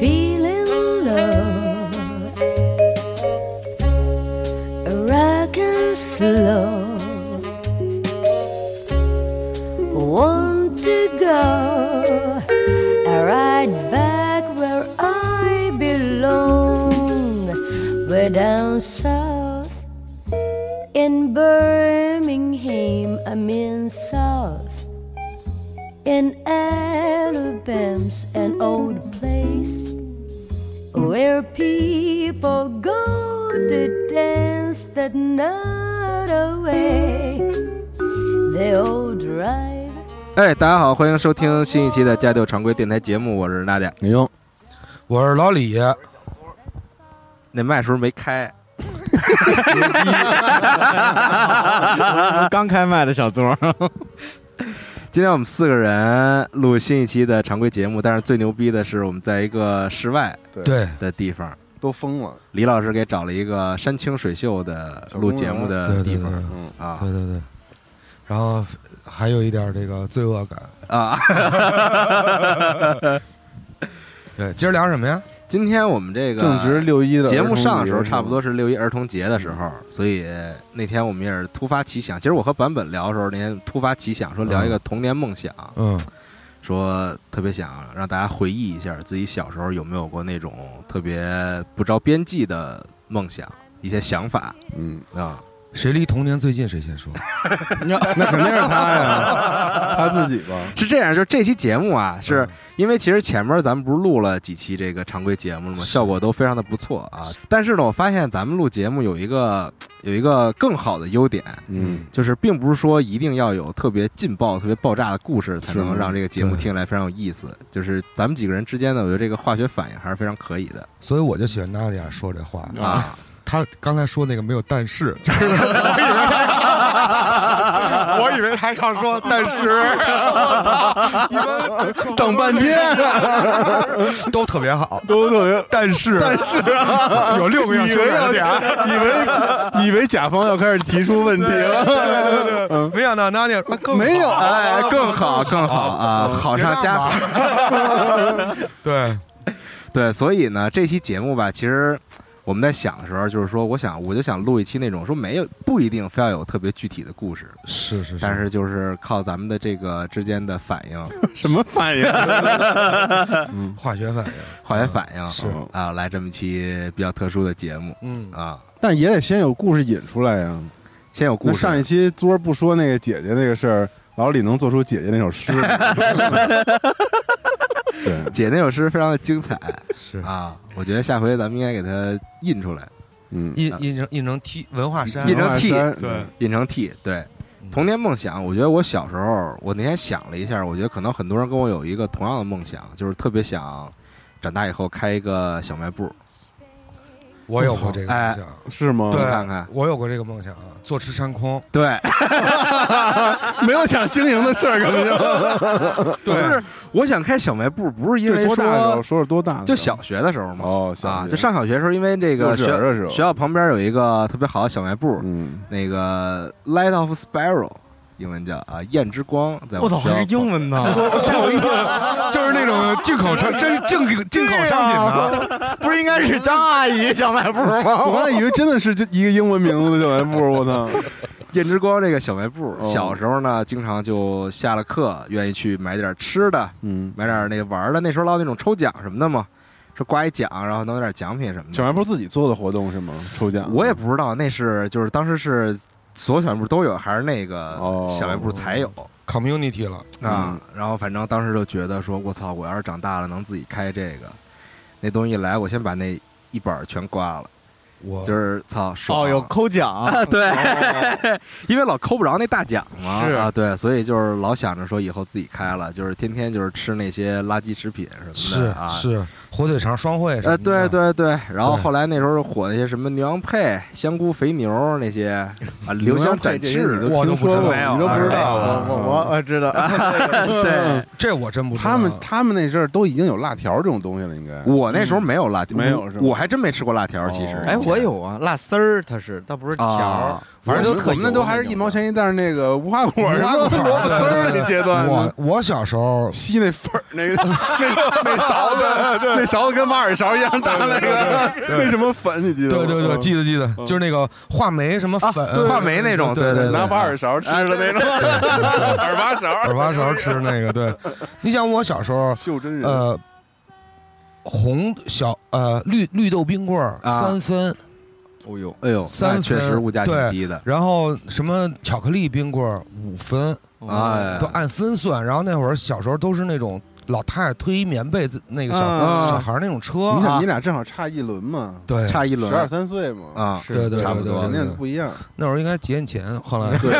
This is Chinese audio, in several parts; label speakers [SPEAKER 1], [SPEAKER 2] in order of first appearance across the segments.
[SPEAKER 1] Feel in love, rock and slow. Want to go right back where I belong. We're down south in Birmingham. I'm in south in Alabama's an old place where people go to dance that night away. They all drive
[SPEAKER 2] 哎，大家好，欢迎收听新一期的家教常规电台节目，我是大家。
[SPEAKER 3] 你用
[SPEAKER 4] 我是老李，
[SPEAKER 2] 那麦是不是没开？
[SPEAKER 3] 刚开麦的小桌，
[SPEAKER 2] 今天我们四个人录新一期的常规节目，但是最牛逼的是我们在一个室外
[SPEAKER 4] 对
[SPEAKER 2] 的地方，
[SPEAKER 5] 都疯了，
[SPEAKER 2] 李老师给找了一个山清水秀的录节目的
[SPEAKER 4] 对
[SPEAKER 2] 地
[SPEAKER 4] 对对
[SPEAKER 2] 方
[SPEAKER 5] 嗯，
[SPEAKER 2] 啊
[SPEAKER 4] 对对对，然后还有一点这个罪恶感。
[SPEAKER 2] 啊！
[SPEAKER 4] 对，今儿聊什么呀？
[SPEAKER 2] 今天我们这个
[SPEAKER 5] 正值六一的
[SPEAKER 2] 节
[SPEAKER 5] 儿
[SPEAKER 2] 目
[SPEAKER 5] 童
[SPEAKER 2] 上的
[SPEAKER 5] 节
[SPEAKER 2] 时候，
[SPEAKER 5] 是
[SPEAKER 2] 差不
[SPEAKER 5] 吗
[SPEAKER 2] 多是六一儿童节的时候，所以那天我们也是突发奇想。其实我和版本聊的时候，那天突发奇想说聊一个童年梦想，
[SPEAKER 4] 嗯，
[SPEAKER 2] 说特别想让大家回忆一下自己小时候有没有过那种特别不着边际的梦想、一些想法
[SPEAKER 5] 嗯，
[SPEAKER 2] 啊。
[SPEAKER 4] 谁离童年最近谁先说。
[SPEAKER 5] 那肯定是他呀，他自己吧。
[SPEAKER 2] 是这样，就这期节目啊，
[SPEAKER 5] 嗯
[SPEAKER 2] 是因为其实前面咱们不是录了几期这个常规节目了吗？
[SPEAKER 4] 是
[SPEAKER 2] 效果都非常的不错啊。但是呢，我发现咱们录节目有一个有一个更好的优点，
[SPEAKER 5] 嗯，
[SPEAKER 2] 就是并不是说一定要有特别劲爆、特别爆炸的故事，才
[SPEAKER 5] 是
[SPEAKER 2] 能
[SPEAKER 5] 吗
[SPEAKER 2] 让这个节目
[SPEAKER 4] 对
[SPEAKER 2] 听起来非常有意思。就是咱们几个人之间呢，我觉得这个化学反应还是非常可以的
[SPEAKER 4] 所以我就喜欢娜迪亚说这话。
[SPEAKER 2] 啊。
[SPEAKER 4] 她刚才说那个没有但是，就是
[SPEAKER 5] 我以为他要说，但是你们等半天，
[SPEAKER 4] 都特别好。
[SPEAKER 5] 都特别。
[SPEAKER 4] 但是
[SPEAKER 5] 但是啊，
[SPEAKER 4] 有六个要
[SPEAKER 5] 以
[SPEAKER 4] 修
[SPEAKER 5] 为
[SPEAKER 4] 改
[SPEAKER 5] 要
[SPEAKER 4] 的点儿，
[SPEAKER 5] 以为以为甲方要开始提出问题了，嗯
[SPEAKER 4] 没想到娜迪亚啊更好
[SPEAKER 5] 没有
[SPEAKER 2] 哎，更好，更好啊，好上加好。
[SPEAKER 4] 对，
[SPEAKER 2] 对，所以呢，这期节目吧，其实我们在想的时候，就是说，我想我就想录一期那种说没有不一定非要有特别具体的故事，
[SPEAKER 4] 是是是，
[SPEAKER 2] 但是就是靠咱们的这个之间的反应，
[SPEAKER 5] 什么反应？
[SPEAKER 4] 化学反应
[SPEAKER 2] 化学反应
[SPEAKER 4] 是
[SPEAKER 2] 啊，来这么一期比较特殊的节目
[SPEAKER 4] 嗯
[SPEAKER 2] 啊，
[SPEAKER 5] 但也得先有故事引出来呀。
[SPEAKER 2] 先有
[SPEAKER 5] 那
[SPEAKER 2] 故事，
[SPEAKER 5] 上一期昨儿不说那个姐姐那个事儿，老李能做出姐姐那首诗 吗。对，
[SPEAKER 2] 姐那首诗非常的精彩
[SPEAKER 4] 是
[SPEAKER 2] 啊，我觉得下回咱们应该给它印出来，
[SPEAKER 5] 嗯，
[SPEAKER 4] 印印成印成 T 文化衫，
[SPEAKER 2] 印成 T
[SPEAKER 5] 山
[SPEAKER 4] 对
[SPEAKER 2] 印成 T。对，
[SPEAKER 4] 嗯
[SPEAKER 2] 童年梦想，我觉得我小时候，我那天想了一下，我觉得可能很多人跟我有一个同样的梦想，就是特别想长大以后开一个小卖部，
[SPEAKER 4] 我有过这个梦想，
[SPEAKER 5] 是吗？
[SPEAKER 4] 对，
[SPEAKER 2] 看看
[SPEAKER 4] 我有过这个梦想啊，坐吃山空，
[SPEAKER 2] 对，
[SPEAKER 5] 没有想经营的事儿，根本就。
[SPEAKER 2] 就是我想开小卖部，不是因
[SPEAKER 5] 这
[SPEAKER 2] 为
[SPEAKER 5] 多大的时候？
[SPEAKER 2] 说
[SPEAKER 5] 说是多大的时候？
[SPEAKER 2] 就小学的时候嘛，
[SPEAKER 5] 哦，小
[SPEAKER 2] 啊，
[SPEAKER 5] 学
[SPEAKER 2] 就上小学的时候，因为这
[SPEAKER 5] 幼
[SPEAKER 2] 个
[SPEAKER 5] 稚
[SPEAKER 2] 学
[SPEAKER 5] 园的时候
[SPEAKER 2] 学校旁边有一个特别好的小卖部，
[SPEAKER 5] 嗯，
[SPEAKER 2] 那个 Light of Spiral，英文叫啊焰之光，在
[SPEAKER 3] 我
[SPEAKER 2] 们
[SPEAKER 3] 操，
[SPEAKER 2] 学校
[SPEAKER 3] 还是英文呢！
[SPEAKER 4] 我 吓我一跳，就是那种进口商，真是进进口商品啊，
[SPEAKER 3] 不是应该是张阿姨小卖部吗？
[SPEAKER 5] 我刚才以为真的是这一个英文名字的小卖部，我操！
[SPEAKER 2] 燕之光这个小卖部，
[SPEAKER 5] 哦
[SPEAKER 2] 小时候呢，经常就下了课，愿意去买点吃的，
[SPEAKER 5] 嗯，
[SPEAKER 2] 买点那玩的。那时候老那种抽奖什么的嘛，说刮一奖，然后能有点奖品什么
[SPEAKER 5] 小
[SPEAKER 2] 的。
[SPEAKER 5] 卖部自己做的活动是吗？抽奖？
[SPEAKER 2] 我也不知道那是就是当时是所有小卖部都有，还是那个
[SPEAKER 5] 哦嗯
[SPEAKER 2] 小卖部才有、
[SPEAKER 4] community 了，
[SPEAKER 2] 啊。然后反正当时就觉得说，我操，我要是长大了能自己开这个，那东西一来，我先把那一本儿全刮了，
[SPEAKER 4] 我
[SPEAKER 2] 就是操爽。
[SPEAKER 3] 哦，有抠奖，
[SPEAKER 2] 对， 因为老抠不着那大奖嘛，
[SPEAKER 3] 是
[SPEAKER 2] 啊，对，所以就是老想着说以后自己开了，就是天天就是吃那些垃圾食品什么
[SPEAKER 4] 是
[SPEAKER 2] 的啊。
[SPEAKER 4] 是火腿肠双汇什
[SPEAKER 2] 呃，
[SPEAKER 4] 么的
[SPEAKER 2] 对，对对，然后
[SPEAKER 4] 对
[SPEAKER 2] 后来那时候火那些什么牛羊配、香菇肥牛那些啊，留香展翅，
[SPEAKER 5] 你都听说过，
[SPEAKER 4] 我
[SPEAKER 5] 你都不知道
[SPEAKER 3] 我
[SPEAKER 5] 啊。
[SPEAKER 3] 我我我知道，
[SPEAKER 2] 对，
[SPEAKER 4] 这我真不知道。
[SPEAKER 5] 他们他们那阵儿都已经有辣条这种东西了，应该。
[SPEAKER 2] 我那时候没有辣条，
[SPEAKER 5] 没有是吧
[SPEAKER 2] 我还真没吃过辣条，其实
[SPEAKER 5] 哦。
[SPEAKER 3] 哎，我有啊，辣丝儿，它是，倒不是条儿
[SPEAKER 2] 啊，
[SPEAKER 3] 反正都
[SPEAKER 5] 我
[SPEAKER 3] 特
[SPEAKER 5] 们那都还是一毛钱一袋儿那个无花果，
[SPEAKER 4] 无
[SPEAKER 5] 是吧
[SPEAKER 4] 花
[SPEAKER 5] 萝
[SPEAKER 4] 果
[SPEAKER 5] 卜 丝儿那阶段，
[SPEAKER 4] 我我小时候
[SPEAKER 5] 吸那粉儿，那 个那个那勺子，那勺子跟挖耳勺一样大，那个那什么粉，你记得吗？
[SPEAKER 4] 对对对，
[SPEAKER 5] 嗯
[SPEAKER 4] 记得记得，就是那个话梅什么粉，
[SPEAKER 2] 啊
[SPEAKER 4] 呃
[SPEAKER 2] 对话梅那种
[SPEAKER 4] 对
[SPEAKER 2] 对对
[SPEAKER 4] 对，
[SPEAKER 5] 拿
[SPEAKER 4] 哎
[SPEAKER 5] 挖耳勺吃的那种， 耳挖勺，
[SPEAKER 4] 耳挖勺吃那个。对，你想我小时候，
[SPEAKER 5] 袖
[SPEAKER 2] 嗯
[SPEAKER 5] 珍人，
[SPEAKER 4] 呃，红小呃绿绿豆冰棍儿
[SPEAKER 2] 啊
[SPEAKER 4] 三分，
[SPEAKER 2] 哦呦，哎呦，那
[SPEAKER 4] 三
[SPEAKER 2] 确
[SPEAKER 4] 分
[SPEAKER 2] 实物价挺
[SPEAKER 4] 对
[SPEAKER 2] 低的
[SPEAKER 4] 然后什么巧克力冰棍儿五分，
[SPEAKER 2] 哎
[SPEAKER 4] 都按分算。然后那会儿小时候都是那种老太太推棉被子那个小
[SPEAKER 5] 啊
[SPEAKER 4] 小孩儿那种车
[SPEAKER 5] 你，
[SPEAKER 2] 啊
[SPEAKER 5] 想你俩正好差一轮嘛，
[SPEAKER 4] 对，
[SPEAKER 2] 差一轮
[SPEAKER 5] 十二三岁嘛，
[SPEAKER 2] 啊，
[SPEAKER 4] 对对
[SPEAKER 2] 差不
[SPEAKER 4] 对
[SPEAKER 2] 多
[SPEAKER 4] 对
[SPEAKER 5] 肯
[SPEAKER 4] 对
[SPEAKER 5] 定，不一样。
[SPEAKER 4] 那会儿应该节你钱，后来
[SPEAKER 5] 对，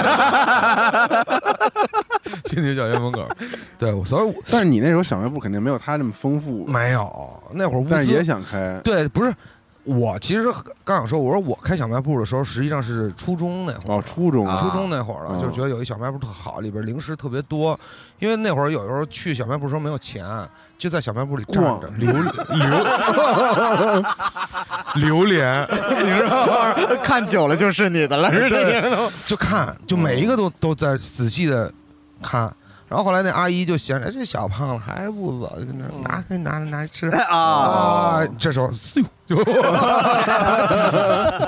[SPEAKER 4] 去你小学门口儿，对，我所以我
[SPEAKER 5] 但是你那时候小卖部肯定没有他这么丰富，
[SPEAKER 4] 没有，那会儿物
[SPEAKER 5] 但是
[SPEAKER 4] 资
[SPEAKER 5] 也想开，
[SPEAKER 4] 对，不是我其实刚想说，我说我开小卖部的时候，实际上是初中那会儿，
[SPEAKER 5] 哦，初中
[SPEAKER 2] 啊
[SPEAKER 4] 初中那会儿了，
[SPEAKER 5] 嗯
[SPEAKER 4] 就觉得有一小卖部特好，里边零食特别多，因为那会儿有时候去小卖部的时候没有钱，就在小卖部里站着
[SPEAKER 5] 逛
[SPEAKER 4] 榴 榴榴莲， 你知道吗？
[SPEAKER 3] 看久了 就是你的了，是的。
[SPEAKER 4] 就看，就每一个
[SPEAKER 5] 嗯
[SPEAKER 4] 都都在仔细的看。然后后来那阿姨就嫌着哎这小胖子还不走，就跟那儿拿
[SPEAKER 5] 嗯
[SPEAKER 4] 给拿拿拿吃
[SPEAKER 2] 啊，
[SPEAKER 4] 啊，这时候 咻就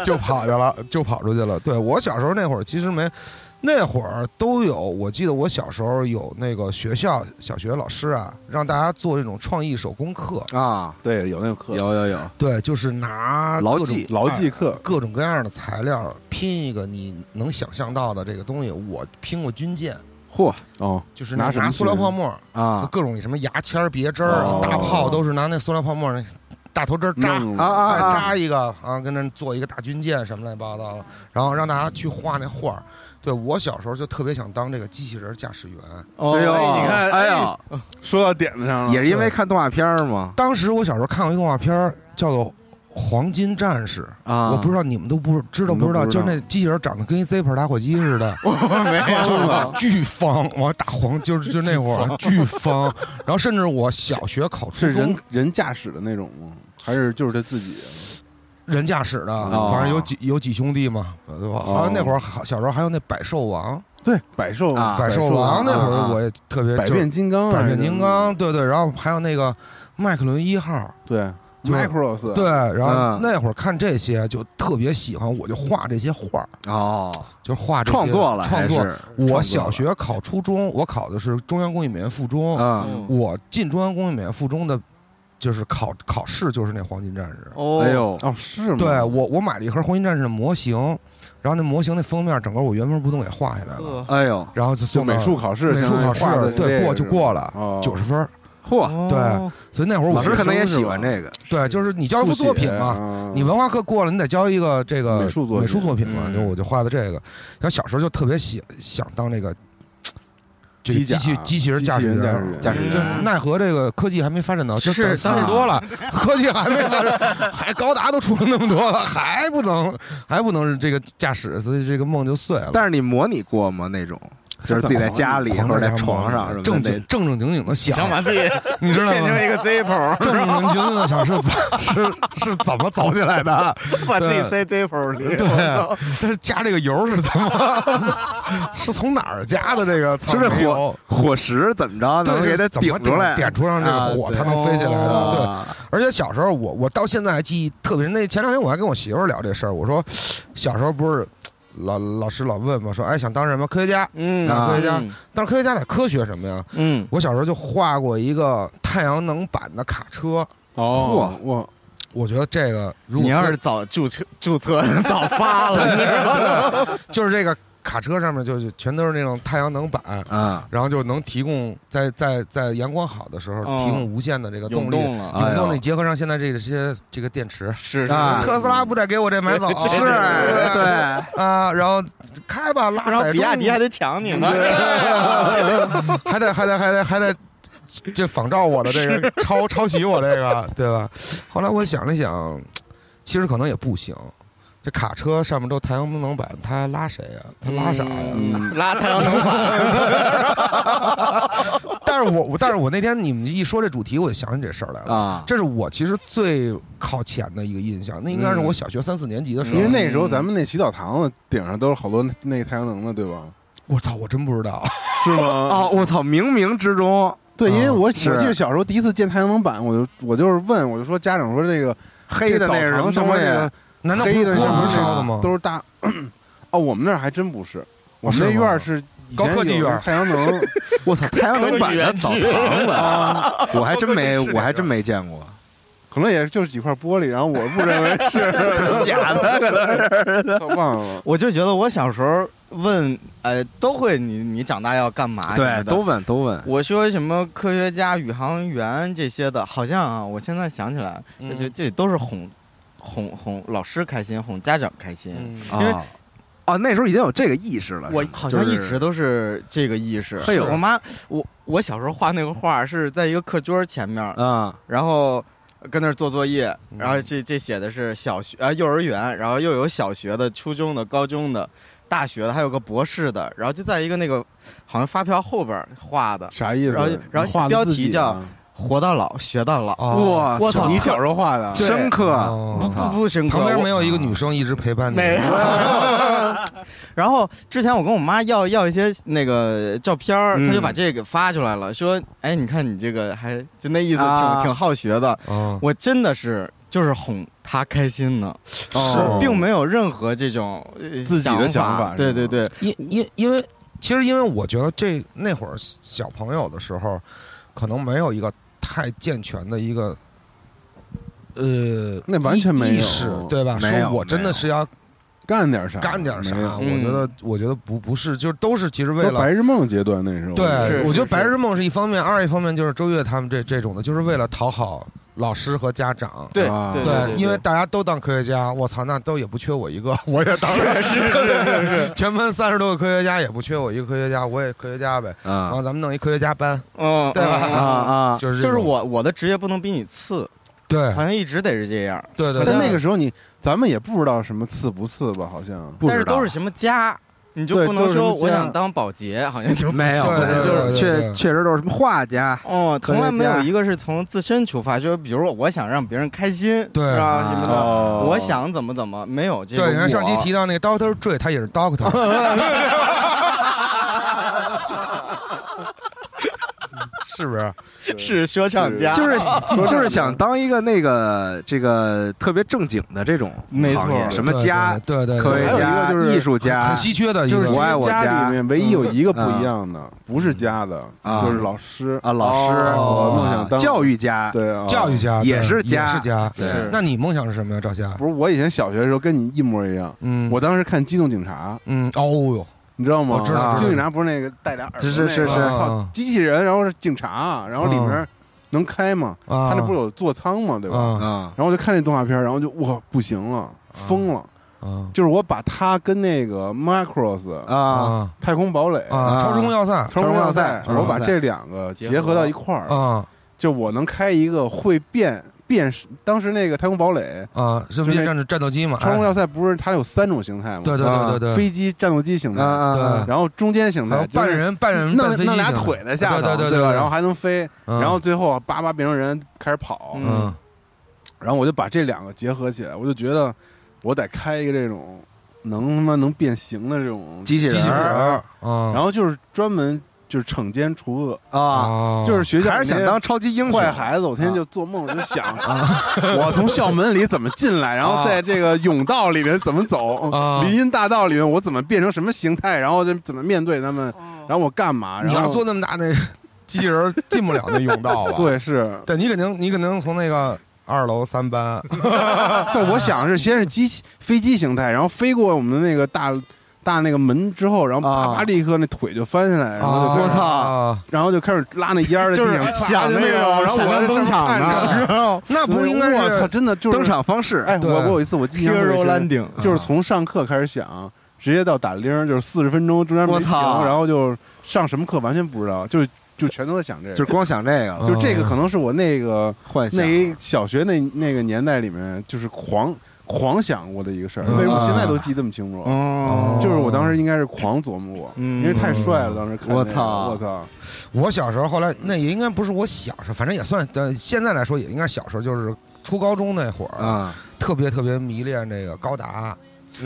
[SPEAKER 4] 就跑去了，就跑出去了。对我小时候那会儿其实没，那会儿都有。我记得我小时候有那个学校小学老师啊，让大家做这种创意手工课。
[SPEAKER 2] 啊，
[SPEAKER 5] 对有那个课
[SPEAKER 2] 有，有有，
[SPEAKER 4] 对，就是拿
[SPEAKER 2] 牢
[SPEAKER 4] 啊各种
[SPEAKER 2] 记
[SPEAKER 5] 牢记课，
[SPEAKER 4] 各种各样的材料拼一个你能想象到的这个东西。我拼过军舰，
[SPEAKER 2] 嚯
[SPEAKER 4] 啊
[SPEAKER 5] 哦，
[SPEAKER 4] 就是
[SPEAKER 5] 拿
[SPEAKER 4] 那
[SPEAKER 5] 什么
[SPEAKER 4] 拿塑料
[SPEAKER 5] 军
[SPEAKER 4] 泡沫，就
[SPEAKER 2] 啊
[SPEAKER 4] 各种什么牙签儿、别针儿啊
[SPEAKER 5] 哦，
[SPEAKER 4] 大炮都是拿那塑料泡沫那大头针儿扎。
[SPEAKER 5] 弄
[SPEAKER 2] 啊啊
[SPEAKER 4] 哎，
[SPEAKER 2] 啊！
[SPEAKER 4] 扎一个啊，跟那儿做一个大军舰什么乱七八糟的，然后让大家去画那画儿。对我小时候就特别想当这个机器人驾驶员，
[SPEAKER 2] 哎呦，
[SPEAKER 5] 哎你
[SPEAKER 2] 哎
[SPEAKER 5] 看哎
[SPEAKER 2] 呦，
[SPEAKER 5] 说到点子上了，
[SPEAKER 2] 也是因为看动画片儿吗？
[SPEAKER 4] 当时我小时候看过一动画片儿叫做《黄金战士》，
[SPEAKER 2] 啊，
[SPEAKER 4] 我不知道你们都不知道
[SPEAKER 5] 你们
[SPEAKER 4] 不
[SPEAKER 5] 都
[SPEAKER 4] 知道，
[SPEAKER 5] 不知
[SPEAKER 4] 就
[SPEAKER 5] 道
[SPEAKER 4] 是那机器人长得跟一 Zipper 打火机似的，
[SPEAKER 5] 疯 了，
[SPEAKER 4] 巨方，我打黄就是就那会儿巨方，然后甚至我小学考初
[SPEAKER 5] 是
[SPEAKER 4] 中
[SPEAKER 5] 人人驾驶的那种吗？还是就是他自己？
[SPEAKER 4] 人驾驶的，
[SPEAKER 2] 哦
[SPEAKER 4] 反正有几有几兄弟嘛，对吧？好像那会儿好小时候还有那百兽王，
[SPEAKER 5] 对，百兽啊
[SPEAKER 2] 啊
[SPEAKER 4] 百兽王那会儿我也特别
[SPEAKER 5] 百
[SPEAKER 4] 就是
[SPEAKER 5] 变金刚啊，
[SPEAKER 4] 百变金
[SPEAKER 5] 还是什么
[SPEAKER 4] 刚，对对，然后还有那个麦克伦一号，
[SPEAKER 5] 对，啊 Micros，
[SPEAKER 4] 对，然后
[SPEAKER 2] 嗯
[SPEAKER 4] 那会儿看这些就特别喜欢，我就画这些画儿，
[SPEAKER 2] 哦，
[SPEAKER 4] 就是画这些
[SPEAKER 2] 创作了，
[SPEAKER 4] 创
[SPEAKER 2] 还
[SPEAKER 4] 作。
[SPEAKER 2] 是
[SPEAKER 4] 我小学考初中，我考的是中央工艺美院附中，
[SPEAKER 2] 啊，
[SPEAKER 4] 我进中央工艺美院附中的就是考考试就是那黄金战士。
[SPEAKER 3] 哦
[SPEAKER 2] 哎呦
[SPEAKER 5] 哦，是吗？
[SPEAKER 4] 对我，我买了一盒黄金战士的模型，然后那模型那封面整个我原封不动给画下来了，
[SPEAKER 2] 哎呦，
[SPEAKER 4] 然后就
[SPEAKER 5] 就
[SPEAKER 4] 送到
[SPEAKER 5] 美术考试，
[SPEAKER 4] 美术考试
[SPEAKER 5] 现在画的是这哦
[SPEAKER 4] 对
[SPEAKER 5] 个
[SPEAKER 4] 过就过
[SPEAKER 5] 是
[SPEAKER 4] 了
[SPEAKER 5] 吗，
[SPEAKER 4] 九十、分儿，
[SPEAKER 2] 嚯，
[SPEAKER 4] 对所以那会哦儿我
[SPEAKER 2] 老师可能也喜欢
[SPEAKER 4] 个，
[SPEAKER 2] 这个，
[SPEAKER 4] 对，就是你交一幅作品嘛，
[SPEAKER 5] 嘛
[SPEAKER 4] 你文化课过了，你得交一个这个
[SPEAKER 5] 啊美术作品
[SPEAKER 4] 美术作品嘛，
[SPEAKER 2] 嗯
[SPEAKER 4] 就我就画的这个。然后小时候就特别喜想当那个这个
[SPEAKER 5] 机
[SPEAKER 4] 机器
[SPEAKER 5] 甲
[SPEAKER 4] 机器人
[SPEAKER 5] 机器
[SPEAKER 4] 驾驶
[SPEAKER 5] 人
[SPEAKER 4] 员
[SPEAKER 5] 驾驶员
[SPEAKER 2] 驾驶
[SPEAKER 4] 就
[SPEAKER 2] 员
[SPEAKER 4] 奈何这个科技还没发展到，就是三十多了， 科技还没发展，还高达都出了那么多了，还不能还不能是这个驾驶，所以这个梦就碎了。
[SPEAKER 2] 但是你模拟过吗？那种就是自己在家里
[SPEAKER 4] 狂
[SPEAKER 2] 或者在
[SPEAKER 4] 家
[SPEAKER 2] 床
[SPEAKER 4] 忙
[SPEAKER 2] 上什么的
[SPEAKER 4] 正
[SPEAKER 2] 那
[SPEAKER 4] 经正正经经的想，
[SPEAKER 3] 想把自己
[SPEAKER 4] 你知道
[SPEAKER 3] 变
[SPEAKER 4] 吗
[SPEAKER 3] 成？一个 Zippo，
[SPEAKER 4] 正正经经的想是怎是是怎么走起来的？
[SPEAKER 3] 把自己塞 Zippo 里。
[SPEAKER 4] 对
[SPEAKER 3] 我操，
[SPEAKER 4] 但是加这个油是怎么？ 是从哪儿加的这个草
[SPEAKER 2] 就是
[SPEAKER 4] 莓油？
[SPEAKER 2] 火石怎么着，能
[SPEAKER 4] 对，
[SPEAKER 2] 给它
[SPEAKER 4] 是怎么
[SPEAKER 2] 顶出来，
[SPEAKER 4] 点出上这
[SPEAKER 2] 啊
[SPEAKER 4] 个火，
[SPEAKER 2] 对
[SPEAKER 4] 它
[SPEAKER 3] 哦
[SPEAKER 4] 能飞起来的。对，
[SPEAKER 2] 啊
[SPEAKER 4] 而且小时候我我到现在还记忆特别深。那前两天我还跟我媳妇儿聊这事儿，我说小时候不是老老师老问嘛，说哎想当什么科学家？
[SPEAKER 3] 嗯
[SPEAKER 4] 啊
[SPEAKER 3] 科学家，
[SPEAKER 4] 但是科学家得科学什么呀？
[SPEAKER 3] 嗯，
[SPEAKER 4] 我小时候就画过一个太阳能板的卡车，
[SPEAKER 5] 哦，我
[SPEAKER 4] 我觉得这个如果
[SPEAKER 3] 你要是早注册注册早发了， 你知道吗？
[SPEAKER 4] 就是这个卡车上面就是全都是那种太阳能板，
[SPEAKER 2] 啊，
[SPEAKER 4] 然后就能提供在在在阳光好的时候
[SPEAKER 3] 哦
[SPEAKER 4] 提供无限的这个动
[SPEAKER 3] 涌
[SPEAKER 4] 力，
[SPEAKER 3] 动了，
[SPEAKER 2] 哎
[SPEAKER 4] 永
[SPEAKER 2] 呦
[SPEAKER 4] 动力结合上现在这些这个电池，
[SPEAKER 3] 是是
[SPEAKER 2] 啊
[SPEAKER 3] 是
[SPEAKER 4] 特斯拉不得给我这买 走
[SPEAKER 2] 哎 是，对，
[SPEAKER 4] 啊，然后开吧，拉
[SPEAKER 3] 然后
[SPEAKER 4] 载
[SPEAKER 3] 比亚
[SPEAKER 4] 重
[SPEAKER 3] 迪还得抢你呢，
[SPEAKER 4] 还得还得还得还得这仿照我的这个抄抄袭我这个，对吧？后来我想了想，其实可能也不行。这卡车上面都太阳能板，它拉谁呀、它拉啥呀、
[SPEAKER 2] 嗯
[SPEAKER 3] 拉太阳能板，
[SPEAKER 4] 但是我我但是我那天你们一说这主题，我就想起这事儿来了。
[SPEAKER 2] 啊，
[SPEAKER 4] 这是我其实最靠前的一个印象，那应该
[SPEAKER 3] 嗯
[SPEAKER 4] 是我小学三四年级的时候
[SPEAKER 5] 因为。那时候咱们那洗澡堂子顶上都是好多那那太阳能的，对吧？
[SPEAKER 4] 我操，我真不知道。
[SPEAKER 5] 是吗？
[SPEAKER 2] 哦，我操，冥冥之中
[SPEAKER 4] 嗯
[SPEAKER 5] 对，因为我我记
[SPEAKER 2] 是
[SPEAKER 5] 得小时候第一次见太阳能板，我就我就是问，我就说家长说这个
[SPEAKER 2] 黑的
[SPEAKER 5] 这澡
[SPEAKER 2] 那是什
[SPEAKER 5] 堂
[SPEAKER 2] 么
[SPEAKER 5] 上面
[SPEAKER 2] 东
[SPEAKER 5] 这个
[SPEAKER 2] 西？
[SPEAKER 4] 难道不
[SPEAKER 5] 黑
[SPEAKER 4] 是
[SPEAKER 5] 的
[SPEAKER 4] 锅
[SPEAKER 2] 是
[SPEAKER 4] 炉
[SPEAKER 2] 不是
[SPEAKER 4] 烧的吗？
[SPEAKER 5] 都是大。哦，我们那儿还真不是，我们
[SPEAKER 4] 是
[SPEAKER 5] 那
[SPEAKER 4] 吗
[SPEAKER 5] 院儿是以前
[SPEAKER 4] 高科技
[SPEAKER 5] 有
[SPEAKER 4] 院儿
[SPEAKER 5] 太阳能，
[SPEAKER 2] 我操，太阳能板的澡堂子啊，我还真没，我还真没见过，
[SPEAKER 5] 可能也就是几块玻璃，然后我不认为 是
[SPEAKER 2] 假 的可能是。
[SPEAKER 5] 我忘了。
[SPEAKER 3] 我就觉得我小时候问，呃，都会你你长大要干嘛？
[SPEAKER 2] 对，都。问都问，
[SPEAKER 3] 我说什么科学家、宇航员这些的，好像啊，我现在想起来，
[SPEAKER 4] 嗯
[SPEAKER 3] 这这都是哄哄哄老师开心，哄家长开心。
[SPEAKER 4] 嗯
[SPEAKER 2] 啊
[SPEAKER 3] 因为
[SPEAKER 2] 哦，那时候已经有这个意识了，
[SPEAKER 3] 我
[SPEAKER 2] 是吗
[SPEAKER 3] 好像一
[SPEAKER 2] 就是
[SPEAKER 3] 直都是这个意识。
[SPEAKER 2] 哎呦
[SPEAKER 3] 我妈，我我小时候画那个画是在一个课桌前面，
[SPEAKER 2] 啊，
[SPEAKER 3] 然后呃跟那儿做作业，
[SPEAKER 4] 嗯
[SPEAKER 3] 然后这这写的是小学啊、幼儿园，然后又有小学的、初中的、高中的、大学的，还有个博士的，然后就在一个那个好像发票后边儿画的
[SPEAKER 5] 啥意思？
[SPEAKER 3] 然后然后
[SPEAKER 5] 你画的
[SPEAKER 3] 标题
[SPEAKER 5] 自己
[SPEAKER 3] 叫
[SPEAKER 5] 啊
[SPEAKER 3] “活到老，学到老
[SPEAKER 4] 哦，
[SPEAKER 2] 我操，
[SPEAKER 5] 你小时候画的啊，
[SPEAKER 3] 对
[SPEAKER 2] 深刻，
[SPEAKER 4] 哦
[SPEAKER 2] 我”，
[SPEAKER 3] 不
[SPEAKER 2] 操，
[SPEAKER 3] 不深刻。
[SPEAKER 4] 旁边
[SPEAKER 5] 啊
[SPEAKER 3] 我
[SPEAKER 4] 没有一个女生一直陪伴你。
[SPEAKER 3] 没 有。然后之前我跟我妈要要一些那个照片儿，
[SPEAKER 2] 嗯
[SPEAKER 3] 她就把这个发出来了，说：“哎，你看你这个还就那意思挺、
[SPEAKER 2] 啊
[SPEAKER 3] 挺好学的。
[SPEAKER 4] 嗯”
[SPEAKER 3] 我真的是就是哄她开心呢，
[SPEAKER 2] 哦
[SPEAKER 3] 并没有任何这种呃
[SPEAKER 5] 自己的
[SPEAKER 3] 想
[SPEAKER 5] 想法是
[SPEAKER 3] 对
[SPEAKER 5] 吗
[SPEAKER 3] 对对，
[SPEAKER 4] 因因因为其实因为我觉得这那会儿小朋友的时候，可能没有一个太健全的一个。呃，
[SPEAKER 5] 那完全没有哦
[SPEAKER 4] 意识，对吧？
[SPEAKER 2] 没有
[SPEAKER 4] 说我真的是要
[SPEAKER 5] 干点啥，
[SPEAKER 4] 干点啥，
[SPEAKER 5] 没有
[SPEAKER 4] 我
[SPEAKER 3] 没有
[SPEAKER 4] 觉得，我觉得不不是，就是都是其实为
[SPEAKER 5] 都
[SPEAKER 4] 了
[SPEAKER 5] 白日梦阶段那时候，
[SPEAKER 4] 对
[SPEAKER 3] 是，
[SPEAKER 4] 我觉得
[SPEAKER 3] 是
[SPEAKER 4] 白日梦是一方面，二一方面就是周越他们这这种的，就是为了讨好老师和家长。
[SPEAKER 3] 对
[SPEAKER 2] 啊
[SPEAKER 3] 对
[SPEAKER 4] 对
[SPEAKER 3] 对，
[SPEAKER 4] 因为大家都当科学家，我操，那都也不缺我一个，我也当，
[SPEAKER 3] 是是是 是，
[SPEAKER 4] 全班三十多个科学家也不缺我一个科学家，我也科学家呗。然
[SPEAKER 2] 啊
[SPEAKER 4] 后咱们弄一科学家班，
[SPEAKER 3] 嗯，
[SPEAKER 4] 对吧
[SPEAKER 3] 嗯
[SPEAKER 2] 啊啊，
[SPEAKER 4] 就是这
[SPEAKER 3] 就是
[SPEAKER 4] 种，
[SPEAKER 3] 我我的职业不能比你次，
[SPEAKER 4] 对
[SPEAKER 3] 好像一直得是这样，
[SPEAKER 4] 对对，
[SPEAKER 5] 但
[SPEAKER 4] 对
[SPEAKER 5] 那个时候你咱们也不知道什么次不次吧，好像
[SPEAKER 2] 不知道
[SPEAKER 3] 但是都是什么家，你就
[SPEAKER 5] 对
[SPEAKER 3] 不
[SPEAKER 5] 都
[SPEAKER 3] 能
[SPEAKER 5] 是什么
[SPEAKER 3] 说我
[SPEAKER 5] 家
[SPEAKER 3] 想当保洁， 好像就不
[SPEAKER 2] 没有，
[SPEAKER 4] 对
[SPEAKER 2] 没有
[SPEAKER 4] 对
[SPEAKER 2] 就是
[SPEAKER 4] 对对
[SPEAKER 2] 确
[SPEAKER 4] 对
[SPEAKER 2] 确实都是什么画家，
[SPEAKER 3] 哦，从来没
[SPEAKER 2] 科
[SPEAKER 3] 有
[SPEAKER 2] 学家
[SPEAKER 3] 一个是从自身出发，就是比如说我想让别人开心，
[SPEAKER 4] 对
[SPEAKER 3] 是吧？
[SPEAKER 2] 啊
[SPEAKER 3] 什么的，
[SPEAKER 5] 哦
[SPEAKER 3] 我想怎么怎么，没有这个我。
[SPEAKER 4] 对，你看上期提到那个 Doctor Dre，他也是 Doctor。是不是？
[SPEAKER 3] 是说唱家，
[SPEAKER 2] 就是就是想当一个那个这个特别正经的这种
[SPEAKER 5] 没错
[SPEAKER 2] 行业什么
[SPEAKER 4] 对
[SPEAKER 2] 家、
[SPEAKER 4] 对对对
[SPEAKER 2] 科
[SPEAKER 4] 对
[SPEAKER 2] 学
[SPEAKER 5] 还有一
[SPEAKER 2] 家、
[SPEAKER 5] 个就是
[SPEAKER 2] 艺术
[SPEAKER 4] 很
[SPEAKER 2] 家
[SPEAKER 4] 很，稀缺的一
[SPEAKER 5] 就是
[SPEAKER 4] 个，
[SPEAKER 2] 我爱我
[SPEAKER 5] 家
[SPEAKER 2] 家嗯
[SPEAKER 5] 里面唯一有一个不一样的，不是家的，
[SPEAKER 2] 啊
[SPEAKER 5] 就是老师哦
[SPEAKER 2] 啊老师
[SPEAKER 5] 我梦想当
[SPEAKER 2] 教育家，
[SPEAKER 5] 对啊
[SPEAKER 4] 教育家
[SPEAKER 2] 也
[SPEAKER 4] 对
[SPEAKER 2] 是
[SPEAKER 4] 也
[SPEAKER 2] 家
[SPEAKER 4] 是家。
[SPEAKER 5] 是
[SPEAKER 4] 那你梦想是什么呀，赵夏？
[SPEAKER 5] 不是我以前小学的时候跟你一模一样，
[SPEAKER 4] 嗯，
[SPEAKER 5] 我当时看《机动警察》，
[SPEAKER 4] 嗯，哦呦，
[SPEAKER 5] 你知道吗？
[SPEAKER 4] 我知道
[SPEAKER 5] 啊
[SPEAKER 2] 知道
[SPEAKER 5] 机动警察不是那个带俩耳朵
[SPEAKER 2] 是是
[SPEAKER 5] 那个
[SPEAKER 2] 是嗯
[SPEAKER 5] 我操
[SPEAKER 4] 嗯，
[SPEAKER 5] 机器人，然后是警察，然后里面能开吗？
[SPEAKER 4] 啊
[SPEAKER 5] 他那不是有座舱吗？对吧？
[SPEAKER 4] 啊
[SPEAKER 2] 啊，
[SPEAKER 5] 然后我就看那动画片，然后就哇不行了，疯了！
[SPEAKER 4] 啊
[SPEAKER 5] 就是我把它跟那个 Macross
[SPEAKER 2] 啊
[SPEAKER 4] 啊
[SPEAKER 5] 太空堡垒、
[SPEAKER 4] 啊！超时空要塞
[SPEAKER 5] 超人要塞，
[SPEAKER 2] 超人要塞
[SPEAKER 5] 我把这两个结合到一块儿，
[SPEAKER 4] 啊
[SPEAKER 5] 就我能开一个会变变身。当时那个太空堡垒，
[SPEAKER 4] 啊，是不
[SPEAKER 5] 就是那
[SPEAKER 4] 战战斗机嘛？
[SPEAKER 5] 超人
[SPEAKER 4] 哎
[SPEAKER 5] 要塞不是它有三种形态吗？
[SPEAKER 4] 对对对对对，
[SPEAKER 5] 飞机、战斗机形
[SPEAKER 2] 啊
[SPEAKER 5] 态，
[SPEAKER 2] 啊
[SPEAKER 5] 然后中间形
[SPEAKER 4] 然
[SPEAKER 5] 态
[SPEAKER 4] 后，
[SPEAKER 5] 就
[SPEAKER 4] 半
[SPEAKER 5] 是
[SPEAKER 4] 人半人
[SPEAKER 5] 弄
[SPEAKER 4] 半飞
[SPEAKER 5] 弄
[SPEAKER 4] 机
[SPEAKER 5] 俩
[SPEAKER 4] 型的
[SPEAKER 5] 腿在下头，
[SPEAKER 4] 对对
[SPEAKER 5] 对吧？
[SPEAKER 4] 对，
[SPEAKER 5] 然后还能飞，
[SPEAKER 4] 嗯
[SPEAKER 5] 然后最后叭叭变成人开始跑，
[SPEAKER 4] 嗯
[SPEAKER 5] 然后我就把这两个结合起来，我就觉得我得开一个这种能他妈能变形的这种，
[SPEAKER 2] 机器
[SPEAKER 4] 机器人
[SPEAKER 2] 人
[SPEAKER 4] 儿啊，
[SPEAKER 5] 然后就是专门就是惩奸除恶，
[SPEAKER 2] 啊，
[SPEAKER 4] 啊
[SPEAKER 5] 就是学校
[SPEAKER 2] 还是想
[SPEAKER 5] 里面
[SPEAKER 2] 当超级英雄
[SPEAKER 5] 坏孩子，我天天就做梦，我就 想，
[SPEAKER 4] 啊
[SPEAKER 5] 我从校门里怎么进来，然后在这个甬道里面怎么走，
[SPEAKER 4] 啊
[SPEAKER 5] 林荫大道里面我怎么变成什么形态，然后就怎么面对他们，然后我干嘛？
[SPEAKER 4] 哦你
[SPEAKER 5] 然
[SPEAKER 4] 要
[SPEAKER 5] 后
[SPEAKER 4] 做那么大那机器人儿进不了那啊甬道吧？，
[SPEAKER 5] 对是，
[SPEAKER 4] 对你肯定你肯定从那个二楼三 班，
[SPEAKER 5] 但我想是先是机器飞机形态，然后飞过我们的那个大大那个门之后，然后啪
[SPEAKER 2] 啊
[SPEAKER 5] 啪立刻那腿就翻下来，然后就开始
[SPEAKER 2] 我操
[SPEAKER 4] 啊！
[SPEAKER 5] 然后就开始拉那烟儿在地上
[SPEAKER 3] 想那个
[SPEAKER 5] 然后我
[SPEAKER 3] 闪
[SPEAKER 5] 在
[SPEAKER 3] 亮登
[SPEAKER 5] 上
[SPEAKER 3] 场
[SPEAKER 5] 面看着，
[SPEAKER 3] 呢，
[SPEAKER 4] 那不应该
[SPEAKER 5] 我操，
[SPEAKER 4] 是
[SPEAKER 5] 真的就是
[SPEAKER 2] 登。场方式，
[SPEAKER 5] 哎，我
[SPEAKER 4] 对
[SPEAKER 5] 我有一次我印象特别
[SPEAKER 3] Hero
[SPEAKER 5] 深
[SPEAKER 3] landing，
[SPEAKER 5] 就是从上课开始想，直接到打铃儿，就是四十分钟中间没
[SPEAKER 2] 我
[SPEAKER 5] 停，
[SPEAKER 2] 操
[SPEAKER 5] 然后就上什么课完全不知道，就就全都在想这
[SPEAKER 2] 就
[SPEAKER 5] 个。
[SPEAKER 2] 光想这个了
[SPEAKER 5] 就这个可能是我那个
[SPEAKER 2] 幻想
[SPEAKER 5] 那一小学那那个年代里面，就是狂狂想过的一个事儿，
[SPEAKER 4] 嗯
[SPEAKER 5] 为什么现在都记得这么清楚？啊
[SPEAKER 3] 哦
[SPEAKER 5] 就是我当时应该是狂琢磨过，
[SPEAKER 3] 嗯
[SPEAKER 5] 因为太帅了，当时看那个
[SPEAKER 2] 我操
[SPEAKER 5] 我操，
[SPEAKER 4] 我小时候，后来那也应该不是我小时候，反正也算，但现在来说也应该小时候，就是初高中那会儿，
[SPEAKER 2] 啊
[SPEAKER 4] 特别特别迷恋这个高达，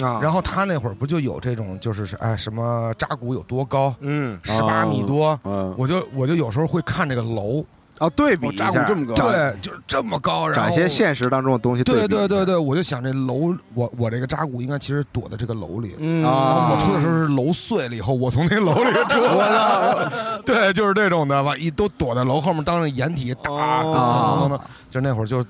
[SPEAKER 2] 啊，
[SPEAKER 4] 然后他那会儿不就有这种就是是哎什么扎古有多高，
[SPEAKER 2] 嗯
[SPEAKER 4] 十八米多，
[SPEAKER 5] 嗯，
[SPEAKER 4] 我就我就有时候会看这个楼，
[SPEAKER 2] 哦，对比
[SPEAKER 5] 我
[SPEAKER 2] 一
[SPEAKER 5] 扎
[SPEAKER 2] 下，
[SPEAKER 5] 古这么高，
[SPEAKER 4] 对，就是这么高，然
[SPEAKER 2] 找
[SPEAKER 4] 后
[SPEAKER 2] 一些现实当中的东西
[SPEAKER 4] 对
[SPEAKER 2] 比一下
[SPEAKER 4] 对对对，我就想这楼，我我这个扎古应该其实躲在这个楼里。
[SPEAKER 3] 嗯
[SPEAKER 2] 啊
[SPEAKER 4] 我出的时候是楼碎了以后，我从那楼里出 来， 对，就是这种的吧，一都躲在楼后面当着掩体打，
[SPEAKER 3] 哦
[SPEAKER 4] 当当当当，就那会儿就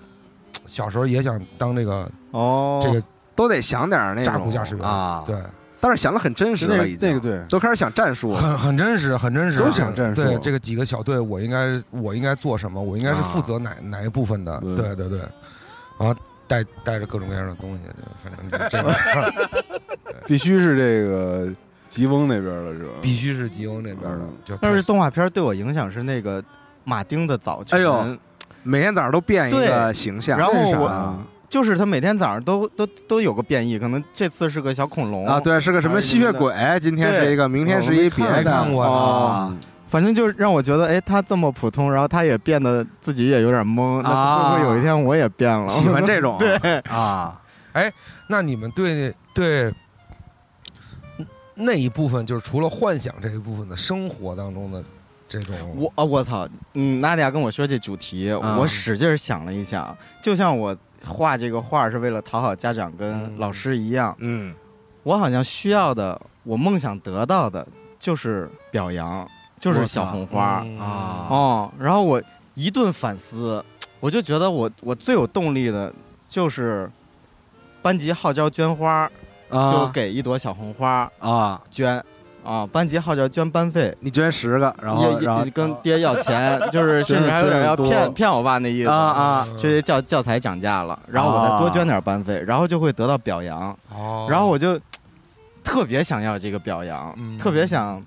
[SPEAKER 4] 小时候也想当这个
[SPEAKER 3] 哦，
[SPEAKER 4] 这个
[SPEAKER 2] 都得想点儿那种
[SPEAKER 4] 扎古驾驶员
[SPEAKER 2] 哎啊，
[SPEAKER 4] 对，
[SPEAKER 2] 但是想的很真实
[SPEAKER 5] 那
[SPEAKER 2] 了，
[SPEAKER 5] 个
[SPEAKER 2] 已经
[SPEAKER 5] 那个对，
[SPEAKER 2] 都开始想战术了，
[SPEAKER 4] 很很真实，很真实，
[SPEAKER 5] 都想战术
[SPEAKER 4] 对这个几个小队，我应该我应该做什么？我应该是负责哪、哪一部分的？
[SPEAKER 5] 对
[SPEAKER 4] 对对对，啊，带带着各种各样的东西，就反正就这样，
[SPEAKER 5] 必须是这个吉翁那边的是吧？
[SPEAKER 4] 必须是吉翁那边的，就
[SPEAKER 3] 但是动画片对我影响是那个马丁的早晨，
[SPEAKER 2] 哎呦，每天早上都变一个
[SPEAKER 3] 对
[SPEAKER 2] 形象，
[SPEAKER 3] 然后
[SPEAKER 5] 这是啥
[SPEAKER 3] 我
[SPEAKER 2] 啊
[SPEAKER 3] 就是他每天早上都都都有个变异，可能这次是个小恐龙
[SPEAKER 2] 啊，，对，是个什么吸血鬼，今天是一个，明天是一别
[SPEAKER 4] 我没
[SPEAKER 2] 的，
[SPEAKER 4] 看过
[SPEAKER 2] 啊，
[SPEAKER 3] 反正就是让我觉得，哎，他这么普通，然后他也变得自己也有点懵，那
[SPEAKER 2] 啊
[SPEAKER 3] 会不会有一天我也变了？
[SPEAKER 2] 喜欢这种
[SPEAKER 3] 哦对，
[SPEAKER 2] 啊，
[SPEAKER 4] 那你们对对那一部分，就是除了幻想这一部分的生活当中的这种，
[SPEAKER 3] 我啊，我操！嗯，娜迪亚跟我说这主题，
[SPEAKER 2] 啊
[SPEAKER 3] 我使劲儿想了一想，就像我画这个画是为了讨好家长
[SPEAKER 4] 嗯
[SPEAKER 3] 跟老师一样，
[SPEAKER 2] 嗯
[SPEAKER 3] 我好像需要的，我梦想得到的就是表扬，就
[SPEAKER 2] 我
[SPEAKER 3] 是
[SPEAKER 2] 操
[SPEAKER 3] 小红花、
[SPEAKER 4] 嗯
[SPEAKER 2] 啊
[SPEAKER 3] 哦。然后我一顿反思，我就觉得我我最有动力的就是班级号召捐花，就
[SPEAKER 2] 啊
[SPEAKER 3] 给一朵小红花
[SPEAKER 2] 啊，
[SPEAKER 3] 捐啊，班级号召捐班费。
[SPEAKER 2] 你捐十个，然后
[SPEAKER 3] 也
[SPEAKER 2] 然后
[SPEAKER 3] 也跟爹要 钱，就是甚至还有点要
[SPEAKER 2] 真的多
[SPEAKER 3] 骗骗我爸那意思
[SPEAKER 2] 啊啊，
[SPEAKER 3] 就这教教材涨价了，然后我再多捐点班费，然后就会得到表
[SPEAKER 2] 啊
[SPEAKER 3] 扬，
[SPEAKER 4] 哦，
[SPEAKER 3] 然后我就特别想要这个表扬，
[SPEAKER 4] 嗯
[SPEAKER 3] 特别想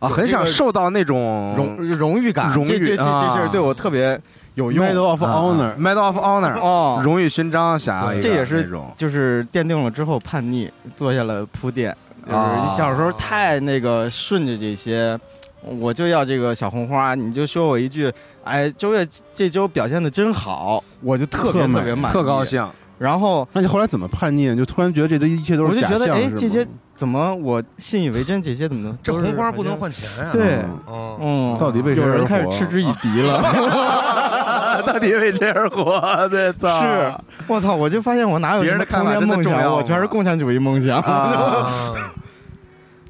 [SPEAKER 2] 啊，很想受到那种
[SPEAKER 3] 荣荣誉感，
[SPEAKER 2] 荣誉
[SPEAKER 3] 这这这这
[SPEAKER 2] 啊
[SPEAKER 3] 事儿对我特别有用
[SPEAKER 5] Medal of
[SPEAKER 2] 啊啊
[SPEAKER 5] Honor，
[SPEAKER 2] Medal of Honor，
[SPEAKER 3] 哦，
[SPEAKER 2] 荣誉勋章，想要一个
[SPEAKER 3] 这也是
[SPEAKER 2] 那种
[SPEAKER 3] 就是奠定了之后叛逆做下了铺垫，就是
[SPEAKER 2] 啊
[SPEAKER 3] 小时候太那个顺着这些。我就要这个小红花，你就说我一句，哎，周越这周表现的真好，我就特别
[SPEAKER 5] 特美
[SPEAKER 3] 特别满意，
[SPEAKER 2] 特高兴，
[SPEAKER 3] 然后
[SPEAKER 5] 那你后来怎么叛逆？就突然觉得这都一切都
[SPEAKER 3] 我
[SPEAKER 5] 是
[SPEAKER 3] 就
[SPEAKER 5] 假
[SPEAKER 3] 觉
[SPEAKER 5] 象，
[SPEAKER 3] 得，哎
[SPEAKER 5] 是，吗
[SPEAKER 3] 这些怎么我信以为真？这些怎么能
[SPEAKER 4] 这
[SPEAKER 3] 都是
[SPEAKER 4] 红花
[SPEAKER 3] 好
[SPEAKER 4] 不
[SPEAKER 3] 像
[SPEAKER 4] 能换钱呀、
[SPEAKER 3] 对
[SPEAKER 5] 嗯
[SPEAKER 4] 嗯，
[SPEAKER 3] 嗯，
[SPEAKER 5] 到底为谁
[SPEAKER 3] 有人
[SPEAKER 5] 而
[SPEAKER 3] 开始
[SPEAKER 5] 活
[SPEAKER 3] 嗤之以鼻了。
[SPEAKER 2] 到底为谁而活？ 对，操，
[SPEAKER 3] 是，我操！我就发现我哪有
[SPEAKER 2] 别人
[SPEAKER 3] 什么
[SPEAKER 2] 的看
[SPEAKER 3] 童
[SPEAKER 2] 法
[SPEAKER 3] 年
[SPEAKER 2] 真的
[SPEAKER 3] 梦
[SPEAKER 2] 重
[SPEAKER 3] 想，
[SPEAKER 2] 要
[SPEAKER 3] 我全是
[SPEAKER 2] 吗
[SPEAKER 3] 共产主义梦想。
[SPEAKER 2] 啊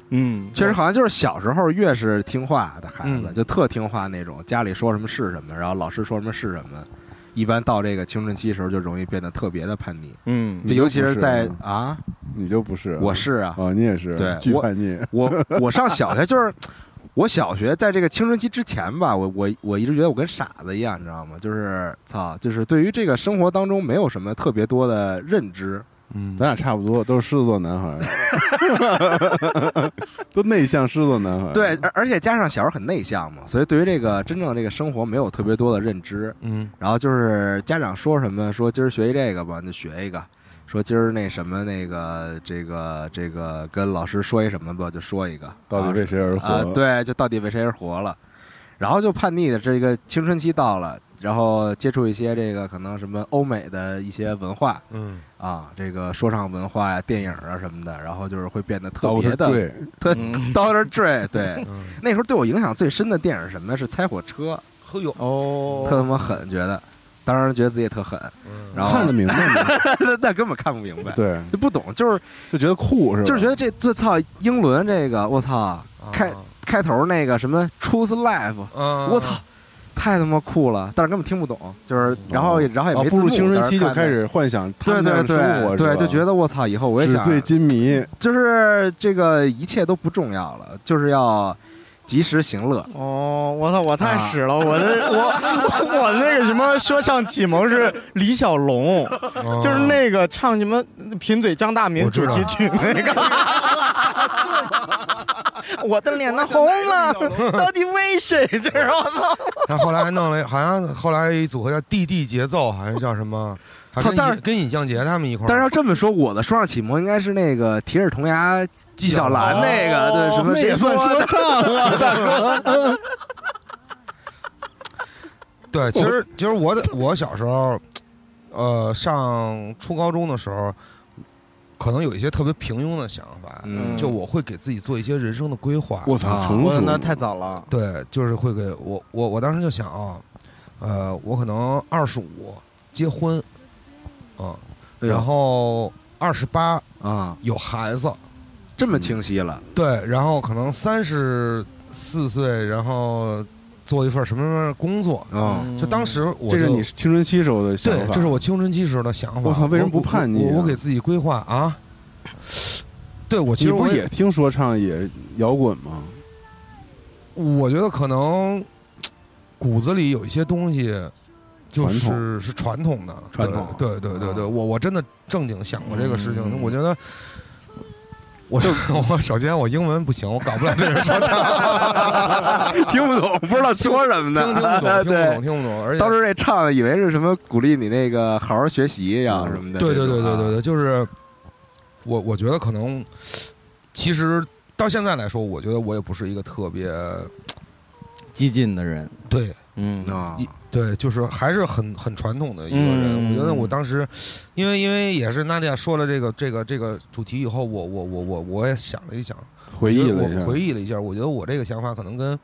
[SPEAKER 3] 嗯，
[SPEAKER 2] 确实，好像就是小时候越是听话的孩子，
[SPEAKER 6] 嗯
[SPEAKER 2] 就特听话那种，家里说什么是什么，然后老师说什么是什么。一般到这个青春期时候，就容易变得特别的叛逆，
[SPEAKER 3] 嗯，
[SPEAKER 5] 你
[SPEAKER 2] 就
[SPEAKER 5] 就
[SPEAKER 2] 尤其
[SPEAKER 5] 不
[SPEAKER 2] 是
[SPEAKER 5] 是
[SPEAKER 2] 在
[SPEAKER 5] 啊
[SPEAKER 2] 啊，
[SPEAKER 5] 你就不是，
[SPEAKER 2] 我是啊，
[SPEAKER 5] 啊，你也是，
[SPEAKER 2] 对
[SPEAKER 5] 巨
[SPEAKER 2] 我
[SPEAKER 5] 叛逆，
[SPEAKER 2] 我我上小学就是，我小学在这个青春期之前吧，我我我一直觉得我跟傻子一样，你知道吗？就是操，就是对于这个生活当中没有什么特别多的认知，
[SPEAKER 6] 嗯
[SPEAKER 5] 咱俩差不多，都是狮子座男孩儿， 都内向狮子座男孩儿。
[SPEAKER 2] 对，而而且加上小时候很内向嘛，所以对于这个真正的这个生活没有特别多的认知。
[SPEAKER 6] 嗯，
[SPEAKER 2] 然后就是家长说什么，说今儿学一这个吧，你就学一个；说今儿那什么那个这个这个跟老师说一什么吧，就说一个。
[SPEAKER 5] 到底为谁而活？
[SPEAKER 2] 啊、对，就到底为谁而活了。然后就叛逆的这个青春期到了，然后接触一些这个可能什么欧美的一些文化
[SPEAKER 4] 嗯，
[SPEAKER 2] 啊，这个说唱文化呀、电影啊什么的，然后就是会变得特
[SPEAKER 5] 到
[SPEAKER 2] 别
[SPEAKER 5] 是
[SPEAKER 2] 的
[SPEAKER 5] 对，
[SPEAKER 2] 特
[SPEAKER 3] 嗯
[SPEAKER 2] Dollar Dre，对，
[SPEAKER 4] 嗯
[SPEAKER 2] 那时候对我影响最深的电影是什么呢？是《猜火车
[SPEAKER 4] 呵哟，
[SPEAKER 3] 哦》，
[SPEAKER 2] 特他妈狠，觉得，当时觉得自己也特狠，
[SPEAKER 4] 嗯
[SPEAKER 2] 然后
[SPEAKER 5] 看得明白吗？
[SPEAKER 2] 那那根本看不明白，
[SPEAKER 5] 对，
[SPEAKER 2] 就不懂，就是
[SPEAKER 5] 就觉得酷是吧？嗯
[SPEAKER 2] 就是觉得这这操英伦这个，我操，开
[SPEAKER 4] 啊
[SPEAKER 2] 开头那个什么 Truth Life，
[SPEAKER 4] 嗯，
[SPEAKER 2] 我操，太他妈酷了！但是根本听不懂，就是然后也然后也
[SPEAKER 5] 啊，
[SPEAKER 2] 没
[SPEAKER 5] 步
[SPEAKER 2] 字幕
[SPEAKER 5] 入青春期就开。
[SPEAKER 2] 但是看的
[SPEAKER 5] 始幻想他
[SPEAKER 2] 对
[SPEAKER 5] 们那
[SPEAKER 2] 对
[SPEAKER 5] 样的生
[SPEAKER 2] 对
[SPEAKER 5] 活，
[SPEAKER 2] 对，就觉
[SPEAKER 5] 得
[SPEAKER 2] 得我操，以后我也
[SPEAKER 5] 纸
[SPEAKER 2] 想，啊
[SPEAKER 5] 醉金迷，
[SPEAKER 2] 就是这个一切都不重要了，就是要及时行乐。
[SPEAKER 3] 哦，我操！我太
[SPEAKER 2] 啊
[SPEAKER 3] 屎了！我的我我那个什么说唱启蒙是李小龙，
[SPEAKER 4] 嗯
[SPEAKER 3] 就是那个唱什么《贫嘴张大民
[SPEAKER 4] 我》
[SPEAKER 3] 主
[SPEAKER 4] 知道
[SPEAKER 3] 题曲那个。 我的脸都红了，到底为谁？就是我操！
[SPEAKER 4] 他后来还弄了一，好像后来有一组合叫 DD 节奏，好像叫什么，还
[SPEAKER 2] 操
[SPEAKER 4] 跟
[SPEAKER 2] 但
[SPEAKER 4] 尹
[SPEAKER 2] 是
[SPEAKER 4] 跟尹相杰他们一块儿。
[SPEAKER 2] 但是要这么说，我的说唱启蒙应该是那个提着童牙纪晓岚啊那个，
[SPEAKER 3] 哦
[SPEAKER 2] 对什么
[SPEAKER 5] 那也算说唱啊，大哥。
[SPEAKER 4] 对，其实其实我在我小时候，呃，上初高中的时候，可能有一些特别平庸的想法，
[SPEAKER 2] 嗯
[SPEAKER 4] 就我会给自己做一些人生的规划。
[SPEAKER 5] 我操，
[SPEAKER 2] 啊
[SPEAKER 5] 成
[SPEAKER 3] 我
[SPEAKER 5] 熟
[SPEAKER 3] 那太早了。
[SPEAKER 4] 对，就是会给我我我当时就想啊，呃，我可能二十五结婚，啊、
[SPEAKER 2] 哎呦
[SPEAKER 4] 然后二十八
[SPEAKER 2] 啊，
[SPEAKER 4] 有孩子，
[SPEAKER 2] 这么清晰了，
[SPEAKER 4] 对，然后可能三十四岁，然后做一份什么什么工作。
[SPEAKER 2] 嗯，
[SPEAKER 4] 就当时我
[SPEAKER 5] 这是
[SPEAKER 4] 就
[SPEAKER 5] 你青春期时候的想
[SPEAKER 4] 对，
[SPEAKER 5] 法，
[SPEAKER 4] 这是我青春期时候的想法。
[SPEAKER 5] 我操为什么不叛逆啊
[SPEAKER 4] 我我我给自己规划啊。对我其
[SPEAKER 5] 你
[SPEAKER 4] 实
[SPEAKER 5] 不
[SPEAKER 4] 我
[SPEAKER 5] 是也听说唱也摇滚吗？
[SPEAKER 4] 我觉得可能骨子里有一些东西，就
[SPEAKER 5] 传统
[SPEAKER 4] 是是传统的，
[SPEAKER 5] 传统啊
[SPEAKER 4] 对对对对对，我我真的正经想过这个事情，
[SPEAKER 5] 嗯
[SPEAKER 4] 我觉得。我就 我首先我英文不行，我搞不了这个 说唱，
[SPEAKER 2] 听不懂，不知道说什么
[SPEAKER 4] 听 听不懂，听
[SPEAKER 2] 呢。
[SPEAKER 4] 不懂，
[SPEAKER 2] 对，
[SPEAKER 4] 听不懂，而且
[SPEAKER 2] 当时这唱以为是什么鼓励你那个好好学习呀
[SPEAKER 5] 嗯
[SPEAKER 2] 什么的。
[SPEAKER 4] 对对
[SPEAKER 2] 这
[SPEAKER 4] 对
[SPEAKER 2] 种啊
[SPEAKER 4] 对对对，就是我我觉得可能，其实到现在来说，我觉得我也不是一个特别
[SPEAKER 3] 激进的人，
[SPEAKER 4] 对
[SPEAKER 3] 嗯
[SPEAKER 2] 啊
[SPEAKER 4] 一对，就是还是很很传统的一个人。
[SPEAKER 3] 嗯
[SPEAKER 4] 我觉得我当时，因为因为也是娜迪亚说了这个这个这个主题以后，我我我我我也想了一想，
[SPEAKER 5] 回忆了一
[SPEAKER 4] 我
[SPEAKER 5] 下，
[SPEAKER 4] 回忆了一下，我觉得我这个想法可能跟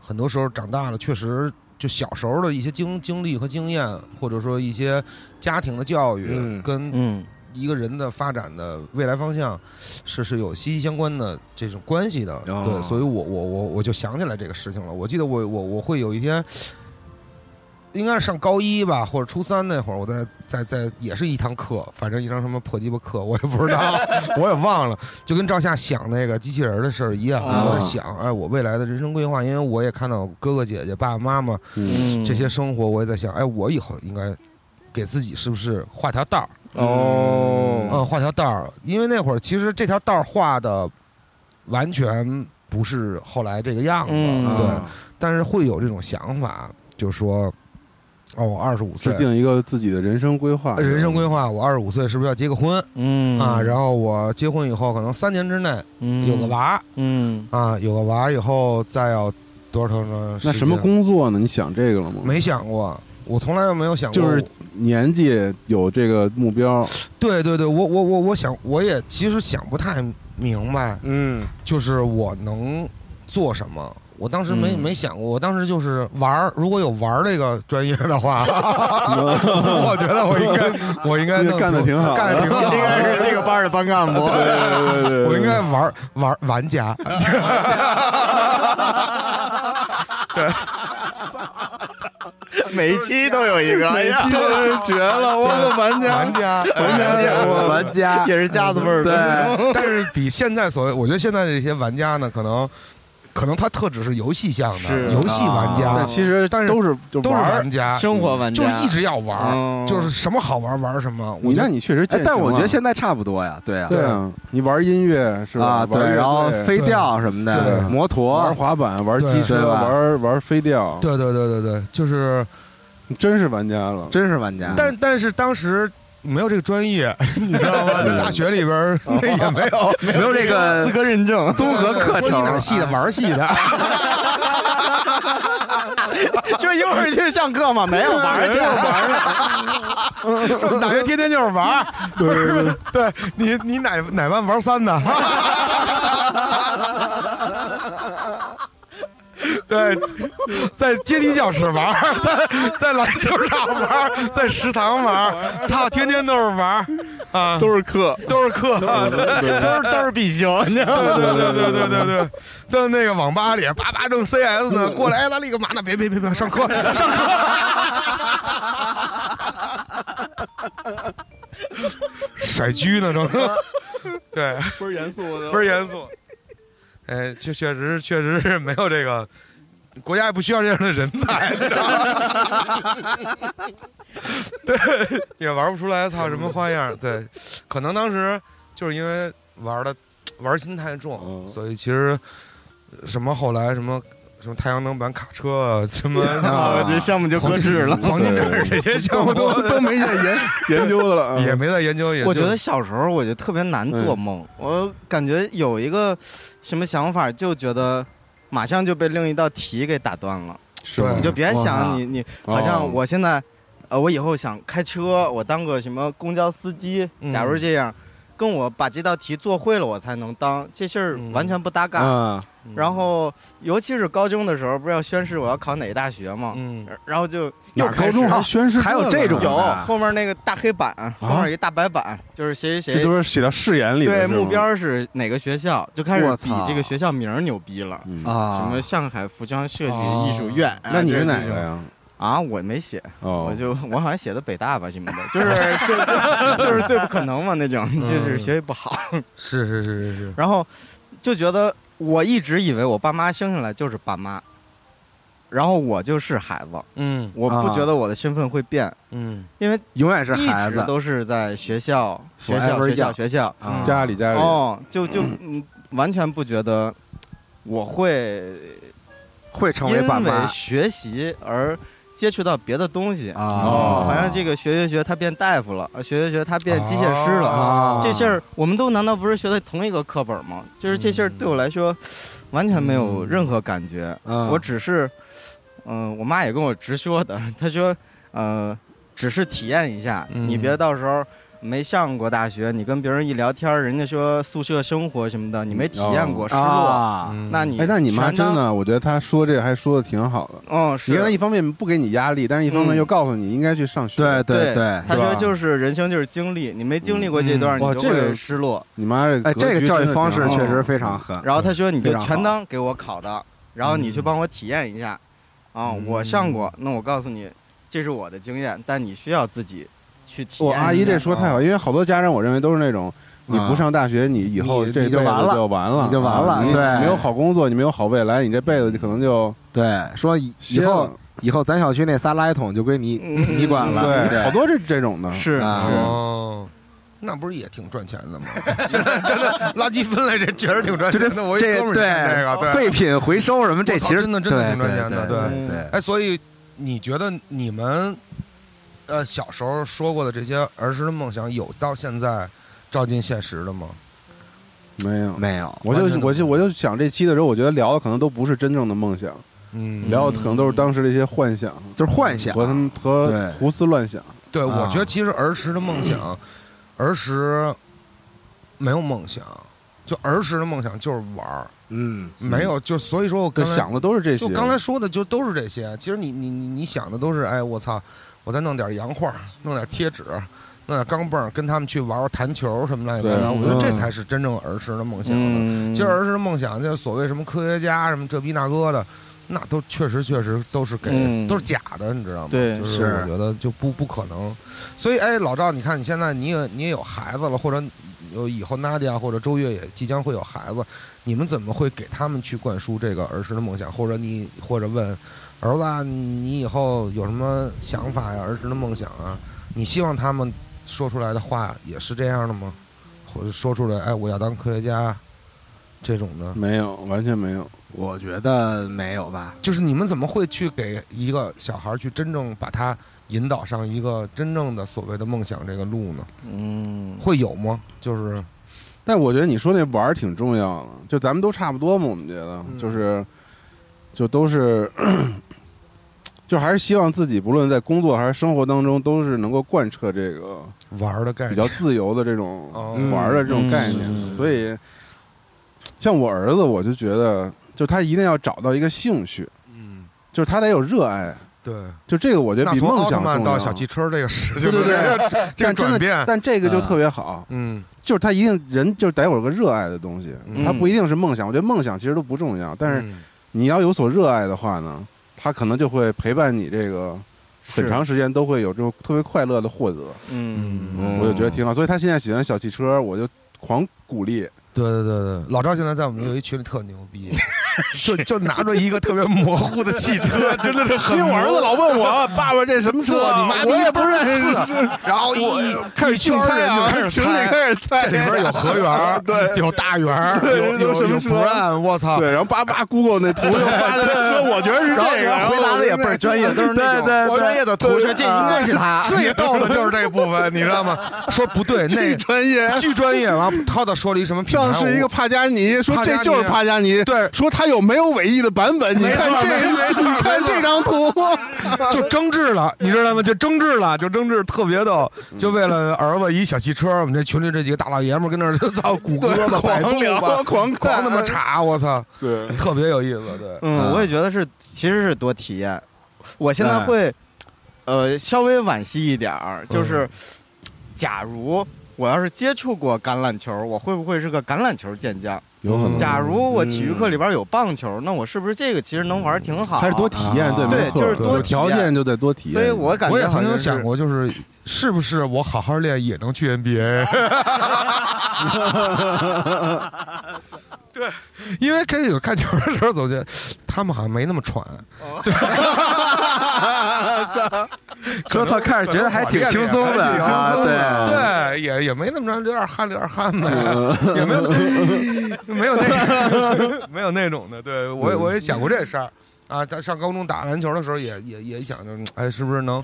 [SPEAKER 4] 很多时候长大了，确实就小时候的一些经经历和经验，或者说一些家庭的教育，
[SPEAKER 2] 嗯
[SPEAKER 4] 跟
[SPEAKER 3] 嗯
[SPEAKER 4] 一个人的发展的未来方向是是有息息相关的这种关系的。
[SPEAKER 2] 哦
[SPEAKER 4] 对，所以我我我我就想起来这个事情了。我记得我我我会有一天。应该是上高一吧，或者初三那会儿，我在在在也是一堂课，反正一堂什么破鸡巴课，我也不知道， 我也忘了，就跟赵夏想那个机器人的事儿一样，
[SPEAKER 3] 啊
[SPEAKER 4] 我在想，哎，我未来的人生规划，因为我也看到哥哥姐姐、爸爸妈妈
[SPEAKER 5] 嗯，
[SPEAKER 4] 这些生活，我也在想，哎，我以后应该给自己是不是画条道儿？
[SPEAKER 3] 哦，
[SPEAKER 4] 嗯，画条道儿，因为那会儿其实这条道儿画的完全不是后来这个样子，
[SPEAKER 3] 嗯
[SPEAKER 4] 对，
[SPEAKER 2] 啊
[SPEAKER 4] 但是会有这种想法，就说，哦，我二十五
[SPEAKER 5] 制
[SPEAKER 4] 岁，呃
[SPEAKER 5] 定一个自己的人生规划，
[SPEAKER 4] 人生规划，我二十五岁是不是要结个婚、
[SPEAKER 3] 嗯
[SPEAKER 4] 啊？然后我结婚以后，可能三年之内有个，娃、
[SPEAKER 3] 嗯
[SPEAKER 4] 啊，有个娃以后再要多少多少
[SPEAKER 5] 那
[SPEAKER 4] 时
[SPEAKER 5] 什么
[SPEAKER 4] 间
[SPEAKER 5] 工作呢？你想这个了吗？
[SPEAKER 4] 没想过，我从来没有想过，
[SPEAKER 5] 就是年纪有这个目标，
[SPEAKER 4] 对对对，我我我我想，我也其实想不太明白，
[SPEAKER 2] 嗯，
[SPEAKER 4] 就是我能做什么。我当时没、
[SPEAKER 5] 嗯
[SPEAKER 4] 没想过，我当时就是玩儿。如果有玩儿这个专业的话， 我觉得我应 该我应该弄
[SPEAKER 5] 干得挺好的
[SPEAKER 4] 干得挺好的，
[SPEAKER 3] 应该是这个班的班干部。
[SPEAKER 5] 对对对
[SPEAKER 4] 我应该玩儿玩儿玩家。
[SPEAKER 3] 每一期都有 一个，哎呀，
[SPEAKER 5] 绝了，我的玩家，
[SPEAKER 4] 玩家，
[SPEAKER 5] 玩家，我
[SPEAKER 2] 玩家
[SPEAKER 3] 也是架子味儿。
[SPEAKER 2] 对，
[SPEAKER 4] 但是比现在所谓，我觉得现在这些玩家呢，可能可能他特指是游戏向
[SPEAKER 3] 是
[SPEAKER 4] 的，游戏玩家，
[SPEAKER 5] 但其实
[SPEAKER 4] 啊但是
[SPEAKER 5] 都是就
[SPEAKER 4] 都是
[SPEAKER 5] 啊玩儿
[SPEAKER 4] 玩家，
[SPEAKER 3] 生活玩
[SPEAKER 4] 就是
[SPEAKER 3] 家
[SPEAKER 4] 一直要玩
[SPEAKER 3] 嗯
[SPEAKER 4] 儿，就是什么好玩儿玩儿什么。我
[SPEAKER 5] 哦你
[SPEAKER 4] 觉
[SPEAKER 5] 那
[SPEAKER 4] 得
[SPEAKER 5] 你确实
[SPEAKER 2] 哎
[SPEAKER 5] 践行了，
[SPEAKER 2] 但我觉得现在差不多呀，对啊，
[SPEAKER 5] 对啊，你玩音乐是吧？
[SPEAKER 2] 啊，对，
[SPEAKER 5] 玩乐队
[SPEAKER 2] 然后飞钓什么
[SPEAKER 4] 对
[SPEAKER 2] 的，摩
[SPEAKER 5] 玩
[SPEAKER 2] 托，
[SPEAKER 5] 滑板、玩
[SPEAKER 4] 对
[SPEAKER 5] 机车、
[SPEAKER 2] 对吧
[SPEAKER 5] 玩玩飞钓，
[SPEAKER 4] 对对对对对，就是，
[SPEAKER 5] 你真是玩家了。
[SPEAKER 2] 真是玩家。
[SPEAKER 4] 但但是当时。没有这个专业， 你知道吗？在大学里边儿 那也没有
[SPEAKER 2] 没有这个
[SPEAKER 3] 资格认证，
[SPEAKER 2] 综合课
[SPEAKER 4] 说你哪
[SPEAKER 2] 程啊
[SPEAKER 4] 儿，系的玩儿系的，
[SPEAKER 3] 就一会儿去上课嘛，没有玩儿去， 玩儿
[SPEAKER 4] 大学天天就是玩儿。不是，对你你哪哪班玩三的？ 对，在阶梯教室玩儿，在在篮球场玩儿，在食堂玩儿，操，天天都是玩儿啊，
[SPEAKER 5] 都是课，
[SPEAKER 4] 都是课，
[SPEAKER 3] 都是都是必修，你知道吗？
[SPEAKER 4] 对对对对对对，在那个网吧里叭叭正 CS 呢，过来哎来了一个嘛呢？别别别别，上课上课。甩狙呢，正对，
[SPEAKER 5] 不是严 肃的，
[SPEAKER 4] 倍儿严肃。哎，确确实确实是没有这个，国家也不需要这样的人才，你知道吗 对，也玩不出来，操什么花样。对，可能当时就是因为玩的玩心太重，
[SPEAKER 5] 嗯
[SPEAKER 4] 所以其实什么后来什么什么太阳能板卡车啊 什么
[SPEAKER 3] 啊，这项目就搁置了。
[SPEAKER 4] 黄金战士这些项目
[SPEAKER 5] 都
[SPEAKER 4] 都
[SPEAKER 5] 都没再研研究的了啊，
[SPEAKER 4] 也没在研究，也
[SPEAKER 3] 嗯我觉
[SPEAKER 4] 就
[SPEAKER 3] 得小时候我就特别难做梦，我感觉有一个什么想法，就觉得马上就被另一道题给打断了。
[SPEAKER 5] 是吧
[SPEAKER 3] 你就别想
[SPEAKER 2] 哇
[SPEAKER 3] 你你
[SPEAKER 5] 哦
[SPEAKER 3] 好像我现在，呃，我以后想开车，我当个什么公交司机，
[SPEAKER 4] 嗯
[SPEAKER 3] 假如这样，跟我把这道题做会了，我才能当，这事儿
[SPEAKER 4] 嗯
[SPEAKER 3] 完全不搭嘎。
[SPEAKER 2] 嗯，
[SPEAKER 3] 然后，尤其是高中的时候，不是要宣誓我要考哪个大学吗？
[SPEAKER 4] 嗯，
[SPEAKER 3] 然后就
[SPEAKER 5] 哪
[SPEAKER 3] 又
[SPEAKER 5] 儿
[SPEAKER 3] 开
[SPEAKER 5] 高
[SPEAKER 3] 始哦
[SPEAKER 5] 中还宣誓啊
[SPEAKER 2] 还有这种
[SPEAKER 3] 有
[SPEAKER 2] 的
[SPEAKER 3] 后面那个大黑板，后面一个大白板，就是谁谁
[SPEAKER 5] 这
[SPEAKER 3] 谁
[SPEAKER 5] 都是写到誓言里的
[SPEAKER 3] 对
[SPEAKER 5] 是吗
[SPEAKER 3] 目标是哪个学校，就开始
[SPEAKER 2] 我
[SPEAKER 3] 比
[SPEAKER 2] 操
[SPEAKER 3] 这个学校名儿牛逼了。
[SPEAKER 5] 嗯
[SPEAKER 2] 啊，
[SPEAKER 3] 什么上海服装设计艺术院？啊
[SPEAKER 5] 哦那你是
[SPEAKER 3] 这
[SPEAKER 5] 哪个呀？
[SPEAKER 3] 啊？我没写，
[SPEAKER 5] 哦，
[SPEAKER 3] 我就我好像写的北大吧什么的，就是就就就是最不可能嘛那种，
[SPEAKER 2] 嗯
[SPEAKER 3] 就是学习不好，
[SPEAKER 4] 是是是是是，
[SPEAKER 3] 然后就觉得我一直以为我爸妈生下来就是爸妈，然后我就是孩子，
[SPEAKER 4] 嗯
[SPEAKER 3] 我不觉得我的身份会变，
[SPEAKER 4] 嗯
[SPEAKER 3] 因为
[SPEAKER 2] 永远啊是
[SPEAKER 3] 一
[SPEAKER 2] 孩
[SPEAKER 3] 直
[SPEAKER 2] 子，
[SPEAKER 3] 都是在学校学校
[SPEAKER 2] Forever
[SPEAKER 3] 学校
[SPEAKER 2] young
[SPEAKER 3] 学校，
[SPEAKER 2] 啊
[SPEAKER 5] 家里家里，
[SPEAKER 3] 哦，就就嗯完全不觉得我会
[SPEAKER 2] 会成为
[SPEAKER 3] 因
[SPEAKER 2] 爸妈
[SPEAKER 3] 为学习而接触到别的东西。
[SPEAKER 2] 啊
[SPEAKER 5] 哦
[SPEAKER 3] 哦好像这个学学学，他变大夫了；呃学学学，他变机械师了。
[SPEAKER 5] 哦
[SPEAKER 4] 啊
[SPEAKER 3] 这事儿我们都难道不是学的同一个课本吗？就是这事儿对我来说，完全没有任何感觉。
[SPEAKER 2] 嗯
[SPEAKER 3] 我只是，嗯、我妈也跟我直说的，她说，呃，只是体验一下，
[SPEAKER 4] 嗯
[SPEAKER 3] 你别到时候没上过大学，你跟别人一聊天，人家说宿舍生活什么的，你没体验过，失落。
[SPEAKER 2] 啊，
[SPEAKER 4] 嗯
[SPEAKER 3] 那你
[SPEAKER 5] 哦哎，那你妈
[SPEAKER 3] 全
[SPEAKER 5] 真
[SPEAKER 3] 当，
[SPEAKER 5] 的，我觉得她说这还说的挺好的。
[SPEAKER 3] 嗯，
[SPEAKER 5] 你看她
[SPEAKER 3] 是。
[SPEAKER 5] 一方面不给你压力，但是一方面
[SPEAKER 3] 嗯
[SPEAKER 5] 又告诉你应该去上学。
[SPEAKER 2] 对对对，
[SPEAKER 3] 他
[SPEAKER 5] 是
[SPEAKER 3] 说
[SPEAKER 5] 吧
[SPEAKER 3] 就是人生就是经历，你没经历过这段，
[SPEAKER 5] 嗯哇
[SPEAKER 3] 你就
[SPEAKER 5] 这个
[SPEAKER 3] 会失落。
[SPEAKER 5] 你妈这
[SPEAKER 2] 哎，
[SPEAKER 5] 格
[SPEAKER 2] 这
[SPEAKER 5] 局
[SPEAKER 2] 个教
[SPEAKER 5] 真
[SPEAKER 2] 育
[SPEAKER 5] 的
[SPEAKER 2] 方
[SPEAKER 5] 挺
[SPEAKER 2] 式
[SPEAKER 5] 好
[SPEAKER 2] 确实
[SPEAKER 5] 的嗯
[SPEAKER 2] 非常狠。
[SPEAKER 3] 然后他说你就
[SPEAKER 2] 啊非常好
[SPEAKER 3] 全当给我考的，然后你去帮我体验一下，啊，
[SPEAKER 4] 嗯
[SPEAKER 3] 我上过，那我告诉你，这是我的经验，但你需要自己去体验一
[SPEAKER 5] 我
[SPEAKER 3] 下。啊
[SPEAKER 5] 阿姨
[SPEAKER 2] 啊
[SPEAKER 5] 这说太好，因为好多家长我认为都是那种。你不上大学，你以
[SPEAKER 2] 你
[SPEAKER 5] 后这辈
[SPEAKER 2] 你
[SPEAKER 5] 子
[SPEAKER 2] 就完了
[SPEAKER 5] 就完了，
[SPEAKER 2] 你就完了
[SPEAKER 5] 啊你
[SPEAKER 2] 对
[SPEAKER 5] 没有好工作，你没有好未来，你这辈子可能就
[SPEAKER 2] 对，说以以
[SPEAKER 5] 歇
[SPEAKER 2] 后
[SPEAKER 5] 了
[SPEAKER 2] 以后咱小区那仨垃圾桶就归你
[SPEAKER 3] 嗯
[SPEAKER 2] 你管了，
[SPEAKER 5] 对，好
[SPEAKER 2] 对
[SPEAKER 5] 多这这种的，
[SPEAKER 3] 是
[SPEAKER 2] 啊
[SPEAKER 4] 哦，那不是也挺赚钱的吗？ 现在真的垃圾分类这确实挺赚
[SPEAKER 2] 就
[SPEAKER 4] 钱的，我一
[SPEAKER 2] 这
[SPEAKER 4] 哥们儿干这
[SPEAKER 2] 对
[SPEAKER 4] 个对。
[SPEAKER 2] 废品回收什么，这
[SPEAKER 4] 我操
[SPEAKER 2] 其实
[SPEAKER 4] 真的真的
[SPEAKER 2] 对
[SPEAKER 4] 挺赚钱的
[SPEAKER 2] 对
[SPEAKER 3] 对
[SPEAKER 2] 对
[SPEAKER 4] 哎，所以你觉得你们呃小时候说过的这些儿时的梦想，有到现在照进现实的吗？
[SPEAKER 5] 没有
[SPEAKER 2] 对，没有
[SPEAKER 5] 我就
[SPEAKER 4] 完全都
[SPEAKER 5] 我就我就想这期的时候，我觉得聊的可能都不是真正的梦想，
[SPEAKER 4] 嗯，
[SPEAKER 5] 聊的可能都是当时的一些幻想
[SPEAKER 2] 就是幻想
[SPEAKER 5] 和他们和
[SPEAKER 2] 对
[SPEAKER 5] 胡思乱想。
[SPEAKER 4] 对，我
[SPEAKER 2] 啊
[SPEAKER 4] 觉得其实儿时的梦 想，儿时没有梦想，就儿时的梦想就是玩儿，
[SPEAKER 2] 嗯，
[SPEAKER 4] 没有就所以说我刚
[SPEAKER 5] 就
[SPEAKER 4] 才
[SPEAKER 5] 想的都是这些。
[SPEAKER 4] 就刚才说的就都是这些。其实你你你你想的都是，哎，我操，我再弄点洋画，弄点贴纸，弄点钢镚儿，跟他们去玩玩弹球什么乱七八糟。
[SPEAKER 5] 对
[SPEAKER 4] 我觉得这
[SPEAKER 5] 嗯
[SPEAKER 4] 才是真正儿时的梦想呢。
[SPEAKER 3] 嗯，
[SPEAKER 4] 其实儿时的梦想，就是所谓什么科学家什么这逼那哥的，那都确实确实都是给、
[SPEAKER 3] 嗯
[SPEAKER 4] 都是假的，你知道吗？
[SPEAKER 3] 对
[SPEAKER 4] 就是我觉得就不不可能。所以哎，老赵，你看你现在你也你也有孩子了，或者有以后娜迪亚或者周越也即将会有孩子，你们怎么会给他们去灌输这个儿时的梦想？或者你或者问儿子啊，你以后有什么想法呀？儿时的梦想啊，你希望他们说出来的话也是这样的吗？或者说出来，哎，我要当科学家这种的，
[SPEAKER 5] 没有，完全没有。
[SPEAKER 2] 我觉得没有吧，
[SPEAKER 4] 就是你们怎么会去给一个小孩儿去真正把他引导上一个真正的所谓的梦想这个路呢？
[SPEAKER 3] 嗯，
[SPEAKER 4] 会有吗？就是
[SPEAKER 5] 但我觉得你说那玩儿挺重要的，就咱们都差不多嘛，我们觉得
[SPEAKER 4] 嗯
[SPEAKER 5] 就是，就都是， 就还是希望自己不论在工作还是生活当中，都是能够贯彻这个
[SPEAKER 4] 玩儿的概
[SPEAKER 5] 比
[SPEAKER 4] 念，
[SPEAKER 5] 较自由的这种
[SPEAKER 4] 哦
[SPEAKER 5] 玩儿的这种
[SPEAKER 3] 嗯
[SPEAKER 5] 概
[SPEAKER 3] 是
[SPEAKER 5] 念。
[SPEAKER 3] 是是
[SPEAKER 5] 所以，像我儿子，我就觉得，就他一定要找到一个兴趣，
[SPEAKER 4] 嗯，
[SPEAKER 5] 就是他得有热爱。
[SPEAKER 4] 对。
[SPEAKER 5] 就这个，我觉得
[SPEAKER 4] 那
[SPEAKER 5] 比
[SPEAKER 4] 从
[SPEAKER 5] 梦
[SPEAKER 4] 奥特
[SPEAKER 5] 想
[SPEAKER 4] 曼
[SPEAKER 5] 重
[SPEAKER 4] 到
[SPEAKER 5] 要。
[SPEAKER 4] 小汽车这个事情，
[SPEAKER 5] 对对对，
[SPEAKER 4] 这个
[SPEAKER 5] 但真
[SPEAKER 4] 转
[SPEAKER 5] 的
[SPEAKER 4] 变，
[SPEAKER 5] 但这个就特别好，
[SPEAKER 4] 嗯，
[SPEAKER 5] 就是他一定人就得有个热爱的东西，
[SPEAKER 4] 嗯
[SPEAKER 5] 他不一定是梦想。我觉得梦想其实都不重要，但是
[SPEAKER 4] 嗯
[SPEAKER 5] 你要有所热爱的话呢，他可能就会陪伴你这个很长时间，都会有这种特别快乐的获得。
[SPEAKER 3] 嗯，
[SPEAKER 4] 嗯
[SPEAKER 5] 我就觉得挺好，所以他现在喜欢小汽车，我就狂鼓励。
[SPEAKER 4] 对对对对，老赵现在在我们有一群里特牛 逼，就就拿着一个特别模糊的汽车，真的是很
[SPEAKER 5] 因为哎我儿子老问我爸爸这什么
[SPEAKER 4] 嗯
[SPEAKER 5] 车，
[SPEAKER 4] 这你妈逼
[SPEAKER 5] 我也不认识。
[SPEAKER 4] 然后一
[SPEAKER 5] 开始
[SPEAKER 4] 群
[SPEAKER 5] 猜啊，
[SPEAKER 4] 人 就
[SPEAKER 5] 群
[SPEAKER 4] 开
[SPEAKER 5] 里
[SPEAKER 4] 始猜。
[SPEAKER 5] 开始猜，
[SPEAKER 4] 这里边有河源 儿，对，有大园儿，
[SPEAKER 5] 对
[SPEAKER 4] 有
[SPEAKER 5] 这都
[SPEAKER 4] 有
[SPEAKER 5] 什么
[SPEAKER 4] 有
[SPEAKER 5] 车啊
[SPEAKER 4] Brand，我操！
[SPEAKER 5] 对，然后叭叭 Google 那图又发了，说我觉得是这个，
[SPEAKER 3] 啊然后回答的也倍儿专业， 都是那
[SPEAKER 2] 对对
[SPEAKER 3] 种
[SPEAKER 2] 对
[SPEAKER 3] 专业的图说这应该是他，
[SPEAKER 4] 最逗的就是这部分，你知道吗？说不对，那
[SPEAKER 5] 巨专业。
[SPEAKER 4] 巨专业，完了涛涛说了一什么品牌？
[SPEAKER 5] 上是一个帕加尼，说
[SPEAKER 4] 帕加
[SPEAKER 5] 这
[SPEAKER 4] 尼
[SPEAKER 5] 就是帕加尼，
[SPEAKER 4] 对
[SPEAKER 5] 说它有没有尾翼的版本？你看这，你看这张 图，
[SPEAKER 4] 我就争执了，你知道吗？就争执了，就争执，特别逗。
[SPEAKER 5] 嗯
[SPEAKER 4] 就为了儿子一小汽车，我们这群里这几个大老爷们儿跟那儿操谷歌吧、百度
[SPEAKER 5] 狂聊，
[SPEAKER 4] 吧，
[SPEAKER 5] 狂
[SPEAKER 4] 狂他妈
[SPEAKER 5] 看，
[SPEAKER 4] 查，我操，
[SPEAKER 5] 对，
[SPEAKER 4] 特别有意思。对，
[SPEAKER 3] 嗯，我也觉得是，其实是多体验。我现在会，呃，稍微惋惜一点儿，就是，假如我要是接触过橄榄球，我会不会是个橄榄球健将？
[SPEAKER 5] 有可能
[SPEAKER 3] 假如我体育课里边有棒球，那我是不是这个其实能玩儿挺好？
[SPEAKER 5] 还是多体验，
[SPEAKER 3] 啊
[SPEAKER 5] 没
[SPEAKER 3] 对
[SPEAKER 5] 错，
[SPEAKER 3] 就是多
[SPEAKER 5] 有
[SPEAKER 3] 体
[SPEAKER 5] 条
[SPEAKER 3] 验
[SPEAKER 5] 件就得多体验。
[SPEAKER 3] 所以我感觉
[SPEAKER 4] 我也
[SPEAKER 3] 好
[SPEAKER 4] 曾
[SPEAKER 3] 像
[SPEAKER 4] 经
[SPEAKER 3] 是
[SPEAKER 4] 想，过，就是是不是我好好练也能去 NBA？对，因为开始有看球的时候，总觉得他们好像没那么喘，
[SPEAKER 2] 哥操，开始哎觉得还挺轻松的
[SPEAKER 4] 挺轻
[SPEAKER 2] 啊，
[SPEAKER 4] 松
[SPEAKER 2] 对，嗯
[SPEAKER 4] 的，对，也也没那么着，流点汗，流点汗呗，也没有 没有那没有那种的，对我也我也想过这事儿啊，在上高中打篮球的时候也也也想着，哎，是不是能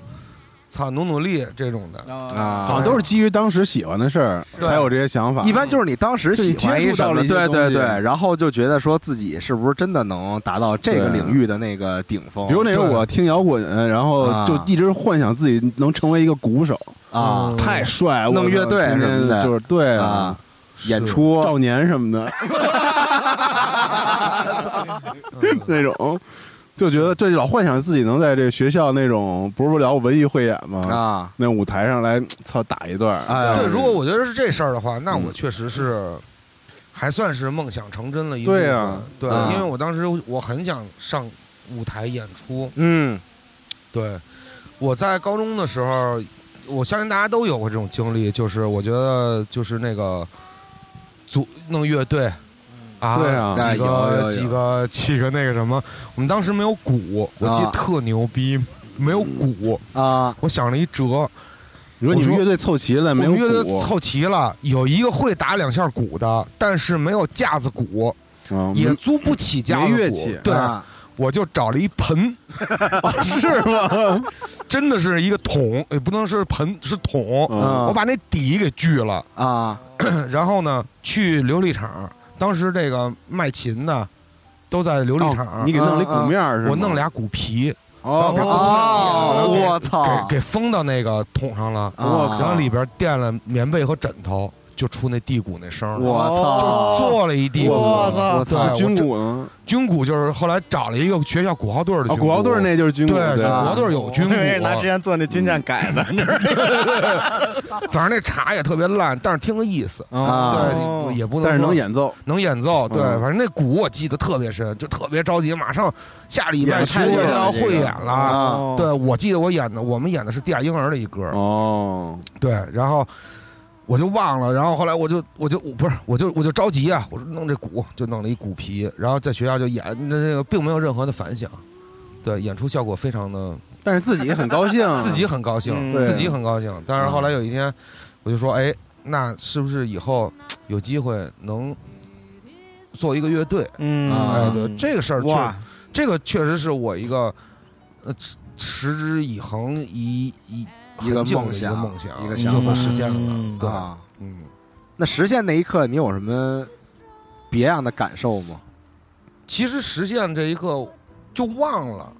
[SPEAKER 4] 操努努力这种的，
[SPEAKER 3] 啊，
[SPEAKER 2] 啊
[SPEAKER 5] 好像都是基于当时喜欢的事儿
[SPEAKER 4] 对
[SPEAKER 5] 才有这些想法。
[SPEAKER 2] 一般就是你当时喜欢一
[SPEAKER 5] 对接触到
[SPEAKER 2] 什
[SPEAKER 5] 了
[SPEAKER 2] 么，
[SPEAKER 5] 一些
[SPEAKER 2] 对
[SPEAKER 5] 东
[SPEAKER 2] 对
[SPEAKER 5] 西
[SPEAKER 2] 对，然后就觉得说自己是不是真的能达到这个
[SPEAKER 5] 对
[SPEAKER 2] 领域的那个顶峰，
[SPEAKER 5] 比如那时候我听摇滚，然后
[SPEAKER 2] 哦啊
[SPEAKER 5] 就一直幻想自己能成为一个鼓手，
[SPEAKER 2] 啊
[SPEAKER 4] 嗯
[SPEAKER 5] 太帅，我
[SPEAKER 2] 弄
[SPEAKER 5] 操
[SPEAKER 2] 乐队
[SPEAKER 5] 天天
[SPEAKER 2] 什么的
[SPEAKER 5] 就是对
[SPEAKER 2] 啊，演
[SPEAKER 4] 是
[SPEAKER 2] 出
[SPEAKER 5] 少年什么的那种，就觉得这老幻想自己能在这学校那种不是聊文艺汇演吗？，
[SPEAKER 2] 啊，
[SPEAKER 5] 那舞台上来操打一段儿，
[SPEAKER 2] 哎呀
[SPEAKER 4] 对，
[SPEAKER 2] 嗯
[SPEAKER 4] 如果我觉得是这事儿的话，那我确实是还算是梦想成真了一部分。
[SPEAKER 5] 对啊
[SPEAKER 4] 对
[SPEAKER 2] 啊
[SPEAKER 4] 因为我当时我很想上舞台演出。
[SPEAKER 2] 嗯，
[SPEAKER 4] 对，我在高中的时候，我相信大家都有过这种经历，就是我觉得就是那个组弄乐队。啊，
[SPEAKER 5] 对啊
[SPEAKER 4] 几
[SPEAKER 2] 哎有有有
[SPEAKER 4] 个几个几个那个什么，我们当时没有鼓，我记得
[SPEAKER 2] 啊
[SPEAKER 4] 特牛逼，没有鼓，
[SPEAKER 2] 啊，
[SPEAKER 4] 我想了一折，
[SPEAKER 5] 你说你
[SPEAKER 4] 我
[SPEAKER 5] 们
[SPEAKER 4] 说
[SPEAKER 5] 乐队凑齐了
[SPEAKER 4] 我
[SPEAKER 5] 没
[SPEAKER 4] 们
[SPEAKER 5] 有
[SPEAKER 4] 乐队
[SPEAKER 5] 鼓？
[SPEAKER 4] 凑齐了，有一个会打两下鼓的，但是没有架子鼓，
[SPEAKER 5] 啊
[SPEAKER 4] 也租不起架子鼓。
[SPEAKER 5] 没乐器哦
[SPEAKER 4] 对，
[SPEAKER 2] 啊
[SPEAKER 4] 我就找了一盆，
[SPEAKER 5] 是吗？
[SPEAKER 4] 真的是一个桶，也不能是盆，是桶。
[SPEAKER 5] 嗯
[SPEAKER 4] 我把那底给锯了，
[SPEAKER 2] 啊
[SPEAKER 4] 然后呢，去琉璃厂，当时这个卖琴的。都在琉璃厂，
[SPEAKER 5] 哦你给弄了
[SPEAKER 2] 嗯
[SPEAKER 5] 一鼓
[SPEAKER 2] 嗯
[SPEAKER 5] 面儿是吗？
[SPEAKER 4] 我弄俩骨皮，
[SPEAKER 5] 哦
[SPEAKER 4] 然后
[SPEAKER 2] 哦，
[SPEAKER 4] 给
[SPEAKER 2] 我操！
[SPEAKER 4] 给给封到那个桶上了，
[SPEAKER 2] 我
[SPEAKER 5] 哦
[SPEAKER 4] 然后
[SPEAKER 2] 靠！
[SPEAKER 4] 里边垫了棉被和枕头，就出那地骨那声儿，
[SPEAKER 2] 我操！
[SPEAKER 4] 做了一地骨。
[SPEAKER 3] 我操
[SPEAKER 2] 我
[SPEAKER 4] 对
[SPEAKER 2] 操！，
[SPEAKER 5] 军
[SPEAKER 4] 我
[SPEAKER 5] 鼓呢？
[SPEAKER 4] 这军鼓就是后来找了一个学校鼓啊号队的
[SPEAKER 5] 啊，
[SPEAKER 4] 军
[SPEAKER 5] 鼓号队儿那就是军鼓，
[SPEAKER 4] 对，
[SPEAKER 5] 对哎
[SPEAKER 4] 鼓
[SPEAKER 5] 吧
[SPEAKER 4] 号队儿有军
[SPEAKER 3] 我以为是拿
[SPEAKER 4] 鼓
[SPEAKER 3] 之，前做那军舰改的，这是
[SPEAKER 4] 反正那茶也特别烂，但是听个意思，
[SPEAKER 2] 啊
[SPEAKER 4] 对，也不能
[SPEAKER 5] 但是
[SPEAKER 4] 说
[SPEAKER 5] 能演奏，
[SPEAKER 4] 能演奏，对，
[SPEAKER 5] 嗯
[SPEAKER 4] 反正那鼓我记得特别深，就特别着急，马上下礼拜
[SPEAKER 5] 演
[SPEAKER 4] 学
[SPEAKER 5] 出
[SPEAKER 4] 就
[SPEAKER 5] 了
[SPEAKER 4] 要
[SPEAKER 5] 这个
[SPEAKER 4] 汇演了。
[SPEAKER 3] 哦
[SPEAKER 5] 啊
[SPEAKER 4] 对，我记得我演的，我们演的是地下婴儿的一歌，
[SPEAKER 5] 哦，
[SPEAKER 4] 对，然后我就忘了，然后后来我就我就我不是我就我就着急啊，我说弄这鼓就弄了一鼓皮，然后在学校就演，那那个并没有任何的反响，对，演出效果非常的，
[SPEAKER 5] 但是自己也很高兴 啊，
[SPEAKER 4] 自己很高兴，
[SPEAKER 3] 嗯
[SPEAKER 5] 对
[SPEAKER 4] 自己很高兴，但是
[SPEAKER 2] 嗯
[SPEAKER 4] 后来有一天，我就说，哎，那是不是以后有机会能做一个乐队？
[SPEAKER 3] 嗯
[SPEAKER 2] 啊
[SPEAKER 4] 哎，对，这个事儿确
[SPEAKER 3] 哇，
[SPEAKER 4] 这个确实是我一个呃持持之以恒一一
[SPEAKER 2] 一个
[SPEAKER 4] 很久的
[SPEAKER 2] 梦想
[SPEAKER 4] 一个梦想，
[SPEAKER 2] 一个
[SPEAKER 4] 最
[SPEAKER 2] 想
[SPEAKER 4] 后
[SPEAKER 2] 法
[SPEAKER 4] 实现了
[SPEAKER 3] 嗯，
[SPEAKER 4] 对，
[SPEAKER 2] 啊
[SPEAKER 4] 嗯，
[SPEAKER 2] 那实现那一刻，你有什么别样的感受吗？
[SPEAKER 4] 其实实现这一刻就忘了，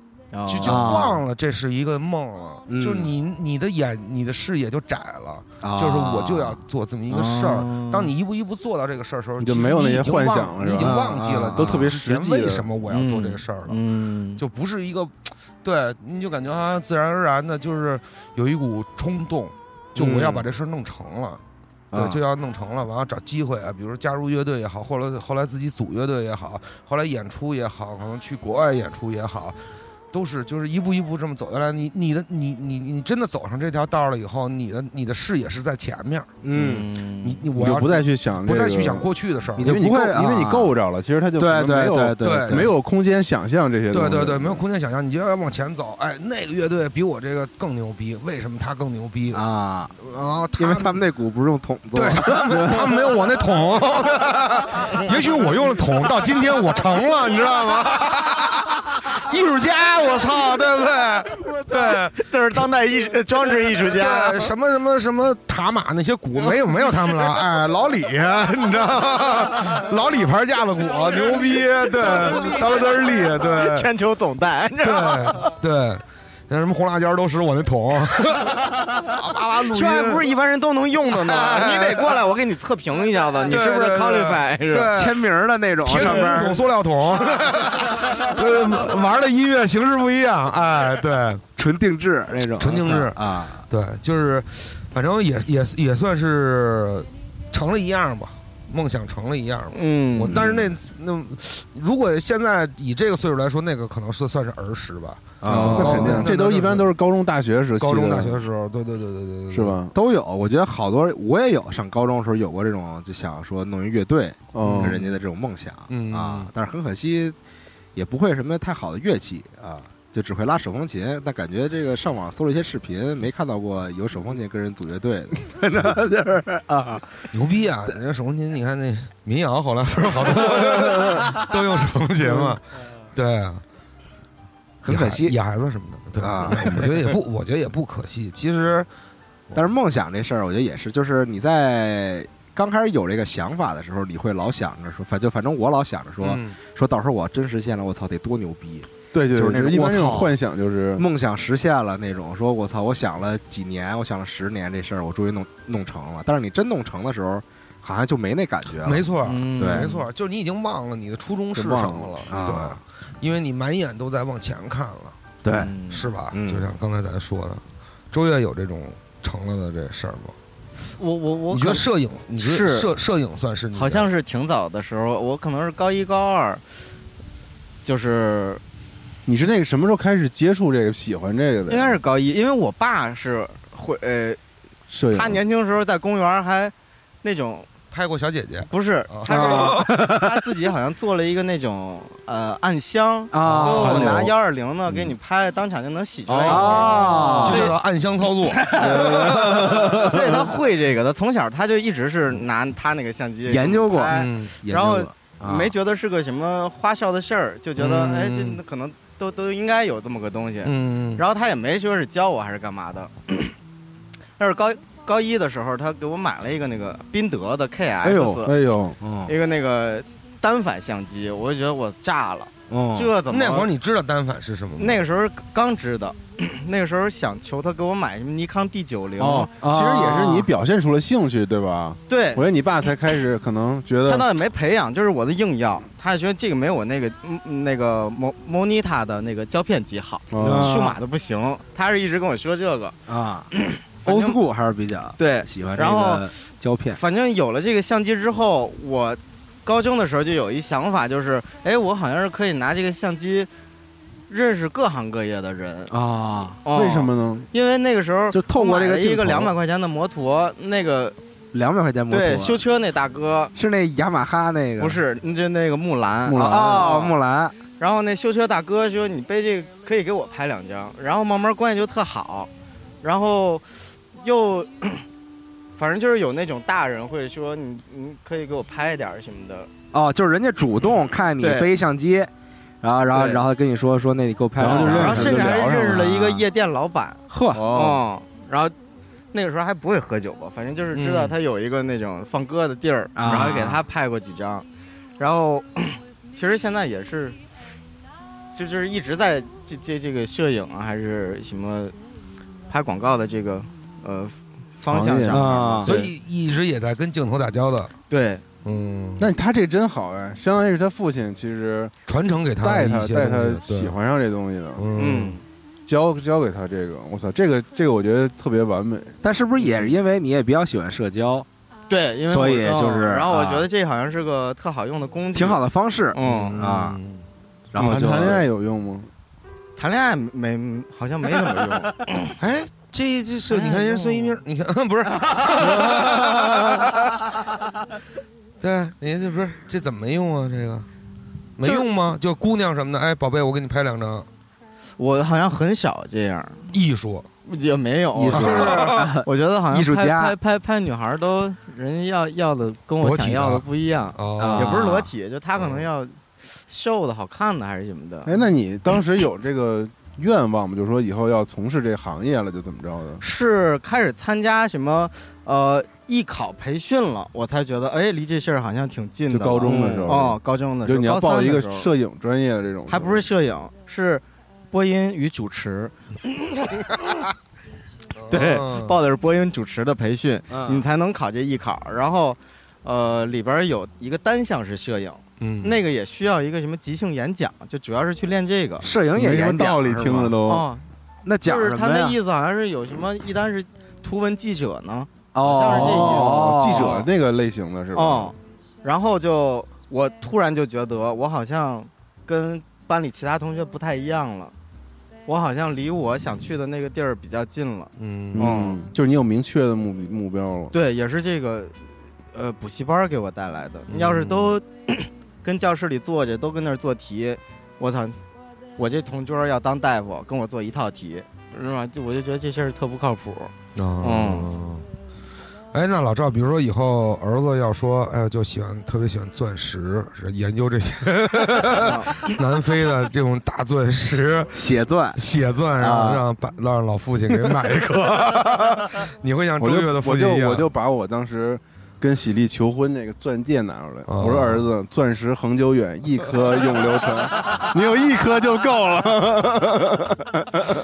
[SPEAKER 4] 就就
[SPEAKER 2] 啊
[SPEAKER 4] 忘了这是一个梦了，
[SPEAKER 2] 嗯
[SPEAKER 4] 就是你你的眼你的视野就窄了，
[SPEAKER 2] 啊
[SPEAKER 4] 就是我就要做这么一个事儿。
[SPEAKER 3] 哦
[SPEAKER 4] 当你一步一步做到这个事儿的时候，
[SPEAKER 5] 啊你就
[SPEAKER 4] 其实
[SPEAKER 5] 没有那
[SPEAKER 4] 已
[SPEAKER 5] 些
[SPEAKER 4] 经
[SPEAKER 5] 幻
[SPEAKER 4] 忘
[SPEAKER 5] 想了
[SPEAKER 4] 你已
[SPEAKER 5] 是
[SPEAKER 4] 经
[SPEAKER 2] 吧
[SPEAKER 4] 忘记
[SPEAKER 2] 啊
[SPEAKER 4] 了
[SPEAKER 2] 啊
[SPEAKER 4] 你
[SPEAKER 5] 都特别
[SPEAKER 4] 之前
[SPEAKER 5] 实际
[SPEAKER 4] 为
[SPEAKER 5] 的
[SPEAKER 4] 什么我要做这个事儿了？
[SPEAKER 3] 嗯，
[SPEAKER 4] 就不是一个，对，你就感觉好像自然而然的，就是有一股冲动，就我
[SPEAKER 5] 嗯
[SPEAKER 4] 要把这事儿弄成了，
[SPEAKER 2] 啊
[SPEAKER 4] 对，就要弄成了，完了找机会啊，比如说加入乐队也好，后来后来自己组乐队也好，后来演出也好，可能去国外演出也好，都是就是一步一步这么走下来。你你的你你你真的走上这条道儿了以后，你的你的视野是在前面儿，
[SPEAKER 2] 嗯，
[SPEAKER 4] 你你
[SPEAKER 5] 你
[SPEAKER 4] 我
[SPEAKER 5] 就
[SPEAKER 4] 要
[SPEAKER 5] 不再去想，
[SPEAKER 4] 不再去想，过去的事儿
[SPEAKER 2] 你
[SPEAKER 5] 因
[SPEAKER 2] 就
[SPEAKER 5] 为你
[SPEAKER 2] 不
[SPEAKER 5] 够，
[SPEAKER 2] 会
[SPEAKER 5] 因为你
[SPEAKER 2] 啊
[SPEAKER 5] 够着了，其实他就
[SPEAKER 2] 对
[SPEAKER 5] 可能
[SPEAKER 2] 对
[SPEAKER 5] 没有
[SPEAKER 2] 对
[SPEAKER 4] 对
[SPEAKER 5] 没有空间想象这些东
[SPEAKER 4] 对
[SPEAKER 5] 西，
[SPEAKER 4] 对对，没有空间想象，你就要往前走。哎，那个乐队比我这个更牛逼，为什么他更牛逼？
[SPEAKER 2] 啊，
[SPEAKER 4] 然后他
[SPEAKER 2] 因为他们那鼓不是用筒做
[SPEAKER 4] 对，他们 他们没有我那桶，也许我用了桶，到今天我成了，你知道吗？ 艺术家，我操，对不对？对
[SPEAKER 3] 这是当代艺术装置艺术家
[SPEAKER 4] 对，，什么什么什么塔马那些鼓没有没有他们了，哎，老李， 你知道吗？老李牌架子鼓 牛逼，对，当德利，啊对，
[SPEAKER 3] 全球总代，
[SPEAKER 4] 对对，那什么红辣椒都使我那桶， 操叭叭录
[SPEAKER 3] 这还
[SPEAKER 4] 音，
[SPEAKER 3] 不是一般人都能用的 呢，
[SPEAKER 4] 哎
[SPEAKER 3] 你得过来，我给你测评一下子，你是不
[SPEAKER 4] 对
[SPEAKER 3] 是
[SPEAKER 4] 对对
[SPEAKER 3] qualify？是吧
[SPEAKER 4] 对
[SPEAKER 2] 签名儿的那种
[SPEAKER 4] 铁
[SPEAKER 2] 上边
[SPEAKER 4] 桶
[SPEAKER 2] 儿
[SPEAKER 4] 塑料桶，呃，玩的音乐形式不一样，哎，对
[SPEAKER 2] 纯定制那种
[SPEAKER 4] 纯定制
[SPEAKER 2] 啊，
[SPEAKER 4] 对，就是，反正也也也算是成了一样吧，梦想成了一样吧。
[SPEAKER 3] 嗯
[SPEAKER 4] 我但是那那，如果现在以这个岁数来说，那个可能是算是儿时吧，
[SPEAKER 2] 啊
[SPEAKER 5] 那肯
[SPEAKER 4] 那
[SPEAKER 5] 定，
[SPEAKER 4] 哦那
[SPEAKER 5] 这都
[SPEAKER 4] 那
[SPEAKER 5] 一般都是高中、大学时期的，
[SPEAKER 4] 高中、大学的时候，对对对对对对，
[SPEAKER 5] 是？吧？
[SPEAKER 2] 都有。我觉得好多我也有上高中的时候有过这种就想说弄一乐队，
[SPEAKER 5] 嗯，
[SPEAKER 2] 人家的这种梦想
[SPEAKER 4] 嗯
[SPEAKER 2] 啊，但是很可惜，也不会什么太好的乐器啊。就只会拉手风琴，但感觉这个上网搜了一些视频，没看到过有手风琴跟人组乐 队 的，就是啊，
[SPEAKER 4] 牛逼啊！人家手风琴，你看那民谣后来不是好多 都用手风琴嘛？
[SPEAKER 3] 嗯
[SPEAKER 4] 对啊。
[SPEAKER 2] 很可惜
[SPEAKER 4] 野孩子什么的，对
[SPEAKER 2] 啊
[SPEAKER 4] 我觉得也不，我觉得也不可惜。其实，
[SPEAKER 2] 但是梦想这事儿，我觉得也是，就是你在刚开始有这个想法的时候，你会老想着说，反就反正我老想着说，
[SPEAKER 4] 嗯
[SPEAKER 2] 说到时候我真实现了，我操，得多牛逼！
[SPEAKER 5] 对对，
[SPEAKER 2] 就是那
[SPEAKER 5] 对
[SPEAKER 2] 种
[SPEAKER 5] 一般这种
[SPEAKER 2] 我操
[SPEAKER 5] 幻想就是
[SPEAKER 2] 梦想实现了那种，说我操，我想了几年，我想了十年这事儿，我终于弄弄成了。但是你真弄成的时候，好像就没那感觉了。
[SPEAKER 4] 没错，
[SPEAKER 3] 嗯
[SPEAKER 2] 对
[SPEAKER 4] 没错，就是你已经忘了你的初衷是什
[SPEAKER 5] 就忘
[SPEAKER 4] 么了，
[SPEAKER 2] 啊
[SPEAKER 4] 对，因为你满眼都在往前看了，
[SPEAKER 2] 对，
[SPEAKER 3] 嗯
[SPEAKER 4] 是吧？
[SPEAKER 2] 嗯
[SPEAKER 4] 就像刚才咱说的，周越有这种成了的这事儿吗？
[SPEAKER 3] 我我我
[SPEAKER 4] 你觉
[SPEAKER 3] 可
[SPEAKER 4] 得摄影，你觉得
[SPEAKER 3] 是
[SPEAKER 4] 摄摄影算是你的
[SPEAKER 3] 嗯好像是挺早的时候，我可能是高一高二，就是
[SPEAKER 5] 你是那个什么时候开始接触这个、喜欢这个的？
[SPEAKER 3] 应该是高一，因为我爸是会呃，
[SPEAKER 5] 摄影，
[SPEAKER 3] 他年轻时候在公园还那种
[SPEAKER 4] 拍过小姐姐
[SPEAKER 3] 不是
[SPEAKER 2] 哦
[SPEAKER 4] 啊，
[SPEAKER 3] 他 是、他自己好像做了一个那种呃暗箱，
[SPEAKER 2] 啊
[SPEAKER 3] 说我
[SPEAKER 5] 残留
[SPEAKER 3] 拿幺二零呢给你拍，当场就能洗出来一个。
[SPEAKER 2] 啊，
[SPEAKER 4] 就
[SPEAKER 3] 对
[SPEAKER 4] 叫做暗箱操作，
[SPEAKER 3] 所以他会这个，他从小他就一直是拿他那个相机
[SPEAKER 2] 研究过
[SPEAKER 3] 拍
[SPEAKER 4] 嗯，
[SPEAKER 2] 研究
[SPEAKER 3] 哎然后
[SPEAKER 2] 过啊
[SPEAKER 3] 没觉得是个什么花哨的事儿，就觉得
[SPEAKER 4] 嗯
[SPEAKER 3] 哎，这可能都都应该有这么个东西。
[SPEAKER 4] 嗯，
[SPEAKER 3] 然后他也没说是教我还是干嘛的， 那是高高一的时候，他给我买了一个那个宾得的 K
[SPEAKER 5] 哎
[SPEAKER 3] X，、
[SPEAKER 5] 呦哎呦，
[SPEAKER 2] 嗯
[SPEAKER 3] 一个那个单反相机，我就觉得我炸了，
[SPEAKER 2] 嗯，
[SPEAKER 3] 这怎么
[SPEAKER 4] 那会儿你知道单反是什么吗？
[SPEAKER 3] 那个时候刚知道， 那个时候想求他给我买什么尼康 D 九零，
[SPEAKER 5] 哦，其实也是你表现出了兴趣，对吧？
[SPEAKER 3] 对
[SPEAKER 5] 我觉得你爸才开始可能觉得
[SPEAKER 3] 他倒也没培养，就是我的硬要，他也觉得这个没有我那个嗯那个蒙蒙妮塔的那个胶片机好，
[SPEAKER 5] 啊
[SPEAKER 3] 数码的不行，他是一直跟我说这个，
[SPEAKER 2] 啊
[SPEAKER 3] 反
[SPEAKER 2] ，old
[SPEAKER 3] 正
[SPEAKER 2] school 还是比较
[SPEAKER 3] 对，
[SPEAKER 2] 喜欢这
[SPEAKER 3] 然后
[SPEAKER 2] 个胶片，
[SPEAKER 3] 反正有了这个相机之后，我高中的时候就有一想法，就是哎，我好像是可以拿这个相机认识各行各业的人。
[SPEAKER 2] 啊，
[SPEAKER 3] 哦
[SPEAKER 5] 为什？么呢？
[SPEAKER 3] 因为那个时候
[SPEAKER 2] 就透过这
[SPEAKER 3] 我
[SPEAKER 2] 个
[SPEAKER 3] 买了一
[SPEAKER 2] 镜
[SPEAKER 3] 个
[SPEAKER 2] 头
[SPEAKER 3] 两百块钱的摩托，那个
[SPEAKER 2] 两百块钱摩托
[SPEAKER 3] 对修车那大哥
[SPEAKER 2] 是那雅马哈那个
[SPEAKER 3] 不是，啊就那个木兰
[SPEAKER 5] 木。兰
[SPEAKER 2] 哦，木兰
[SPEAKER 3] 然后那修车大哥说：“你背这个可以给我拍两张。”然后慢慢关系就特好，然后又 反正就是有那种大人会说：“你你可以给我拍一点儿什么的。”
[SPEAKER 2] 哦，就是人家主
[SPEAKER 5] 嗯
[SPEAKER 2] 动看你
[SPEAKER 3] 对
[SPEAKER 2] 背相机，然后然后
[SPEAKER 3] 对
[SPEAKER 2] 然后跟你说说那你给我拍
[SPEAKER 5] 然
[SPEAKER 2] 张照，
[SPEAKER 5] 后就认
[SPEAKER 3] 然后
[SPEAKER 5] 识
[SPEAKER 3] 甚至
[SPEAKER 5] 就
[SPEAKER 3] 还
[SPEAKER 5] 聊上啊
[SPEAKER 3] 认识
[SPEAKER 2] 了
[SPEAKER 3] 了一个夜店老板，
[SPEAKER 2] 呵，
[SPEAKER 5] 哦，
[SPEAKER 3] 嗯，然后那个时候还不会喝酒吧，反正就是知道
[SPEAKER 4] 嗯
[SPEAKER 3] 他有一个那种放歌的地儿，
[SPEAKER 2] 啊
[SPEAKER 3] 然后给他拍过几张，然后 其实现在也是，就就是一直在这这这个摄影啊，还是什么拍广告的这个呃方向
[SPEAKER 5] 行业
[SPEAKER 3] 上
[SPEAKER 2] 啊
[SPEAKER 3] 面，
[SPEAKER 4] 所以一直也在跟镜头打交道。
[SPEAKER 3] 对
[SPEAKER 4] 嗯，
[SPEAKER 5] 那他这真好哎，相当于是他父亲其实
[SPEAKER 4] 传承给他
[SPEAKER 5] 带
[SPEAKER 4] 一
[SPEAKER 5] 他
[SPEAKER 4] 些
[SPEAKER 5] 带他
[SPEAKER 4] 东西
[SPEAKER 5] 喜。欢上这东西的
[SPEAKER 4] 对，嗯
[SPEAKER 3] 嗯，
[SPEAKER 5] 教教给他这个，我操，这个这个我觉得特别完美。
[SPEAKER 2] 但是不是也是因为你也比较喜欢社交，
[SPEAKER 3] 对，因为
[SPEAKER 2] 所
[SPEAKER 3] 我
[SPEAKER 2] 以
[SPEAKER 3] 嗯
[SPEAKER 2] 就是
[SPEAKER 3] 然后我觉
[SPEAKER 2] 啊
[SPEAKER 3] 得这好像是个特好用的工具，
[SPEAKER 2] 挺好的方式，
[SPEAKER 3] 嗯，
[SPEAKER 2] 啊
[SPEAKER 4] 嗯
[SPEAKER 2] 然后
[SPEAKER 5] 谈
[SPEAKER 2] 就
[SPEAKER 5] 谈恋爱有用吗？
[SPEAKER 3] 谈恋爱没没好像没怎么用。
[SPEAKER 4] 哎，这这是
[SPEAKER 3] 哎
[SPEAKER 4] 你看人家
[SPEAKER 3] 呦
[SPEAKER 4] 孙一鸣，你看 不是？对，你这不是这怎么用啊？这个没
[SPEAKER 3] 就是
[SPEAKER 4] 用吗？就姑娘什么的，哎，宝贝，我给你拍两张。
[SPEAKER 3] 我好像很少这样，
[SPEAKER 4] 艺术，
[SPEAKER 3] 也没有，
[SPEAKER 2] 艺术
[SPEAKER 3] 就是 我觉得好像拍
[SPEAKER 2] 艺术家
[SPEAKER 3] 拍拍拍女孩都人家要要的跟我
[SPEAKER 4] 裸体
[SPEAKER 3] 想
[SPEAKER 4] 的
[SPEAKER 3] 要的
[SPEAKER 5] 啊
[SPEAKER 3] 不一样，
[SPEAKER 4] 哦
[SPEAKER 3] 也不是裸体，就她可能要瘦的好看的还是什么的。
[SPEAKER 5] 嗯哎，那你当时有这个愿望吗？就是说以后要从事这行业了，就怎么着的？
[SPEAKER 3] 是开始参加什么呃艺考培训了，我才觉得哎离这事儿好像挺近
[SPEAKER 5] 就
[SPEAKER 3] 的。
[SPEAKER 5] 高中的时候，
[SPEAKER 3] 哦，高中的时
[SPEAKER 5] 就是
[SPEAKER 3] 候，
[SPEAKER 5] 你要
[SPEAKER 3] 高三
[SPEAKER 5] 报一个
[SPEAKER 3] 的时候
[SPEAKER 5] 摄影专业的这种，
[SPEAKER 3] 还不是摄影，是播音与主持。
[SPEAKER 4] 嗯
[SPEAKER 3] 对，报的是播音主持的培训，你
[SPEAKER 2] 嗯
[SPEAKER 3] 才能考这艺考。然后，呃，里边有一个单项是摄影，
[SPEAKER 4] 嗯
[SPEAKER 3] 那个也需要一个什么即兴演讲，就主要是去练这个。
[SPEAKER 2] 摄影也
[SPEAKER 5] 没什么
[SPEAKER 2] 演讲
[SPEAKER 5] 道理，
[SPEAKER 2] 是吧
[SPEAKER 5] 听着都。
[SPEAKER 3] 哦，
[SPEAKER 2] 那讲
[SPEAKER 3] 就是
[SPEAKER 2] 什
[SPEAKER 3] 他
[SPEAKER 2] 么
[SPEAKER 3] 那
[SPEAKER 2] 呀
[SPEAKER 3] 意思好像是有什么一单是图文记者呢，
[SPEAKER 2] 哦，
[SPEAKER 3] 像是这意思
[SPEAKER 2] 哦
[SPEAKER 5] 记者那个类型的是吧？
[SPEAKER 3] 哦，然后就我突然就觉得我好像跟班里其他同学不太一样了，我好像离我想去的那个地儿比较近了。
[SPEAKER 4] 嗯，
[SPEAKER 5] 嗯，就是你有明确的目目标了。
[SPEAKER 3] 对，也是这个，呃，补习班儿给我带来的。
[SPEAKER 4] 嗯
[SPEAKER 3] 要是都 跟教室里坐着，都跟那儿做题，我操！我这同桌要当大夫，跟我做一套题，是吧？就我就觉得这事儿特不靠谱。
[SPEAKER 4] 哦。哎，那老赵，比如说以后儿子要说，哎，就喜欢特别喜欢钻石，是研究这 些南非的这种大钻石
[SPEAKER 2] 哦写钻
[SPEAKER 4] 血钻，然后
[SPEAKER 2] 啊
[SPEAKER 4] 让爸让老父亲给买一颗， 你会像
[SPEAKER 5] 我
[SPEAKER 4] 周
[SPEAKER 5] 就
[SPEAKER 4] 越的父
[SPEAKER 5] 我
[SPEAKER 4] 亲一
[SPEAKER 5] 就
[SPEAKER 4] 样，
[SPEAKER 5] 我就把我当时跟喜力求婚那个钻戒拿出来，
[SPEAKER 4] 哦
[SPEAKER 5] 我说儿子，钻石恒久远，一颗永流传，你有一颗就够了。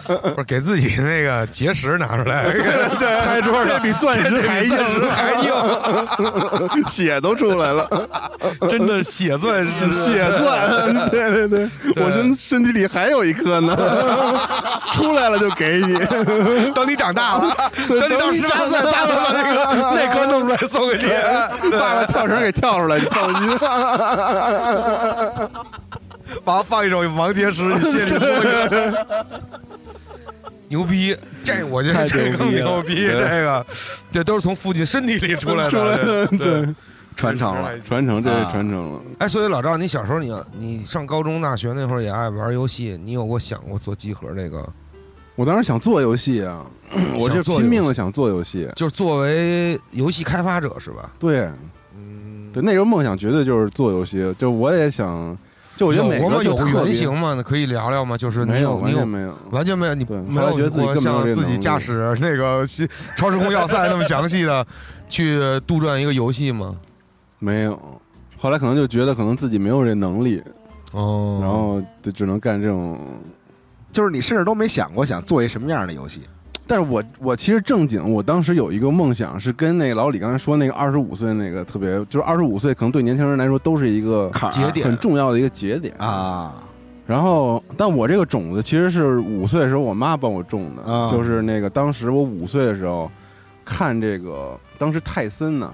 [SPEAKER 4] 不是给自己那个结石拿出来， 拍桌
[SPEAKER 5] 这
[SPEAKER 4] 上
[SPEAKER 5] 比钻石还硬，
[SPEAKER 4] 钻石还硬，
[SPEAKER 5] 血都出来了，
[SPEAKER 4] 真的血钻石，
[SPEAKER 5] 血 钻，对对对，我身身体里还有一颗呢， 出来了就给你。
[SPEAKER 4] 等你长大了，等你到
[SPEAKER 5] 等你
[SPEAKER 4] 十八
[SPEAKER 5] 长
[SPEAKER 4] 岁，
[SPEAKER 5] 大
[SPEAKER 4] 爸爸把 那个那颗弄出来送给你，
[SPEAKER 5] 爸爸跳绳给跳出来，你放心。
[SPEAKER 4] 完放一首王杰诗，你心里舒服。牛逼，这我觉得这更牛逼，这 个，这都是从父亲身体里出来的，对 对，
[SPEAKER 2] 传承了，
[SPEAKER 5] 传承，这
[SPEAKER 2] 啊
[SPEAKER 5] 是传承了。
[SPEAKER 4] 哎，所以老赵，你小时候你你上高中、大学那会儿也爱玩游戏，你有过想过做集合这个？
[SPEAKER 5] 我当时想做游戏啊，我
[SPEAKER 4] 想
[SPEAKER 5] 是
[SPEAKER 4] 做游戏
[SPEAKER 5] 拼命的想做游戏。
[SPEAKER 4] 就是作为游戏开发者是吧？
[SPEAKER 5] 对，
[SPEAKER 4] 嗯
[SPEAKER 5] 对，那时候梦想绝对就是做游戏，就我也想，就我觉得每
[SPEAKER 4] 有吗
[SPEAKER 5] 个
[SPEAKER 4] 有
[SPEAKER 5] 就
[SPEAKER 4] 过
[SPEAKER 5] 特
[SPEAKER 4] 原
[SPEAKER 5] 别
[SPEAKER 4] 型吗？那可以聊聊吗？就是你
[SPEAKER 5] 没有，
[SPEAKER 4] 有
[SPEAKER 5] 完
[SPEAKER 4] 你有
[SPEAKER 5] 全没有。
[SPEAKER 4] 完全没有，你
[SPEAKER 5] 对
[SPEAKER 4] 没
[SPEAKER 5] 后来
[SPEAKER 4] 有
[SPEAKER 5] 觉得自己
[SPEAKER 4] 过
[SPEAKER 5] 根本没有
[SPEAKER 4] 像
[SPEAKER 5] 这
[SPEAKER 4] 自
[SPEAKER 5] 能
[SPEAKER 4] 己
[SPEAKER 5] 力
[SPEAKER 4] 驾驶那个西 超时空要塞那么详细的去杜撰一个游戏吗？
[SPEAKER 5] 没有，后来可能就觉得可能自己没有这能力，
[SPEAKER 4] 哦，
[SPEAKER 5] 然后就只能干这种。
[SPEAKER 2] 就是你甚至都没想过想做一什么样的游戏，
[SPEAKER 5] 但是我我其实正经，我当时有一个梦想是跟那个老李刚才说那个二十五岁那个特别，就是二十五岁可能对年轻人来说都是一个
[SPEAKER 2] 坎儿
[SPEAKER 4] 节点
[SPEAKER 5] 很重要的一个节点。
[SPEAKER 2] 啊，
[SPEAKER 5] 然后，但我这个种子其实是五岁的时候我妈帮我种的，
[SPEAKER 2] 啊
[SPEAKER 5] 就是那个当时我五岁的时候看这个，当时泰森呢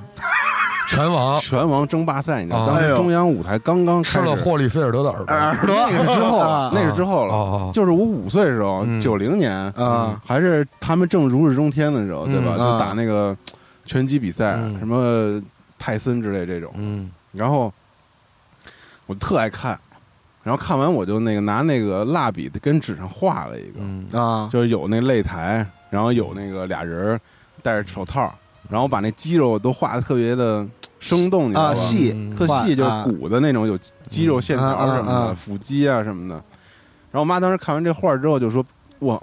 [SPEAKER 4] 拳王
[SPEAKER 5] 拳王争霸赛，你知道，
[SPEAKER 4] 啊
[SPEAKER 5] 当时中央舞台刚刚
[SPEAKER 4] 吃
[SPEAKER 5] 开始啊
[SPEAKER 4] 了霍利菲尔德的耳朵，
[SPEAKER 2] 耳朵
[SPEAKER 5] 那个是嗯之 后了，那是之后了，
[SPEAKER 4] 哦
[SPEAKER 5] 就是我五岁的时候，
[SPEAKER 4] 嗯
[SPEAKER 5] 九零年
[SPEAKER 2] 啊，
[SPEAKER 5] 还是他们正如日中天的时候，对吧？
[SPEAKER 4] 嗯
[SPEAKER 5] 就
[SPEAKER 2] 啊
[SPEAKER 5] 打那个拳击比赛，
[SPEAKER 4] 嗯
[SPEAKER 5] 什么泰森之类这种，
[SPEAKER 4] 嗯
[SPEAKER 5] 然后我特爱看，然后看完我就那个拿那个蜡笔跟纸上画了一个，
[SPEAKER 4] 嗯
[SPEAKER 2] 啊，
[SPEAKER 5] 就是有那擂台，然后有那个俩人戴着手套，然后把那肌肉都画的特别的生动，你知道吧？
[SPEAKER 2] 啊细
[SPEAKER 4] 嗯
[SPEAKER 5] 特细，就
[SPEAKER 2] 啊
[SPEAKER 5] 是鼓的那种，有肌肉线条什
[SPEAKER 2] 嗯啊
[SPEAKER 5] 么
[SPEAKER 2] 啊啊
[SPEAKER 5] 的，腹肌啊什么的。然后我妈当时看完这画之后就说：“哇，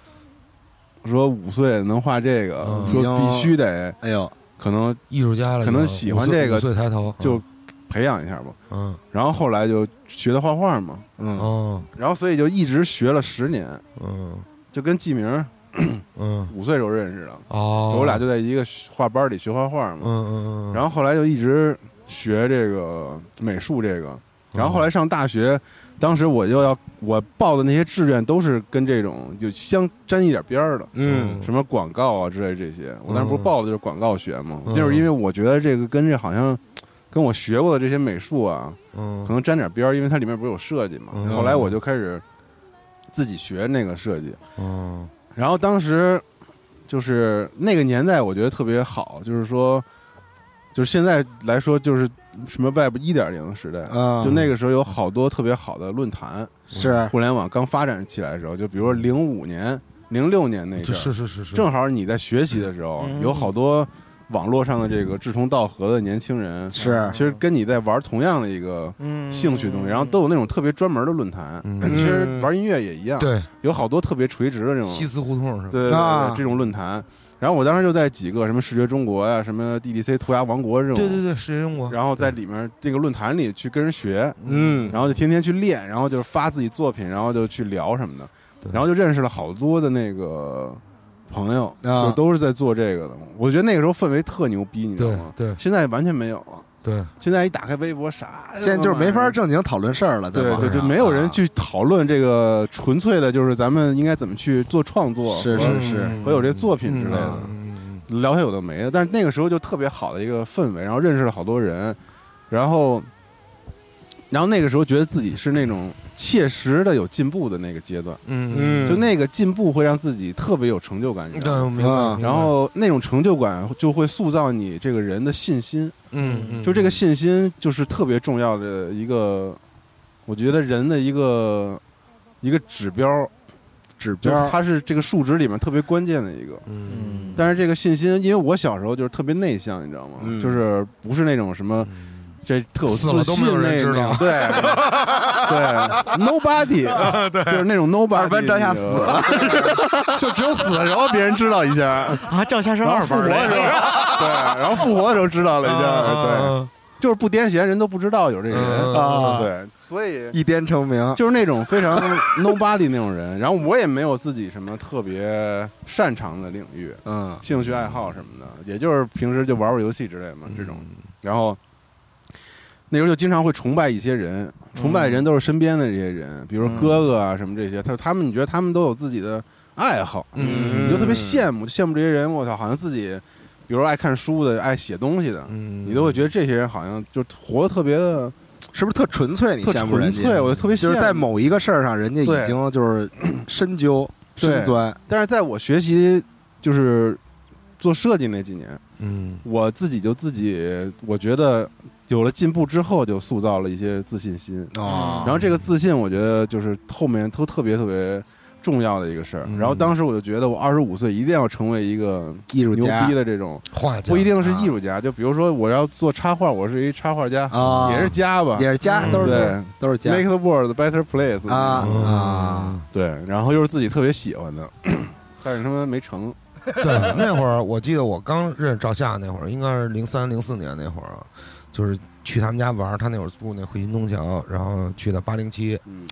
[SPEAKER 5] 说五岁能画这个
[SPEAKER 4] 嗯，
[SPEAKER 5] 说必须得
[SPEAKER 2] 哎呦，
[SPEAKER 5] 可能
[SPEAKER 4] 艺术家了，
[SPEAKER 5] 可能喜欢这个
[SPEAKER 4] 五岁五岁抬头
[SPEAKER 5] 就培养一下吧。
[SPEAKER 4] 嗯”
[SPEAKER 5] 然后后来就学的画画嘛，
[SPEAKER 4] 嗯
[SPEAKER 5] 嗯，
[SPEAKER 4] 哦
[SPEAKER 5] 然后所以就一直学了十年，
[SPEAKER 4] 嗯
[SPEAKER 5] 就跟季明
[SPEAKER 4] 嗯
[SPEAKER 5] 五岁时候认识的，
[SPEAKER 4] 哦，
[SPEAKER 5] 我俩就在一个画班里学画画
[SPEAKER 4] 嗯
[SPEAKER 5] 嘛。
[SPEAKER 4] 嗯嗯，
[SPEAKER 5] 然后后来就一直学这个美术这个，
[SPEAKER 4] 嗯
[SPEAKER 5] 然后后来上大学，当时我就要我报的那些志愿都是跟这种就相沾一点边儿的，
[SPEAKER 4] 嗯
[SPEAKER 5] 什么广告啊之类这些。我当时不是
[SPEAKER 4] 嗯
[SPEAKER 5] 报的就是广告学嘛，
[SPEAKER 4] 嗯
[SPEAKER 5] 就是因为我觉得这个跟这好像跟我学过的这些美术啊，
[SPEAKER 4] 嗯
[SPEAKER 5] 可能沾点边儿，因为它里面不是有设计嘛
[SPEAKER 4] 嗯。
[SPEAKER 5] 后来我就开始自己学那个设计，
[SPEAKER 4] 嗯
[SPEAKER 5] 然后当时就是那个年代，我觉得特别好，就是说，就是现在来说，就是什么 Web 一点零时代，
[SPEAKER 2] 啊
[SPEAKER 5] 就那个时候有好多特别好的论坛，
[SPEAKER 4] 哎
[SPEAKER 2] 是
[SPEAKER 5] 互联网刚发展起来的时候，就比如说零五年、零六年那阵儿，
[SPEAKER 4] 是是是是
[SPEAKER 5] 正好你在学习的时候，
[SPEAKER 3] 嗯
[SPEAKER 5] 有好多网络上的这个志同道合的年轻人，
[SPEAKER 2] 是
[SPEAKER 5] 其实跟你在玩同样的一个
[SPEAKER 3] 嗯
[SPEAKER 5] 兴趣的东西，然后都有那种特别专门的论坛。
[SPEAKER 4] 嗯
[SPEAKER 5] 其实玩音乐也一样，
[SPEAKER 4] 对
[SPEAKER 5] 有好多特别垂直的这种
[SPEAKER 4] 西四胡同是吧？
[SPEAKER 5] 对对对
[SPEAKER 2] 啊
[SPEAKER 5] 对，这种论坛。然后我当时就在几个什么视觉中国呀、什么 DDC 涂鸦王国这种，
[SPEAKER 4] 对对对，世界中国，
[SPEAKER 5] 啊然后在里面这个论坛里去跟人学，
[SPEAKER 2] 嗯
[SPEAKER 5] 然后就天天去练，然后就是发自己作品，然后就去聊什么的
[SPEAKER 4] 对，
[SPEAKER 5] 然后就认识了好多的那个朋友，
[SPEAKER 2] 啊
[SPEAKER 5] 就都是在做这个的。我觉得那个时候氛围特牛逼，你知道
[SPEAKER 4] 对
[SPEAKER 5] 吗？
[SPEAKER 4] 对
[SPEAKER 5] 现在完全没有了。
[SPEAKER 4] 对，
[SPEAKER 5] 现在一打开微博，啥
[SPEAKER 2] 现在就是没法正经讨论事儿了，在
[SPEAKER 5] 对
[SPEAKER 2] 网
[SPEAKER 5] 对，
[SPEAKER 2] 上
[SPEAKER 5] 就没有人去讨论这个纯粹的，就是咱们应该怎么去做创作，
[SPEAKER 2] 是是是
[SPEAKER 5] 和有这作品之类的。
[SPEAKER 4] 嗯
[SPEAKER 5] 聊些有的没的，但是那个时候就特别好的一个氛围，然后认识了好多人，然后，然后那个时候觉得自己是那种切实的有进步的那个阶段，
[SPEAKER 4] 嗯
[SPEAKER 5] 就那个进步会让自己特别有成就感，你知
[SPEAKER 4] 对，
[SPEAKER 5] 道吗
[SPEAKER 4] 我明白
[SPEAKER 2] 啊。
[SPEAKER 4] 明白
[SPEAKER 5] 然后那种成就感就会塑造你这个人的信心，
[SPEAKER 4] 嗯嗯，
[SPEAKER 5] 就这个信心就是特别重要的一个，我觉得人的一个一个指标，
[SPEAKER 2] 指
[SPEAKER 5] 就是
[SPEAKER 2] 标
[SPEAKER 5] 它是这个数值里面特别关键的一个。
[SPEAKER 4] 嗯，
[SPEAKER 3] 嗯，
[SPEAKER 5] 但是这个信心，因为我小时候就是特别内向，你知道吗？
[SPEAKER 2] 嗯
[SPEAKER 5] 就是不是那种什么这特有自
[SPEAKER 4] 嗯死了都没
[SPEAKER 5] 信
[SPEAKER 4] 有人
[SPEAKER 5] 那
[SPEAKER 4] 知
[SPEAKER 5] 种，
[SPEAKER 4] 道
[SPEAKER 5] 对对，nobody，对，就是那种 nobody，
[SPEAKER 2] 二班照相死了，
[SPEAKER 5] 就只有死的时候别人知道一下，
[SPEAKER 3] 啊，叫下是
[SPEAKER 5] 然后
[SPEAKER 3] 二
[SPEAKER 5] 复活
[SPEAKER 3] 班
[SPEAKER 5] 的时候，
[SPEAKER 3] 的，
[SPEAKER 5] 对，然后复活的时候知道了一
[SPEAKER 4] 啊
[SPEAKER 5] 下，对，就是不癫痫人都不知道有这人，嗯
[SPEAKER 2] 啊
[SPEAKER 5] 对，所以
[SPEAKER 2] 一边成名，
[SPEAKER 5] 就是那种非常 nobody 那种人，然后我也没有自己什么特别擅长的领域，
[SPEAKER 2] 嗯
[SPEAKER 5] 兴趣爱好什么的，也就是平时就玩玩游戏之类嘛，这种。然后那时候就经常会崇拜一些人，崇拜的人都是身边的这些人，比如说哥哥啊什么这些。他他们，你觉得他们都有自己的爱好，
[SPEAKER 4] 嗯
[SPEAKER 5] 你就特别羡慕，羡慕这些人。我操，好像自己，比如说爱看书的，爱写东西的，
[SPEAKER 4] 嗯，
[SPEAKER 5] 你都会觉得这些人好像就活得特别的
[SPEAKER 2] 是不是特纯粹？你
[SPEAKER 5] 特
[SPEAKER 2] 羡慕人
[SPEAKER 5] 纯
[SPEAKER 2] 家
[SPEAKER 5] 粹，我就特别羡
[SPEAKER 2] 就
[SPEAKER 5] 慕。
[SPEAKER 2] 是在某一个事儿上，人家已
[SPEAKER 5] 对
[SPEAKER 2] 经就是深究
[SPEAKER 5] 对
[SPEAKER 2] 深钻，
[SPEAKER 5] 但是在我学习就是做设计那几年，
[SPEAKER 4] 嗯
[SPEAKER 5] 我自己就自己，我觉得有了进步之后，就塑造了一些自信心。
[SPEAKER 2] 哦
[SPEAKER 5] 然后这个自信，我觉得就是后面都特别特别重要的一个事儿。
[SPEAKER 2] 嗯
[SPEAKER 5] 然后当时我就觉得，我二十五岁一定要成为一个
[SPEAKER 2] 艺术
[SPEAKER 5] 牛
[SPEAKER 2] 家
[SPEAKER 5] 逼的这种，
[SPEAKER 4] 画家
[SPEAKER 5] 不一定是艺术家，就比如说我要做插画，我是一插画家，
[SPEAKER 2] 啊，
[SPEAKER 5] 也是家吧，
[SPEAKER 2] 也是家，
[SPEAKER 4] 嗯
[SPEAKER 2] 都是
[SPEAKER 5] 对
[SPEAKER 2] 都是家
[SPEAKER 5] ，Make the world a better place
[SPEAKER 2] 啊啊。
[SPEAKER 4] 嗯
[SPEAKER 5] 对，然后又是自己特别喜欢的，但是他妈没成。
[SPEAKER 4] 对，那会儿我记得我刚认识赵夏那会儿，应该是零三零四年那会儿啊。就是去他们家玩儿，他那会儿住那汇金东桥，然后去的八零七
[SPEAKER 5] 嗯，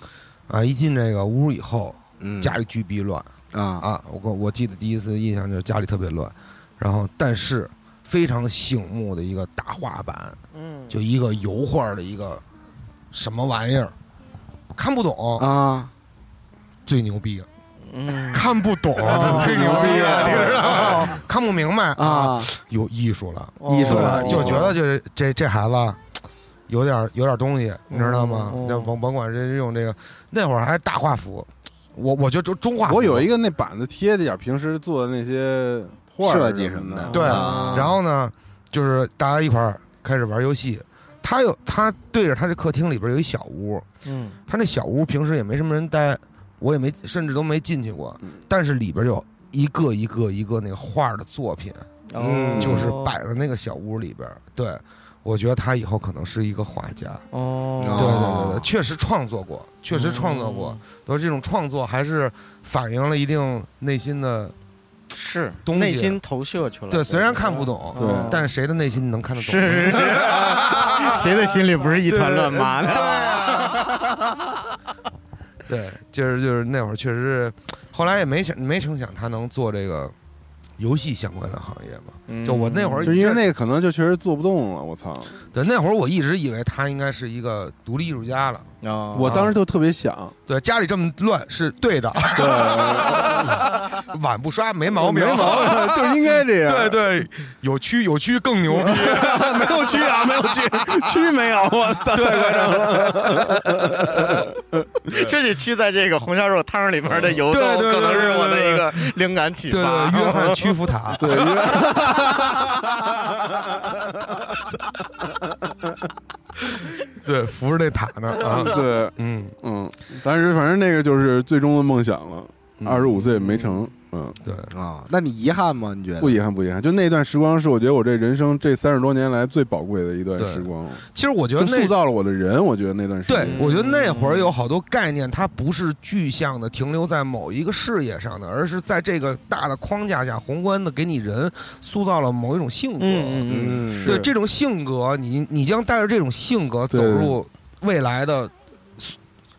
[SPEAKER 4] 啊，一进这个屋以后，
[SPEAKER 2] 嗯
[SPEAKER 4] 家里巨逼乱
[SPEAKER 2] 啊
[SPEAKER 4] 啊！我我记得第一次印象就是家里特别乱，然后但是非常醒目的一个大画板，
[SPEAKER 3] 嗯，
[SPEAKER 4] 就一个油画的一个什么玩意儿，看不懂，
[SPEAKER 2] 啊，
[SPEAKER 4] 最牛逼，
[SPEAKER 3] 嗯
[SPEAKER 4] 看不懂，
[SPEAKER 3] 哦
[SPEAKER 4] 最牛逼啊
[SPEAKER 3] 哦
[SPEAKER 4] 了，你知道吗？看不明白
[SPEAKER 2] 啊，
[SPEAKER 4] 有艺术啊了，
[SPEAKER 2] 艺术了
[SPEAKER 4] 对吧？
[SPEAKER 2] 哦
[SPEAKER 4] 就觉得就是这这孩子。有点有点东西，你知道吗
[SPEAKER 3] 哦？
[SPEAKER 4] 就甭甭管是用这个，那会儿还是大画幅，我我觉得中中画幅。
[SPEAKER 5] 我有一个那板子贴的点儿，平时做的那些画儿
[SPEAKER 2] 设计
[SPEAKER 5] 什
[SPEAKER 2] 什么
[SPEAKER 5] 的
[SPEAKER 2] 的，，
[SPEAKER 4] 对
[SPEAKER 2] 啊
[SPEAKER 4] 然后呢，就是大家一块儿开始玩游戏。他有他对着他这客厅里边有一小屋，
[SPEAKER 3] 嗯
[SPEAKER 4] 他那小屋平时也没什么人待，我也没甚至都没进去过
[SPEAKER 5] 嗯，
[SPEAKER 4] 但是里边有一个一个一个那个画儿的作品，
[SPEAKER 3] 哦
[SPEAKER 4] 嗯就是摆在那个小屋里边儿。对，我觉得他以后可能是一个画家。
[SPEAKER 3] 哦，
[SPEAKER 4] 对对对对，确实创作过，确实创作过
[SPEAKER 3] 嗯，，
[SPEAKER 4] 都这种创作还是反映了一定内心的。
[SPEAKER 3] 是
[SPEAKER 4] 东西
[SPEAKER 3] 内心投射出来的。
[SPEAKER 4] 对，虽然看不懂，
[SPEAKER 5] 对
[SPEAKER 3] 哦
[SPEAKER 4] 但是谁的内心你能看得懂？
[SPEAKER 3] 是是是， 谁的心里不是一团乱麻呢？
[SPEAKER 4] 对，就是就是那会儿确实是，后来也没想没成想他能做这个游戏相关的行业嘛。
[SPEAKER 3] 嗯
[SPEAKER 4] 就我那会儿
[SPEAKER 5] 就因为那个可能就确实做不动了，我操！
[SPEAKER 4] 对那会儿我一直以为他应该是一个独立艺术家了。
[SPEAKER 3] 哦
[SPEAKER 5] 我当时就特 别想，
[SPEAKER 4] 对，家里这么乱是对 的，
[SPEAKER 5] 对，
[SPEAKER 4] 碗不刷没毛病。
[SPEAKER 5] 没毛 病，就应该这样。
[SPEAKER 4] 对对，有区有区更牛逼。
[SPEAKER 5] 没有去啊，没有去，去没有，啊我操！
[SPEAKER 3] 这就区在这个红烧肉汤里边的油
[SPEAKER 4] 对对对
[SPEAKER 3] 可能是我的
[SPEAKER 4] 对对
[SPEAKER 3] 一个灵感启
[SPEAKER 4] 对对，
[SPEAKER 3] 发。
[SPEAKER 4] 约翰屈服塔。对，对，扶着那塔呢啊。
[SPEAKER 5] 对，
[SPEAKER 4] 嗯，
[SPEAKER 5] 嗯，但是反正那个就是最终的梦想了，二十五岁没成，嗯，
[SPEAKER 4] 对，
[SPEAKER 2] 啊，那你遗憾吗？你觉得
[SPEAKER 5] 不遗憾，不遗憾，就那段时光是我觉得我这人生这三十多年来最宝贵的一段
[SPEAKER 4] 对
[SPEAKER 5] 时光，
[SPEAKER 4] 其实我觉得
[SPEAKER 5] 就
[SPEAKER 4] 那
[SPEAKER 5] 塑造了我的人，我觉得那段时
[SPEAKER 4] 对
[SPEAKER 3] 嗯
[SPEAKER 5] 间，，
[SPEAKER 4] 我觉得那会儿有好多概念，它不是具象的停留在某一个事业上的，而是在这个大的框架下，宏观的给你人塑造了某一种性格。
[SPEAKER 3] 嗯嗯嗯，
[SPEAKER 4] 对这种性格，你你将带着这种性格走
[SPEAKER 5] 对
[SPEAKER 4] 入未来的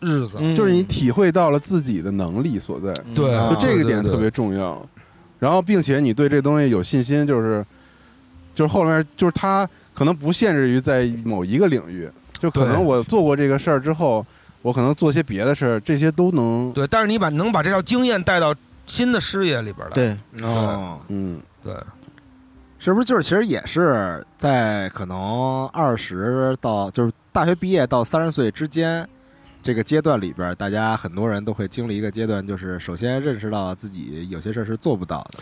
[SPEAKER 4] 日子。
[SPEAKER 3] 嗯
[SPEAKER 5] 就是你体会到了自己的能力所在，
[SPEAKER 3] 嗯
[SPEAKER 4] 对
[SPEAKER 5] 就这个点
[SPEAKER 4] 对对对
[SPEAKER 5] 特别重要。然后，并且你对这东西有信心，就是就是后面就是它可能不限制于在某一个领域，就可能
[SPEAKER 4] 对
[SPEAKER 5] 我做过这个事儿之后，我可能做些别的事儿，这些都能
[SPEAKER 4] 对，但是你把能把这套经验带到新的事业里边来。
[SPEAKER 3] 对，
[SPEAKER 2] 哦，
[SPEAKER 5] 嗯
[SPEAKER 4] 对，
[SPEAKER 2] 是不是就是其实也是在可能二十到就是大学毕业到三十岁之间这个阶段里边儿，大家很多人都会经历一个阶段，就是首先认识到自己有些事儿是做不到的，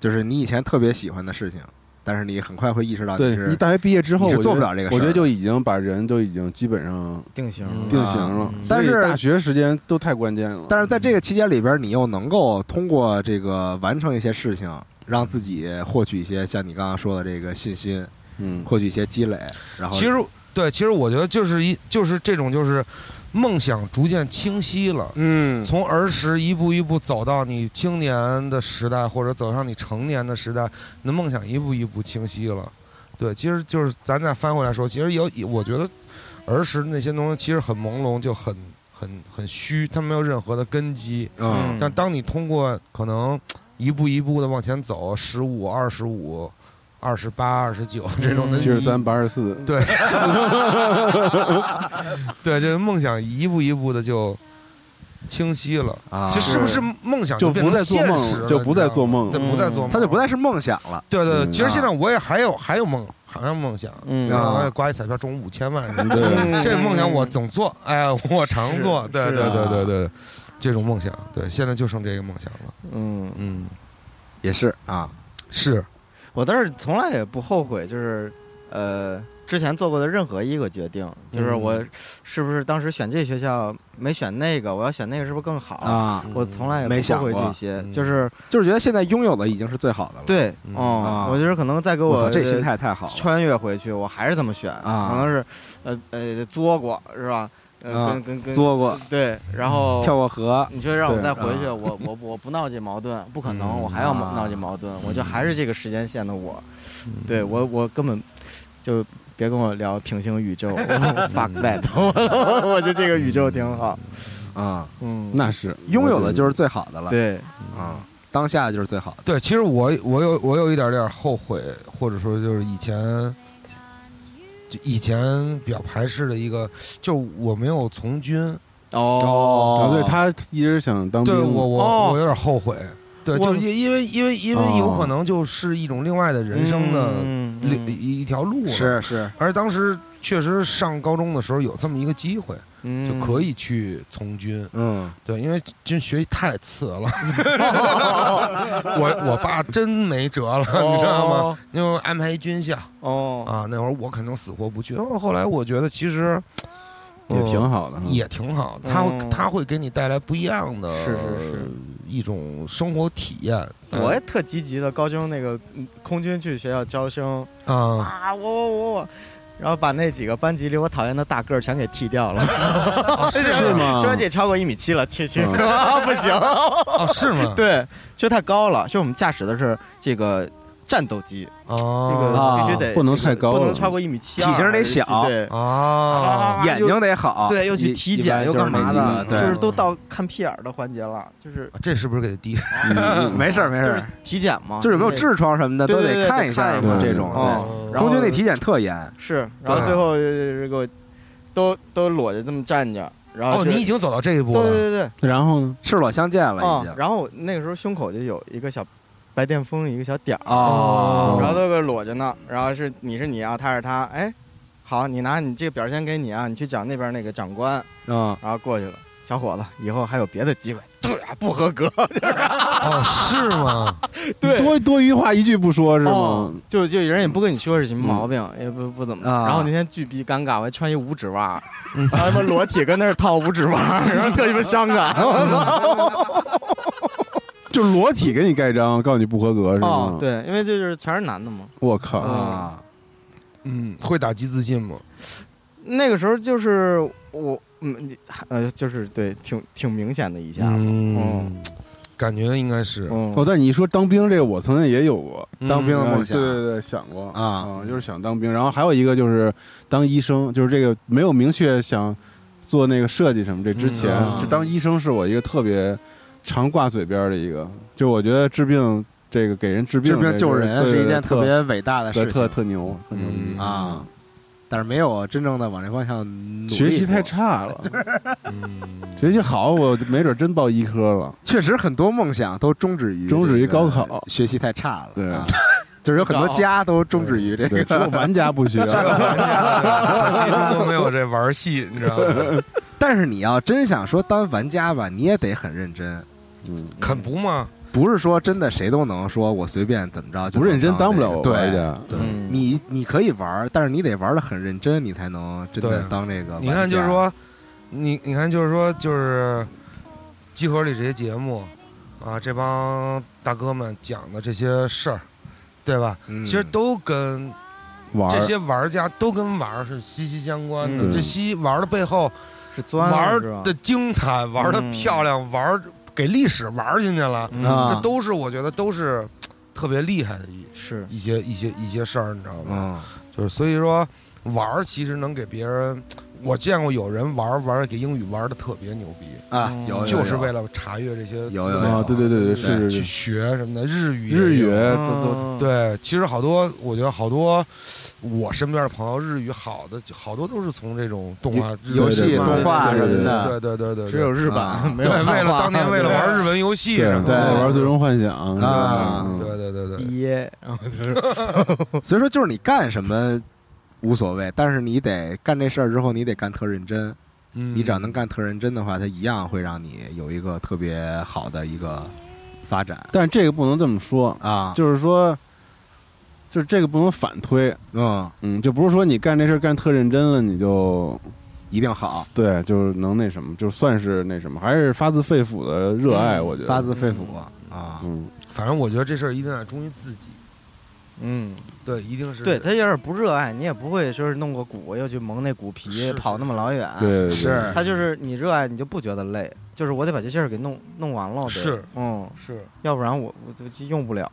[SPEAKER 2] 就是你以前特别喜欢的事情，但是你很快会意识到你
[SPEAKER 5] 对
[SPEAKER 2] 啊是
[SPEAKER 5] 你大学毕业之后，
[SPEAKER 2] 你是
[SPEAKER 5] 我觉
[SPEAKER 2] 做
[SPEAKER 5] 得
[SPEAKER 2] 不了这个事儿
[SPEAKER 5] 我觉得就已经把人都已经基本上
[SPEAKER 3] 定型
[SPEAKER 6] 嗯
[SPEAKER 5] 定型了
[SPEAKER 3] 嗯。
[SPEAKER 5] 所
[SPEAKER 2] 但
[SPEAKER 5] 以
[SPEAKER 2] 是
[SPEAKER 5] 大学时间都太关键了。
[SPEAKER 2] 但是在这个期间里边，你又能够通过这个完成一些事情，让自己获取一些像你刚刚说的这个信心，
[SPEAKER 5] 嗯，
[SPEAKER 2] 获取一些积累，然后
[SPEAKER 4] 其实对，其实我觉得就是一就是这种就是梦想逐渐清晰了。
[SPEAKER 2] 嗯
[SPEAKER 4] 从儿时一步一步走到你青年的时代，或者走上你成年的时代，你的梦想一步一步清晰了。对，其实就是咱再翻回来说，其实有，我觉得儿时那些东西其实很朦胧，就很很很虚，它没有任何的根基。
[SPEAKER 2] 嗯
[SPEAKER 3] 嗯
[SPEAKER 4] 但当你通过可能一步一步的往前走，十五、二十五、二十八、二十九 这种的，
[SPEAKER 5] 嗯七十三、八十四，
[SPEAKER 4] 对，对，这梦想一步一步的就清晰了。
[SPEAKER 2] 啊，
[SPEAKER 4] 这是不是梦想
[SPEAKER 5] 就
[SPEAKER 4] 变
[SPEAKER 5] 不再
[SPEAKER 4] 成
[SPEAKER 5] 做
[SPEAKER 4] 现实
[SPEAKER 5] 梦，
[SPEAKER 4] 了
[SPEAKER 5] 就不再做
[SPEAKER 4] 你
[SPEAKER 5] 梦
[SPEAKER 4] 知道
[SPEAKER 5] 了。
[SPEAKER 4] 吗，对，
[SPEAKER 3] 嗯
[SPEAKER 4] 不再做梦，
[SPEAKER 2] 它就不再是梦想了。
[SPEAKER 4] 对对。对
[SPEAKER 5] 嗯
[SPEAKER 4] 其实
[SPEAKER 2] 啊
[SPEAKER 4] 现在我也还有还有梦，还有梦想，
[SPEAKER 3] 嗯
[SPEAKER 4] 然
[SPEAKER 2] 啊
[SPEAKER 4] 后刮一彩票中五千万什么的，
[SPEAKER 5] 对，
[SPEAKER 3] 嗯
[SPEAKER 4] 这梦想我总做，哎，我常做，
[SPEAKER 3] 是
[SPEAKER 4] 对
[SPEAKER 3] 是
[SPEAKER 4] 对对
[SPEAKER 2] 啊
[SPEAKER 4] 对对，这种梦想，对，现在就剩这个梦想了，
[SPEAKER 3] 嗯，
[SPEAKER 4] 嗯，
[SPEAKER 2] 也是啊，
[SPEAKER 4] 是，
[SPEAKER 3] 我倒是从来也不后悔，就是呃之前做过的任何一个决定，就是
[SPEAKER 4] 嗯
[SPEAKER 3] 我是不是当时选这学校没选那个，我要选那个是不是更好？
[SPEAKER 2] 啊，
[SPEAKER 3] 我从来也
[SPEAKER 2] 没
[SPEAKER 3] 不
[SPEAKER 2] 想
[SPEAKER 3] 后悔
[SPEAKER 2] 过
[SPEAKER 3] 这些，
[SPEAKER 4] 嗯
[SPEAKER 3] 就是
[SPEAKER 2] 就是觉得现在拥有的已经是最好的了。，
[SPEAKER 3] 对，
[SPEAKER 4] 嗯
[SPEAKER 3] 哦
[SPEAKER 2] 啊，
[SPEAKER 3] 我觉得可能再给
[SPEAKER 2] 我操，这
[SPEAKER 3] 呃
[SPEAKER 2] 心态太好了。
[SPEAKER 3] 穿越回去，我还是这么选，
[SPEAKER 2] 啊
[SPEAKER 3] 可能是呃呃作过是吧？呃，
[SPEAKER 2] 啊
[SPEAKER 3] 跟跟跟
[SPEAKER 2] 作过，
[SPEAKER 3] 对，然后
[SPEAKER 2] 跳过 河，
[SPEAKER 3] 你说让我
[SPEAKER 5] 对
[SPEAKER 3] 再回去，
[SPEAKER 2] 啊
[SPEAKER 3] 我我我不闹这矛盾，不可能，
[SPEAKER 4] 嗯
[SPEAKER 3] 我还要
[SPEAKER 2] 啊嗯
[SPEAKER 3] 闹这矛盾，我就还是这个时间线的我，对我我根本就别跟我聊平 行宇宙，fuck that，我觉得这个宇宙挺好。
[SPEAKER 2] 啊，
[SPEAKER 3] 嗯，
[SPEAKER 5] 那是
[SPEAKER 2] 拥有的就是最好的了，
[SPEAKER 3] 对，
[SPEAKER 2] 啊，当下就是最好的。
[SPEAKER 4] 对，其实我我有我有一点点后悔，或者说就是以前，就以前比较排斥的一个，就是我没有从军，
[SPEAKER 5] 啊，
[SPEAKER 3] 哦
[SPEAKER 5] 对他一直想当兵，
[SPEAKER 4] 对我我、
[SPEAKER 3] 哦
[SPEAKER 4] 我有点后悔，对，
[SPEAKER 3] 我
[SPEAKER 4] 就是因因为因为因为有
[SPEAKER 2] 哦
[SPEAKER 4] 可能就是一种另外的人生的
[SPEAKER 3] 嗯
[SPEAKER 4] 另、
[SPEAKER 3] 嗯
[SPEAKER 4] 一一条路了，
[SPEAKER 2] 是是，
[SPEAKER 4] 而当时确实上高中的时候有这么一个机会，
[SPEAKER 3] 嗯
[SPEAKER 4] 就可以去从军。
[SPEAKER 2] 嗯，
[SPEAKER 4] 对，因为军学习太次了，我我爸真没辙了，你知道吗？？就安排一军校
[SPEAKER 3] 哦，
[SPEAKER 4] 啊，那会儿我肯定死活不去。然后后来我觉得其实
[SPEAKER 5] 也挺
[SPEAKER 4] 好，
[SPEAKER 5] 好的，
[SPEAKER 4] 也挺好。他会
[SPEAKER 3] 嗯
[SPEAKER 4] 他会给你带来不一样的
[SPEAKER 3] 是是是
[SPEAKER 4] 一种生活体验。
[SPEAKER 3] 我也特积极的，高中那个嗯空军去学校招生
[SPEAKER 4] 啊，
[SPEAKER 3] 啊，我我我，然后把那几个班级里我讨厌的大个儿全给剃掉了。哦
[SPEAKER 4] 啊
[SPEAKER 5] 是吗？
[SPEAKER 3] 轩姐超过一米七了，去去，
[SPEAKER 5] 嗯
[SPEAKER 3] 不行。
[SPEAKER 4] 哦，是吗？
[SPEAKER 3] 对，就太高了。就我们驾驶的是这个战斗机，这
[SPEAKER 4] 哦，
[SPEAKER 3] 个
[SPEAKER 2] 啊
[SPEAKER 3] 必须得
[SPEAKER 5] 不能
[SPEAKER 3] 这个
[SPEAKER 5] 太高
[SPEAKER 3] 不能
[SPEAKER 5] 了
[SPEAKER 3] 超过一米七，
[SPEAKER 2] 体型得小
[SPEAKER 3] 对
[SPEAKER 4] 啊，
[SPEAKER 2] 眼睛得好，
[SPEAKER 3] 对，又
[SPEAKER 2] 一
[SPEAKER 3] 去体
[SPEAKER 2] 一般
[SPEAKER 3] 检又
[SPEAKER 2] 就是
[SPEAKER 3] 干嘛
[SPEAKER 2] 没劲
[SPEAKER 3] 的，
[SPEAKER 2] 了
[SPEAKER 3] 就
[SPEAKER 2] 对，
[SPEAKER 3] 是都到看屁眼儿的环节了，就是
[SPEAKER 4] 这是不是给他低？
[SPEAKER 3] 啊
[SPEAKER 5] 嗯
[SPEAKER 2] 没事儿没事
[SPEAKER 3] 就
[SPEAKER 2] 儿
[SPEAKER 3] 是，体检嘛，
[SPEAKER 2] 就是有没有
[SPEAKER 3] 对
[SPEAKER 2] 痔疮什么的
[SPEAKER 3] 对
[SPEAKER 2] 都
[SPEAKER 3] 对对
[SPEAKER 2] 得看
[SPEAKER 3] 得
[SPEAKER 2] 一下
[SPEAKER 3] 看
[SPEAKER 5] 一下
[SPEAKER 2] 嘛，这种
[SPEAKER 3] 哦
[SPEAKER 2] 对
[SPEAKER 3] 然后
[SPEAKER 2] 空军那体检特严，
[SPEAKER 3] 是，然后
[SPEAKER 4] 对
[SPEAKER 3] 最后这个都都裸着这么站着，然后
[SPEAKER 4] 哦，
[SPEAKER 3] 是
[SPEAKER 4] 你已经走到这一步
[SPEAKER 3] 对对
[SPEAKER 4] 了。
[SPEAKER 3] 对对
[SPEAKER 5] 然后呢？
[SPEAKER 2] 赤裸相见
[SPEAKER 3] 对
[SPEAKER 2] 了已
[SPEAKER 3] 啊
[SPEAKER 2] 经，
[SPEAKER 3] 然后我那个时候胸口就有一个小白癜风，一个小点儿
[SPEAKER 2] 哦
[SPEAKER 3] 然后都给裸着呢，然后是你是你啊，他是他，哎，好，你拿你这个表先给你啊，你去找那边那个长官，
[SPEAKER 2] 嗯，
[SPEAKER 3] 然后过去了，小伙子，以后还有别的机会，对啊，不合格，
[SPEAKER 4] 哦，是吗？
[SPEAKER 3] 对
[SPEAKER 5] 多多余话一句不说是吗？
[SPEAKER 2] 哦
[SPEAKER 3] 哦就就人也不跟你说是
[SPEAKER 4] 嗯
[SPEAKER 3] 什么毛病，也不不怎么。
[SPEAKER 2] 啊
[SPEAKER 3] 然后那天巨逼尴尬，我还穿一五指袜，
[SPEAKER 4] 嗯
[SPEAKER 3] 然后他妈裸体跟那儿套五指袜，然后特鸡巴 伤感。
[SPEAKER 5] 就是裸体给你盖章，告诉你不合格是
[SPEAKER 3] 哦
[SPEAKER 5] 吗，？，
[SPEAKER 3] 对，因为这就是全是男的嘛。
[SPEAKER 5] 我靠，
[SPEAKER 3] 哦
[SPEAKER 2] 啊，
[SPEAKER 4] 嗯，会打击自信吗？
[SPEAKER 3] 那个时候就是我，嗯，你呃，就是对，挺挺明显的一下。哦
[SPEAKER 4] 嗯，感觉应该是。
[SPEAKER 3] 嗯，
[SPEAKER 5] 哦，但你说当兵这个，我曾经也有过
[SPEAKER 2] 当兵的梦想
[SPEAKER 5] 对对对，想过哦
[SPEAKER 2] 啊
[SPEAKER 5] 就是想当兵。然后还有一个就是当医生，就是这个没有明确想做那个设计什么这之前
[SPEAKER 2] 嗯啊，
[SPEAKER 5] 就当医生是我一个特别常挂嘴边的一个，就我觉得治病这个给人治病
[SPEAKER 2] 治病
[SPEAKER 5] 这
[SPEAKER 2] 救
[SPEAKER 5] 个
[SPEAKER 2] 人
[SPEAKER 5] 对对
[SPEAKER 2] 是一件
[SPEAKER 5] 对
[SPEAKER 2] 特别伟大的
[SPEAKER 5] 对
[SPEAKER 2] 事
[SPEAKER 5] 特
[SPEAKER 2] 情
[SPEAKER 5] 特牛，特牛逼
[SPEAKER 4] 嗯
[SPEAKER 2] 啊，，但是没有真正的往这方向努力过
[SPEAKER 5] 嗯学习太，差了，
[SPEAKER 4] 嗯
[SPEAKER 5] 学习好我没准真报医科 了。
[SPEAKER 2] 确实很多梦想都终止于
[SPEAKER 5] 终止于
[SPEAKER 2] 这个
[SPEAKER 5] 高考
[SPEAKER 2] 学习太差了，
[SPEAKER 5] 对
[SPEAKER 2] 啊， 就是有很多家都终止于这
[SPEAKER 5] 对，只有
[SPEAKER 2] 个，
[SPEAKER 5] 玩家 不学。
[SPEAKER 2] 啊
[SPEAKER 4] 嗯可惜他都没有这玩戏，你知道吗？
[SPEAKER 2] 但是你要真想说当玩家吧，你也得很认真，
[SPEAKER 5] 嗯，
[SPEAKER 4] 肯不嘛？
[SPEAKER 2] 不是说真的谁都能说我随便怎么着就
[SPEAKER 5] 不认真
[SPEAKER 2] 能
[SPEAKER 5] 当不
[SPEAKER 2] 这
[SPEAKER 5] 了
[SPEAKER 2] 个
[SPEAKER 5] 我玩
[SPEAKER 2] 对。
[SPEAKER 5] 家。
[SPEAKER 4] 对
[SPEAKER 3] 嗯
[SPEAKER 2] 你你可以玩儿，但是你得玩的很认真，你才能真的
[SPEAKER 5] 啊
[SPEAKER 4] 对
[SPEAKER 2] 当这啊个玩家。
[SPEAKER 4] 你看，就是说，你你看，就是说，就是集合里这些节目啊，这帮大哥们讲的这些事儿，对吧？
[SPEAKER 2] 嗯，
[SPEAKER 4] 其实都跟
[SPEAKER 5] 玩
[SPEAKER 4] 这些玩家都跟玩儿是息息相关的。
[SPEAKER 3] 嗯
[SPEAKER 4] 这息玩儿的背后，
[SPEAKER 3] 是钻
[SPEAKER 4] 玩
[SPEAKER 3] 了
[SPEAKER 4] 儿
[SPEAKER 3] 是吧
[SPEAKER 4] 的精彩，玩儿的漂亮，玩儿给历史玩儿进去了，
[SPEAKER 3] 嗯
[SPEAKER 2] 啊
[SPEAKER 4] 这都是我觉得都是特别厉害的一
[SPEAKER 3] 是
[SPEAKER 4] 一些一些一些事儿，你知道吗？
[SPEAKER 2] 嗯，
[SPEAKER 4] 就是所以说玩儿其实能给别人，我见过有人玩儿玩儿给英语玩儿的特别牛逼，
[SPEAKER 2] 啊，
[SPEAKER 3] 嗯
[SPEAKER 2] 有有
[SPEAKER 4] 就是
[SPEAKER 2] 有
[SPEAKER 4] 为了查阅这些资
[SPEAKER 2] 有有
[SPEAKER 4] 料
[SPEAKER 5] 啊，对对对对，
[SPEAKER 4] 去
[SPEAKER 5] 是是
[SPEAKER 4] 去
[SPEAKER 5] 是
[SPEAKER 4] 学什么的日语也
[SPEAKER 5] 日语
[SPEAKER 4] 有
[SPEAKER 5] 都都
[SPEAKER 3] 嗯
[SPEAKER 4] 对，其实好多，我觉得好多我身边的朋友，日语好的好多都是从这种动画、日
[SPEAKER 2] 游
[SPEAKER 5] 对
[SPEAKER 2] 戏、
[SPEAKER 5] 对
[SPEAKER 2] 动画
[SPEAKER 5] 对
[SPEAKER 2] 什
[SPEAKER 5] 对
[SPEAKER 2] 么的，
[SPEAKER 5] 对
[SPEAKER 4] 对对对对，
[SPEAKER 3] 只有日
[SPEAKER 2] 啊
[SPEAKER 3] 版没
[SPEAKER 4] 对，
[SPEAKER 3] 有
[SPEAKER 4] 为
[SPEAKER 3] 汉化。
[SPEAKER 4] 了当年为了玩 日文游戏什么
[SPEAKER 5] 对
[SPEAKER 2] 对
[SPEAKER 4] 的，
[SPEAKER 5] 玩最终幻想
[SPEAKER 2] 啊
[SPEAKER 5] 嗯
[SPEAKER 4] 对对对对，
[SPEAKER 3] 爹，然后就是
[SPEAKER 2] 所以说就是你干什么无所谓，但是你得干这事儿之后，你得干特认真。
[SPEAKER 4] 嗯
[SPEAKER 2] 你只要能干特认真的话，它一样会让你有一个特别好的一个发展
[SPEAKER 5] 但这个不能这么说，
[SPEAKER 2] 啊。
[SPEAKER 5] 就是说，就是这个不能反推，
[SPEAKER 2] 嗯，
[SPEAKER 5] 嗯，就不是说你干这事儿干特认真了，你就
[SPEAKER 2] 一定好，
[SPEAKER 5] 对，就是能那什么，就算是那什么，还是发自肺腑的热爱，我觉得
[SPEAKER 2] 嗯发自肺腑啊。
[SPEAKER 5] 嗯，
[SPEAKER 4] 反正我觉得这事儿一定得忠于自己，
[SPEAKER 3] 嗯，
[SPEAKER 4] 对，一定是
[SPEAKER 3] 对他要是不热爱，你也不会说是弄个鼓又去蒙那鼓皮，
[SPEAKER 4] 是
[SPEAKER 3] 跑那么老远。，
[SPEAKER 5] 对，对
[SPEAKER 2] 啊是
[SPEAKER 3] 他就是你热爱，你就不觉得累。就是我得把这些事儿给弄弄完了。得
[SPEAKER 4] 是
[SPEAKER 3] 嗯，
[SPEAKER 4] 是
[SPEAKER 3] 要不然我我就用不了。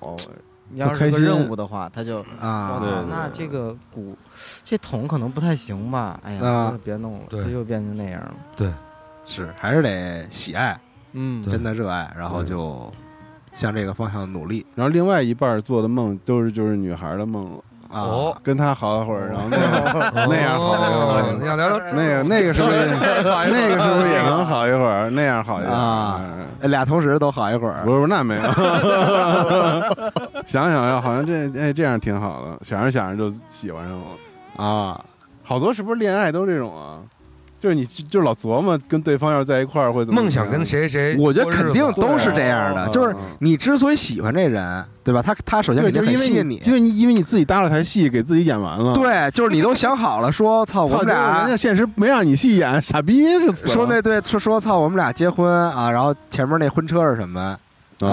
[SPEAKER 3] 你要是
[SPEAKER 5] 开
[SPEAKER 3] 个
[SPEAKER 5] 心
[SPEAKER 3] 任务的话，他就我
[SPEAKER 2] 啊
[SPEAKER 5] 嗯对
[SPEAKER 3] 操
[SPEAKER 5] 对，
[SPEAKER 3] 那这个鼓，这桶可能不太行吧？哎
[SPEAKER 2] 啊
[SPEAKER 3] 呀，别弄了，
[SPEAKER 4] 对
[SPEAKER 3] 它又变成那样了。
[SPEAKER 2] 是还是得喜爱，
[SPEAKER 3] 嗯
[SPEAKER 4] 对
[SPEAKER 2] 真的热爱，然后就向这个方向努力
[SPEAKER 5] 然后另外一半做的梦都是就是女孩的梦了，
[SPEAKER 2] 啊。
[SPEAKER 4] 哦，
[SPEAKER 5] 跟他好一会儿，然哦
[SPEAKER 3] 哦
[SPEAKER 5] 后那个那 样啊好
[SPEAKER 4] 哦你想聊聊
[SPEAKER 5] 那个那个是不是那个是不是也能好一会儿？那样好一会儿哎
[SPEAKER 2] 啊俩同时都好一会儿
[SPEAKER 5] 不，是不是，那没有。 想想呀，好像这哎这样挺好的，想着想着就喜欢上了。
[SPEAKER 2] 啊，
[SPEAKER 5] 好多是不是恋爱都这种啊？就是你就就是老琢磨跟对方要是在一块儿会怎么
[SPEAKER 4] 梦想跟
[SPEAKER 5] 样
[SPEAKER 4] 谁谁？
[SPEAKER 2] 我觉得肯定啊都是这样的。
[SPEAKER 5] 对啊嗯
[SPEAKER 2] 就是你之所以喜欢这人，对吧？他他首先
[SPEAKER 5] 对，
[SPEAKER 2] 肯
[SPEAKER 5] 就
[SPEAKER 2] 定
[SPEAKER 5] 是
[SPEAKER 2] 很
[SPEAKER 5] 因为
[SPEAKER 2] 吸引你，
[SPEAKER 5] 就是你因为你自己搭了台戏，给自己演完了。，
[SPEAKER 2] 对，就是你都想好了，说操，我
[SPEAKER 5] 操，
[SPEAKER 2] 们
[SPEAKER 5] 结果人
[SPEAKER 2] 俩啊
[SPEAKER 5] 家现实没让你戏演，傻逼是死了
[SPEAKER 2] 说那对说说操，我们俩结婚啊，然后前面那婚车是什么，啊
[SPEAKER 5] 啊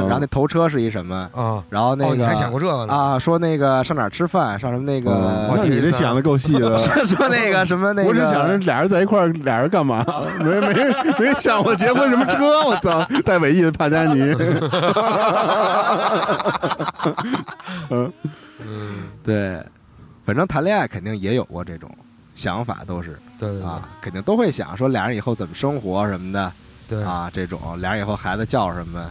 [SPEAKER 2] 然后那头车是一什么，
[SPEAKER 4] 啊，
[SPEAKER 2] 然后那
[SPEAKER 4] 哦，你
[SPEAKER 2] 个
[SPEAKER 4] 还想过这个呢？
[SPEAKER 2] 啊，说那个上哪儿吃饭，上什么那
[SPEAKER 5] 嗯那
[SPEAKER 2] 个，
[SPEAKER 5] 你这想的够细的。
[SPEAKER 2] 说那个什么那个，
[SPEAKER 5] 我只想着俩人在一块儿，俩人干嘛？没没没想过结婚什么车？我操！带尾翼的帕加 尼，
[SPEAKER 4] 嗯，
[SPEAKER 2] 对，反正谈恋爱肯定也有过这种想法，都是
[SPEAKER 4] 对对
[SPEAKER 2] 啊，肯定都会想说俩人以后怎么生活什么的
[SPEAKER 4] 对对。
[SPEAKER 2] 啊，这种俩人以后孩子叫什么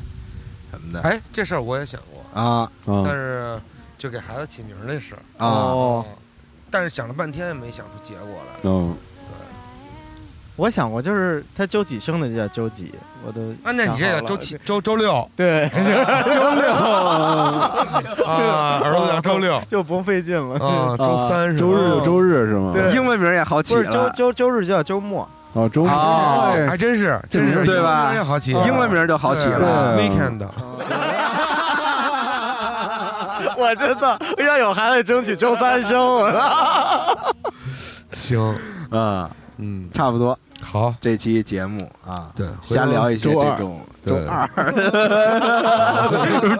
[SPEAKER 2] 什么的
[SPEAKER 4] 哎，这事儿我也想过，
[SPEAKER 2] 啊
[SPEAKER 4] 但
[SPEAKER 5] 嗯
[SPEAKER 4] 是就给孩子起名儿这事儿
[SPEAKER 2] 啊，
[SPEAKER 3] 哦，
[SPEAKER 4] 嗯但是想了半天也没想出结果来。
[SPEAKER 5] 嗯，
[SPEAKER 3] 我想过，就是他周几生的就叫周几，我都
[SPEAKER 4] 啊，那你这
[SPEAKER 3] 想好
[SPEAKER 4] 个
[SPEAKER 3] 了
[SPEAKER 4] 周七周 周六
[SPEAKER 3] 对，
[SPEAKER 4] 啊，儿子叫周六
[SPEAKER 3] 就不用费劲
[SPEAKER 2] 哦
[SPEAKER 3] 了。
[SPEAKER 4] 啊，周三是吧哦
[SPEAKER 5] 周日就周日是吗？
[SPEAKER 3] 对
[SPEAKER 2] 英文名也好起
[SPEAKER 3] 不是周
[SPEAKER 2] 了，
[SPEAKER 3] 周周日就叫周末，
[SPEAKER 5] 哦，周日
[SPEAKER 2] 啊
[SPEAKER 5] 哎
[SPEAKER 4] 还真是
[SPEAKER 5] 这
[SPEAKER 4] 真是
[SPEAKER 2] 对吧
[SPEAKER 4] 也好起，
[SPEAKER 2] 英文名就好起
[SPEAKER 4] 对
[SPEAKER 2] 了。嗯
[SPEAKER 5] 对
[SPEAKER 4] Weekend
[SPEAKER 3] 我真的要哎有孩子争取周三生， 我
[SPEAKER 4] 行，
[SPEAKER 2] 嗯，
[SPEAKER 4] 嗯，
[SPEAKER 2] 差不多
[SPEAKER 4] 好，
[SPEAKER 2] 这期节目啊，
[SPEAKER 4] 对，
[SPEAKER 2] 瞎聊一些
[SPEAKER 5] 周
[SPEAKER 2] 这
[SPEAKER 5] 二
[SPEAKER 2] 种
[SPEAKER 4] 对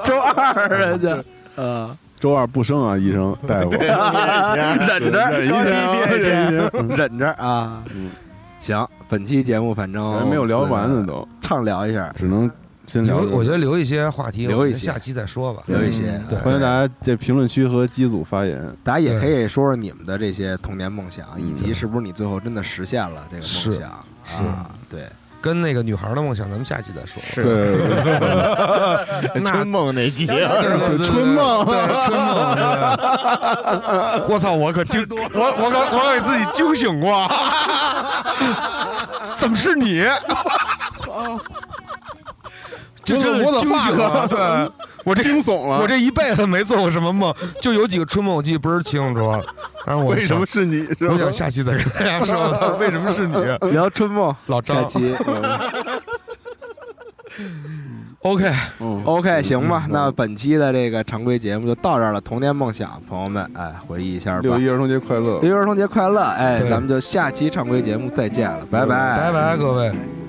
[SPEAKER 2] 周二，什么 周二啊 这。呃，
[SPEAKER 5] 周二不生啊，医生 大夫，
[SPEAKER 2] 啊忍着，
[SPEAKER 5] 忍一天，忍一天，
[SPEAKER 2] 忍着啊
[SPEAKER 5] 嗯。
[SPEAKER 2] 行，本期节目反正
[SPEAKER 5] 还没有聊
[SPEAKER 2] 啊
[SPEAKER 5] 完呢，，都，
[SPEAKER 2] 畅聊一下，
[SPEAKER 5] 只能先
[SPEAKER 4] 留
[SPEAKER 5] 聊。，
[SPEAKER 4] 我觉得留一些话题，
[SPEAKER 2] 留
[SPEAKER 4] 我们
[SPEAKER 2] 一些
[SPEAKER 4] 下期再说吧。
[SPEAKER 2] 留一些
[SPEAKER 3] 嗯。
[SPEAKER 4] 对
[SPEAKER 5] 欢迎大家在评论区和机组发言。
[SPEAKER 2] 大家也
[SPEAKER 4] 对
[SPEAKER 2] 可以说说你们的这些童年梦想，
[SPEAKER 5] 嗯
[SPEAKER 2] 以及是不是你最后真的实现了这个
[SPEAKER 4] 是
[SPEAKER 2] 梦想。
[SPEAKER 4] 是
[SPEAKER 2] 啊，对，
[SPEAKER 4] 跟那个女孩的梦想，咱们下期再说。
[SPEAKER 3] 是
[SPEAKER 5] 对，对
[SPEAKER 4] 那
[SPEAKER 3] 梦那集 啊
[SPEAKER 4] 对对对对
[SPEAKER 5] 春梦
[SPEAKER 4] 对春梦。对 我操！我可惊，我我可我可给自己惊醒过。怎么是你？就真的
[SPEAKER 5] 我怎
[SPEAKER 4] 惊
[SPEAKER 5] 么
[SPEAKER 4] 醒了。
[SPEAKER 5] fuck？
[SPEAKER 4] 对，我这
[SPEAKER 5] 对 惊悚了，
[SPEAKER 4] 我这一辈子没做过什么梦，就有几个春梦，我记得不是清楚。但是我
[SPEAKER 5] 为什么
[SPEAKER 4] 想？
[SPEAKER 5] 是你？是吧
[SPEAKER 4] 我想下期再跟大家说， 为什么是你？
[SPEAKER 2] 聊春梦，
[SPEAKER 4] 老
[SPEAKER 2] 下
[SPEAKER 4] 张
[SPEAKER 2] 期
[SPEAKER 4] ，OK，
[SPEAKER 5] 嗯
[SPEAKER 2] OK 行吧
[SPEAKER 5] 嗯？
[SPEAKER 2] 那本期的这个常规节目就到这儿了，童年梦想，朋友们，哎，回忆一下吧。
[SPEAKER 5] 六一儿童节快乐！
[SPEAKER 2] 六一儿童节快乐！哎，嗯
[SPEAKER 4] 对
[SPEAKER 2] 咱们就下期常规节目再见了，拜拜
[SPEAKER 4] 拜拜，各位。
[SPEAKER 5] 拜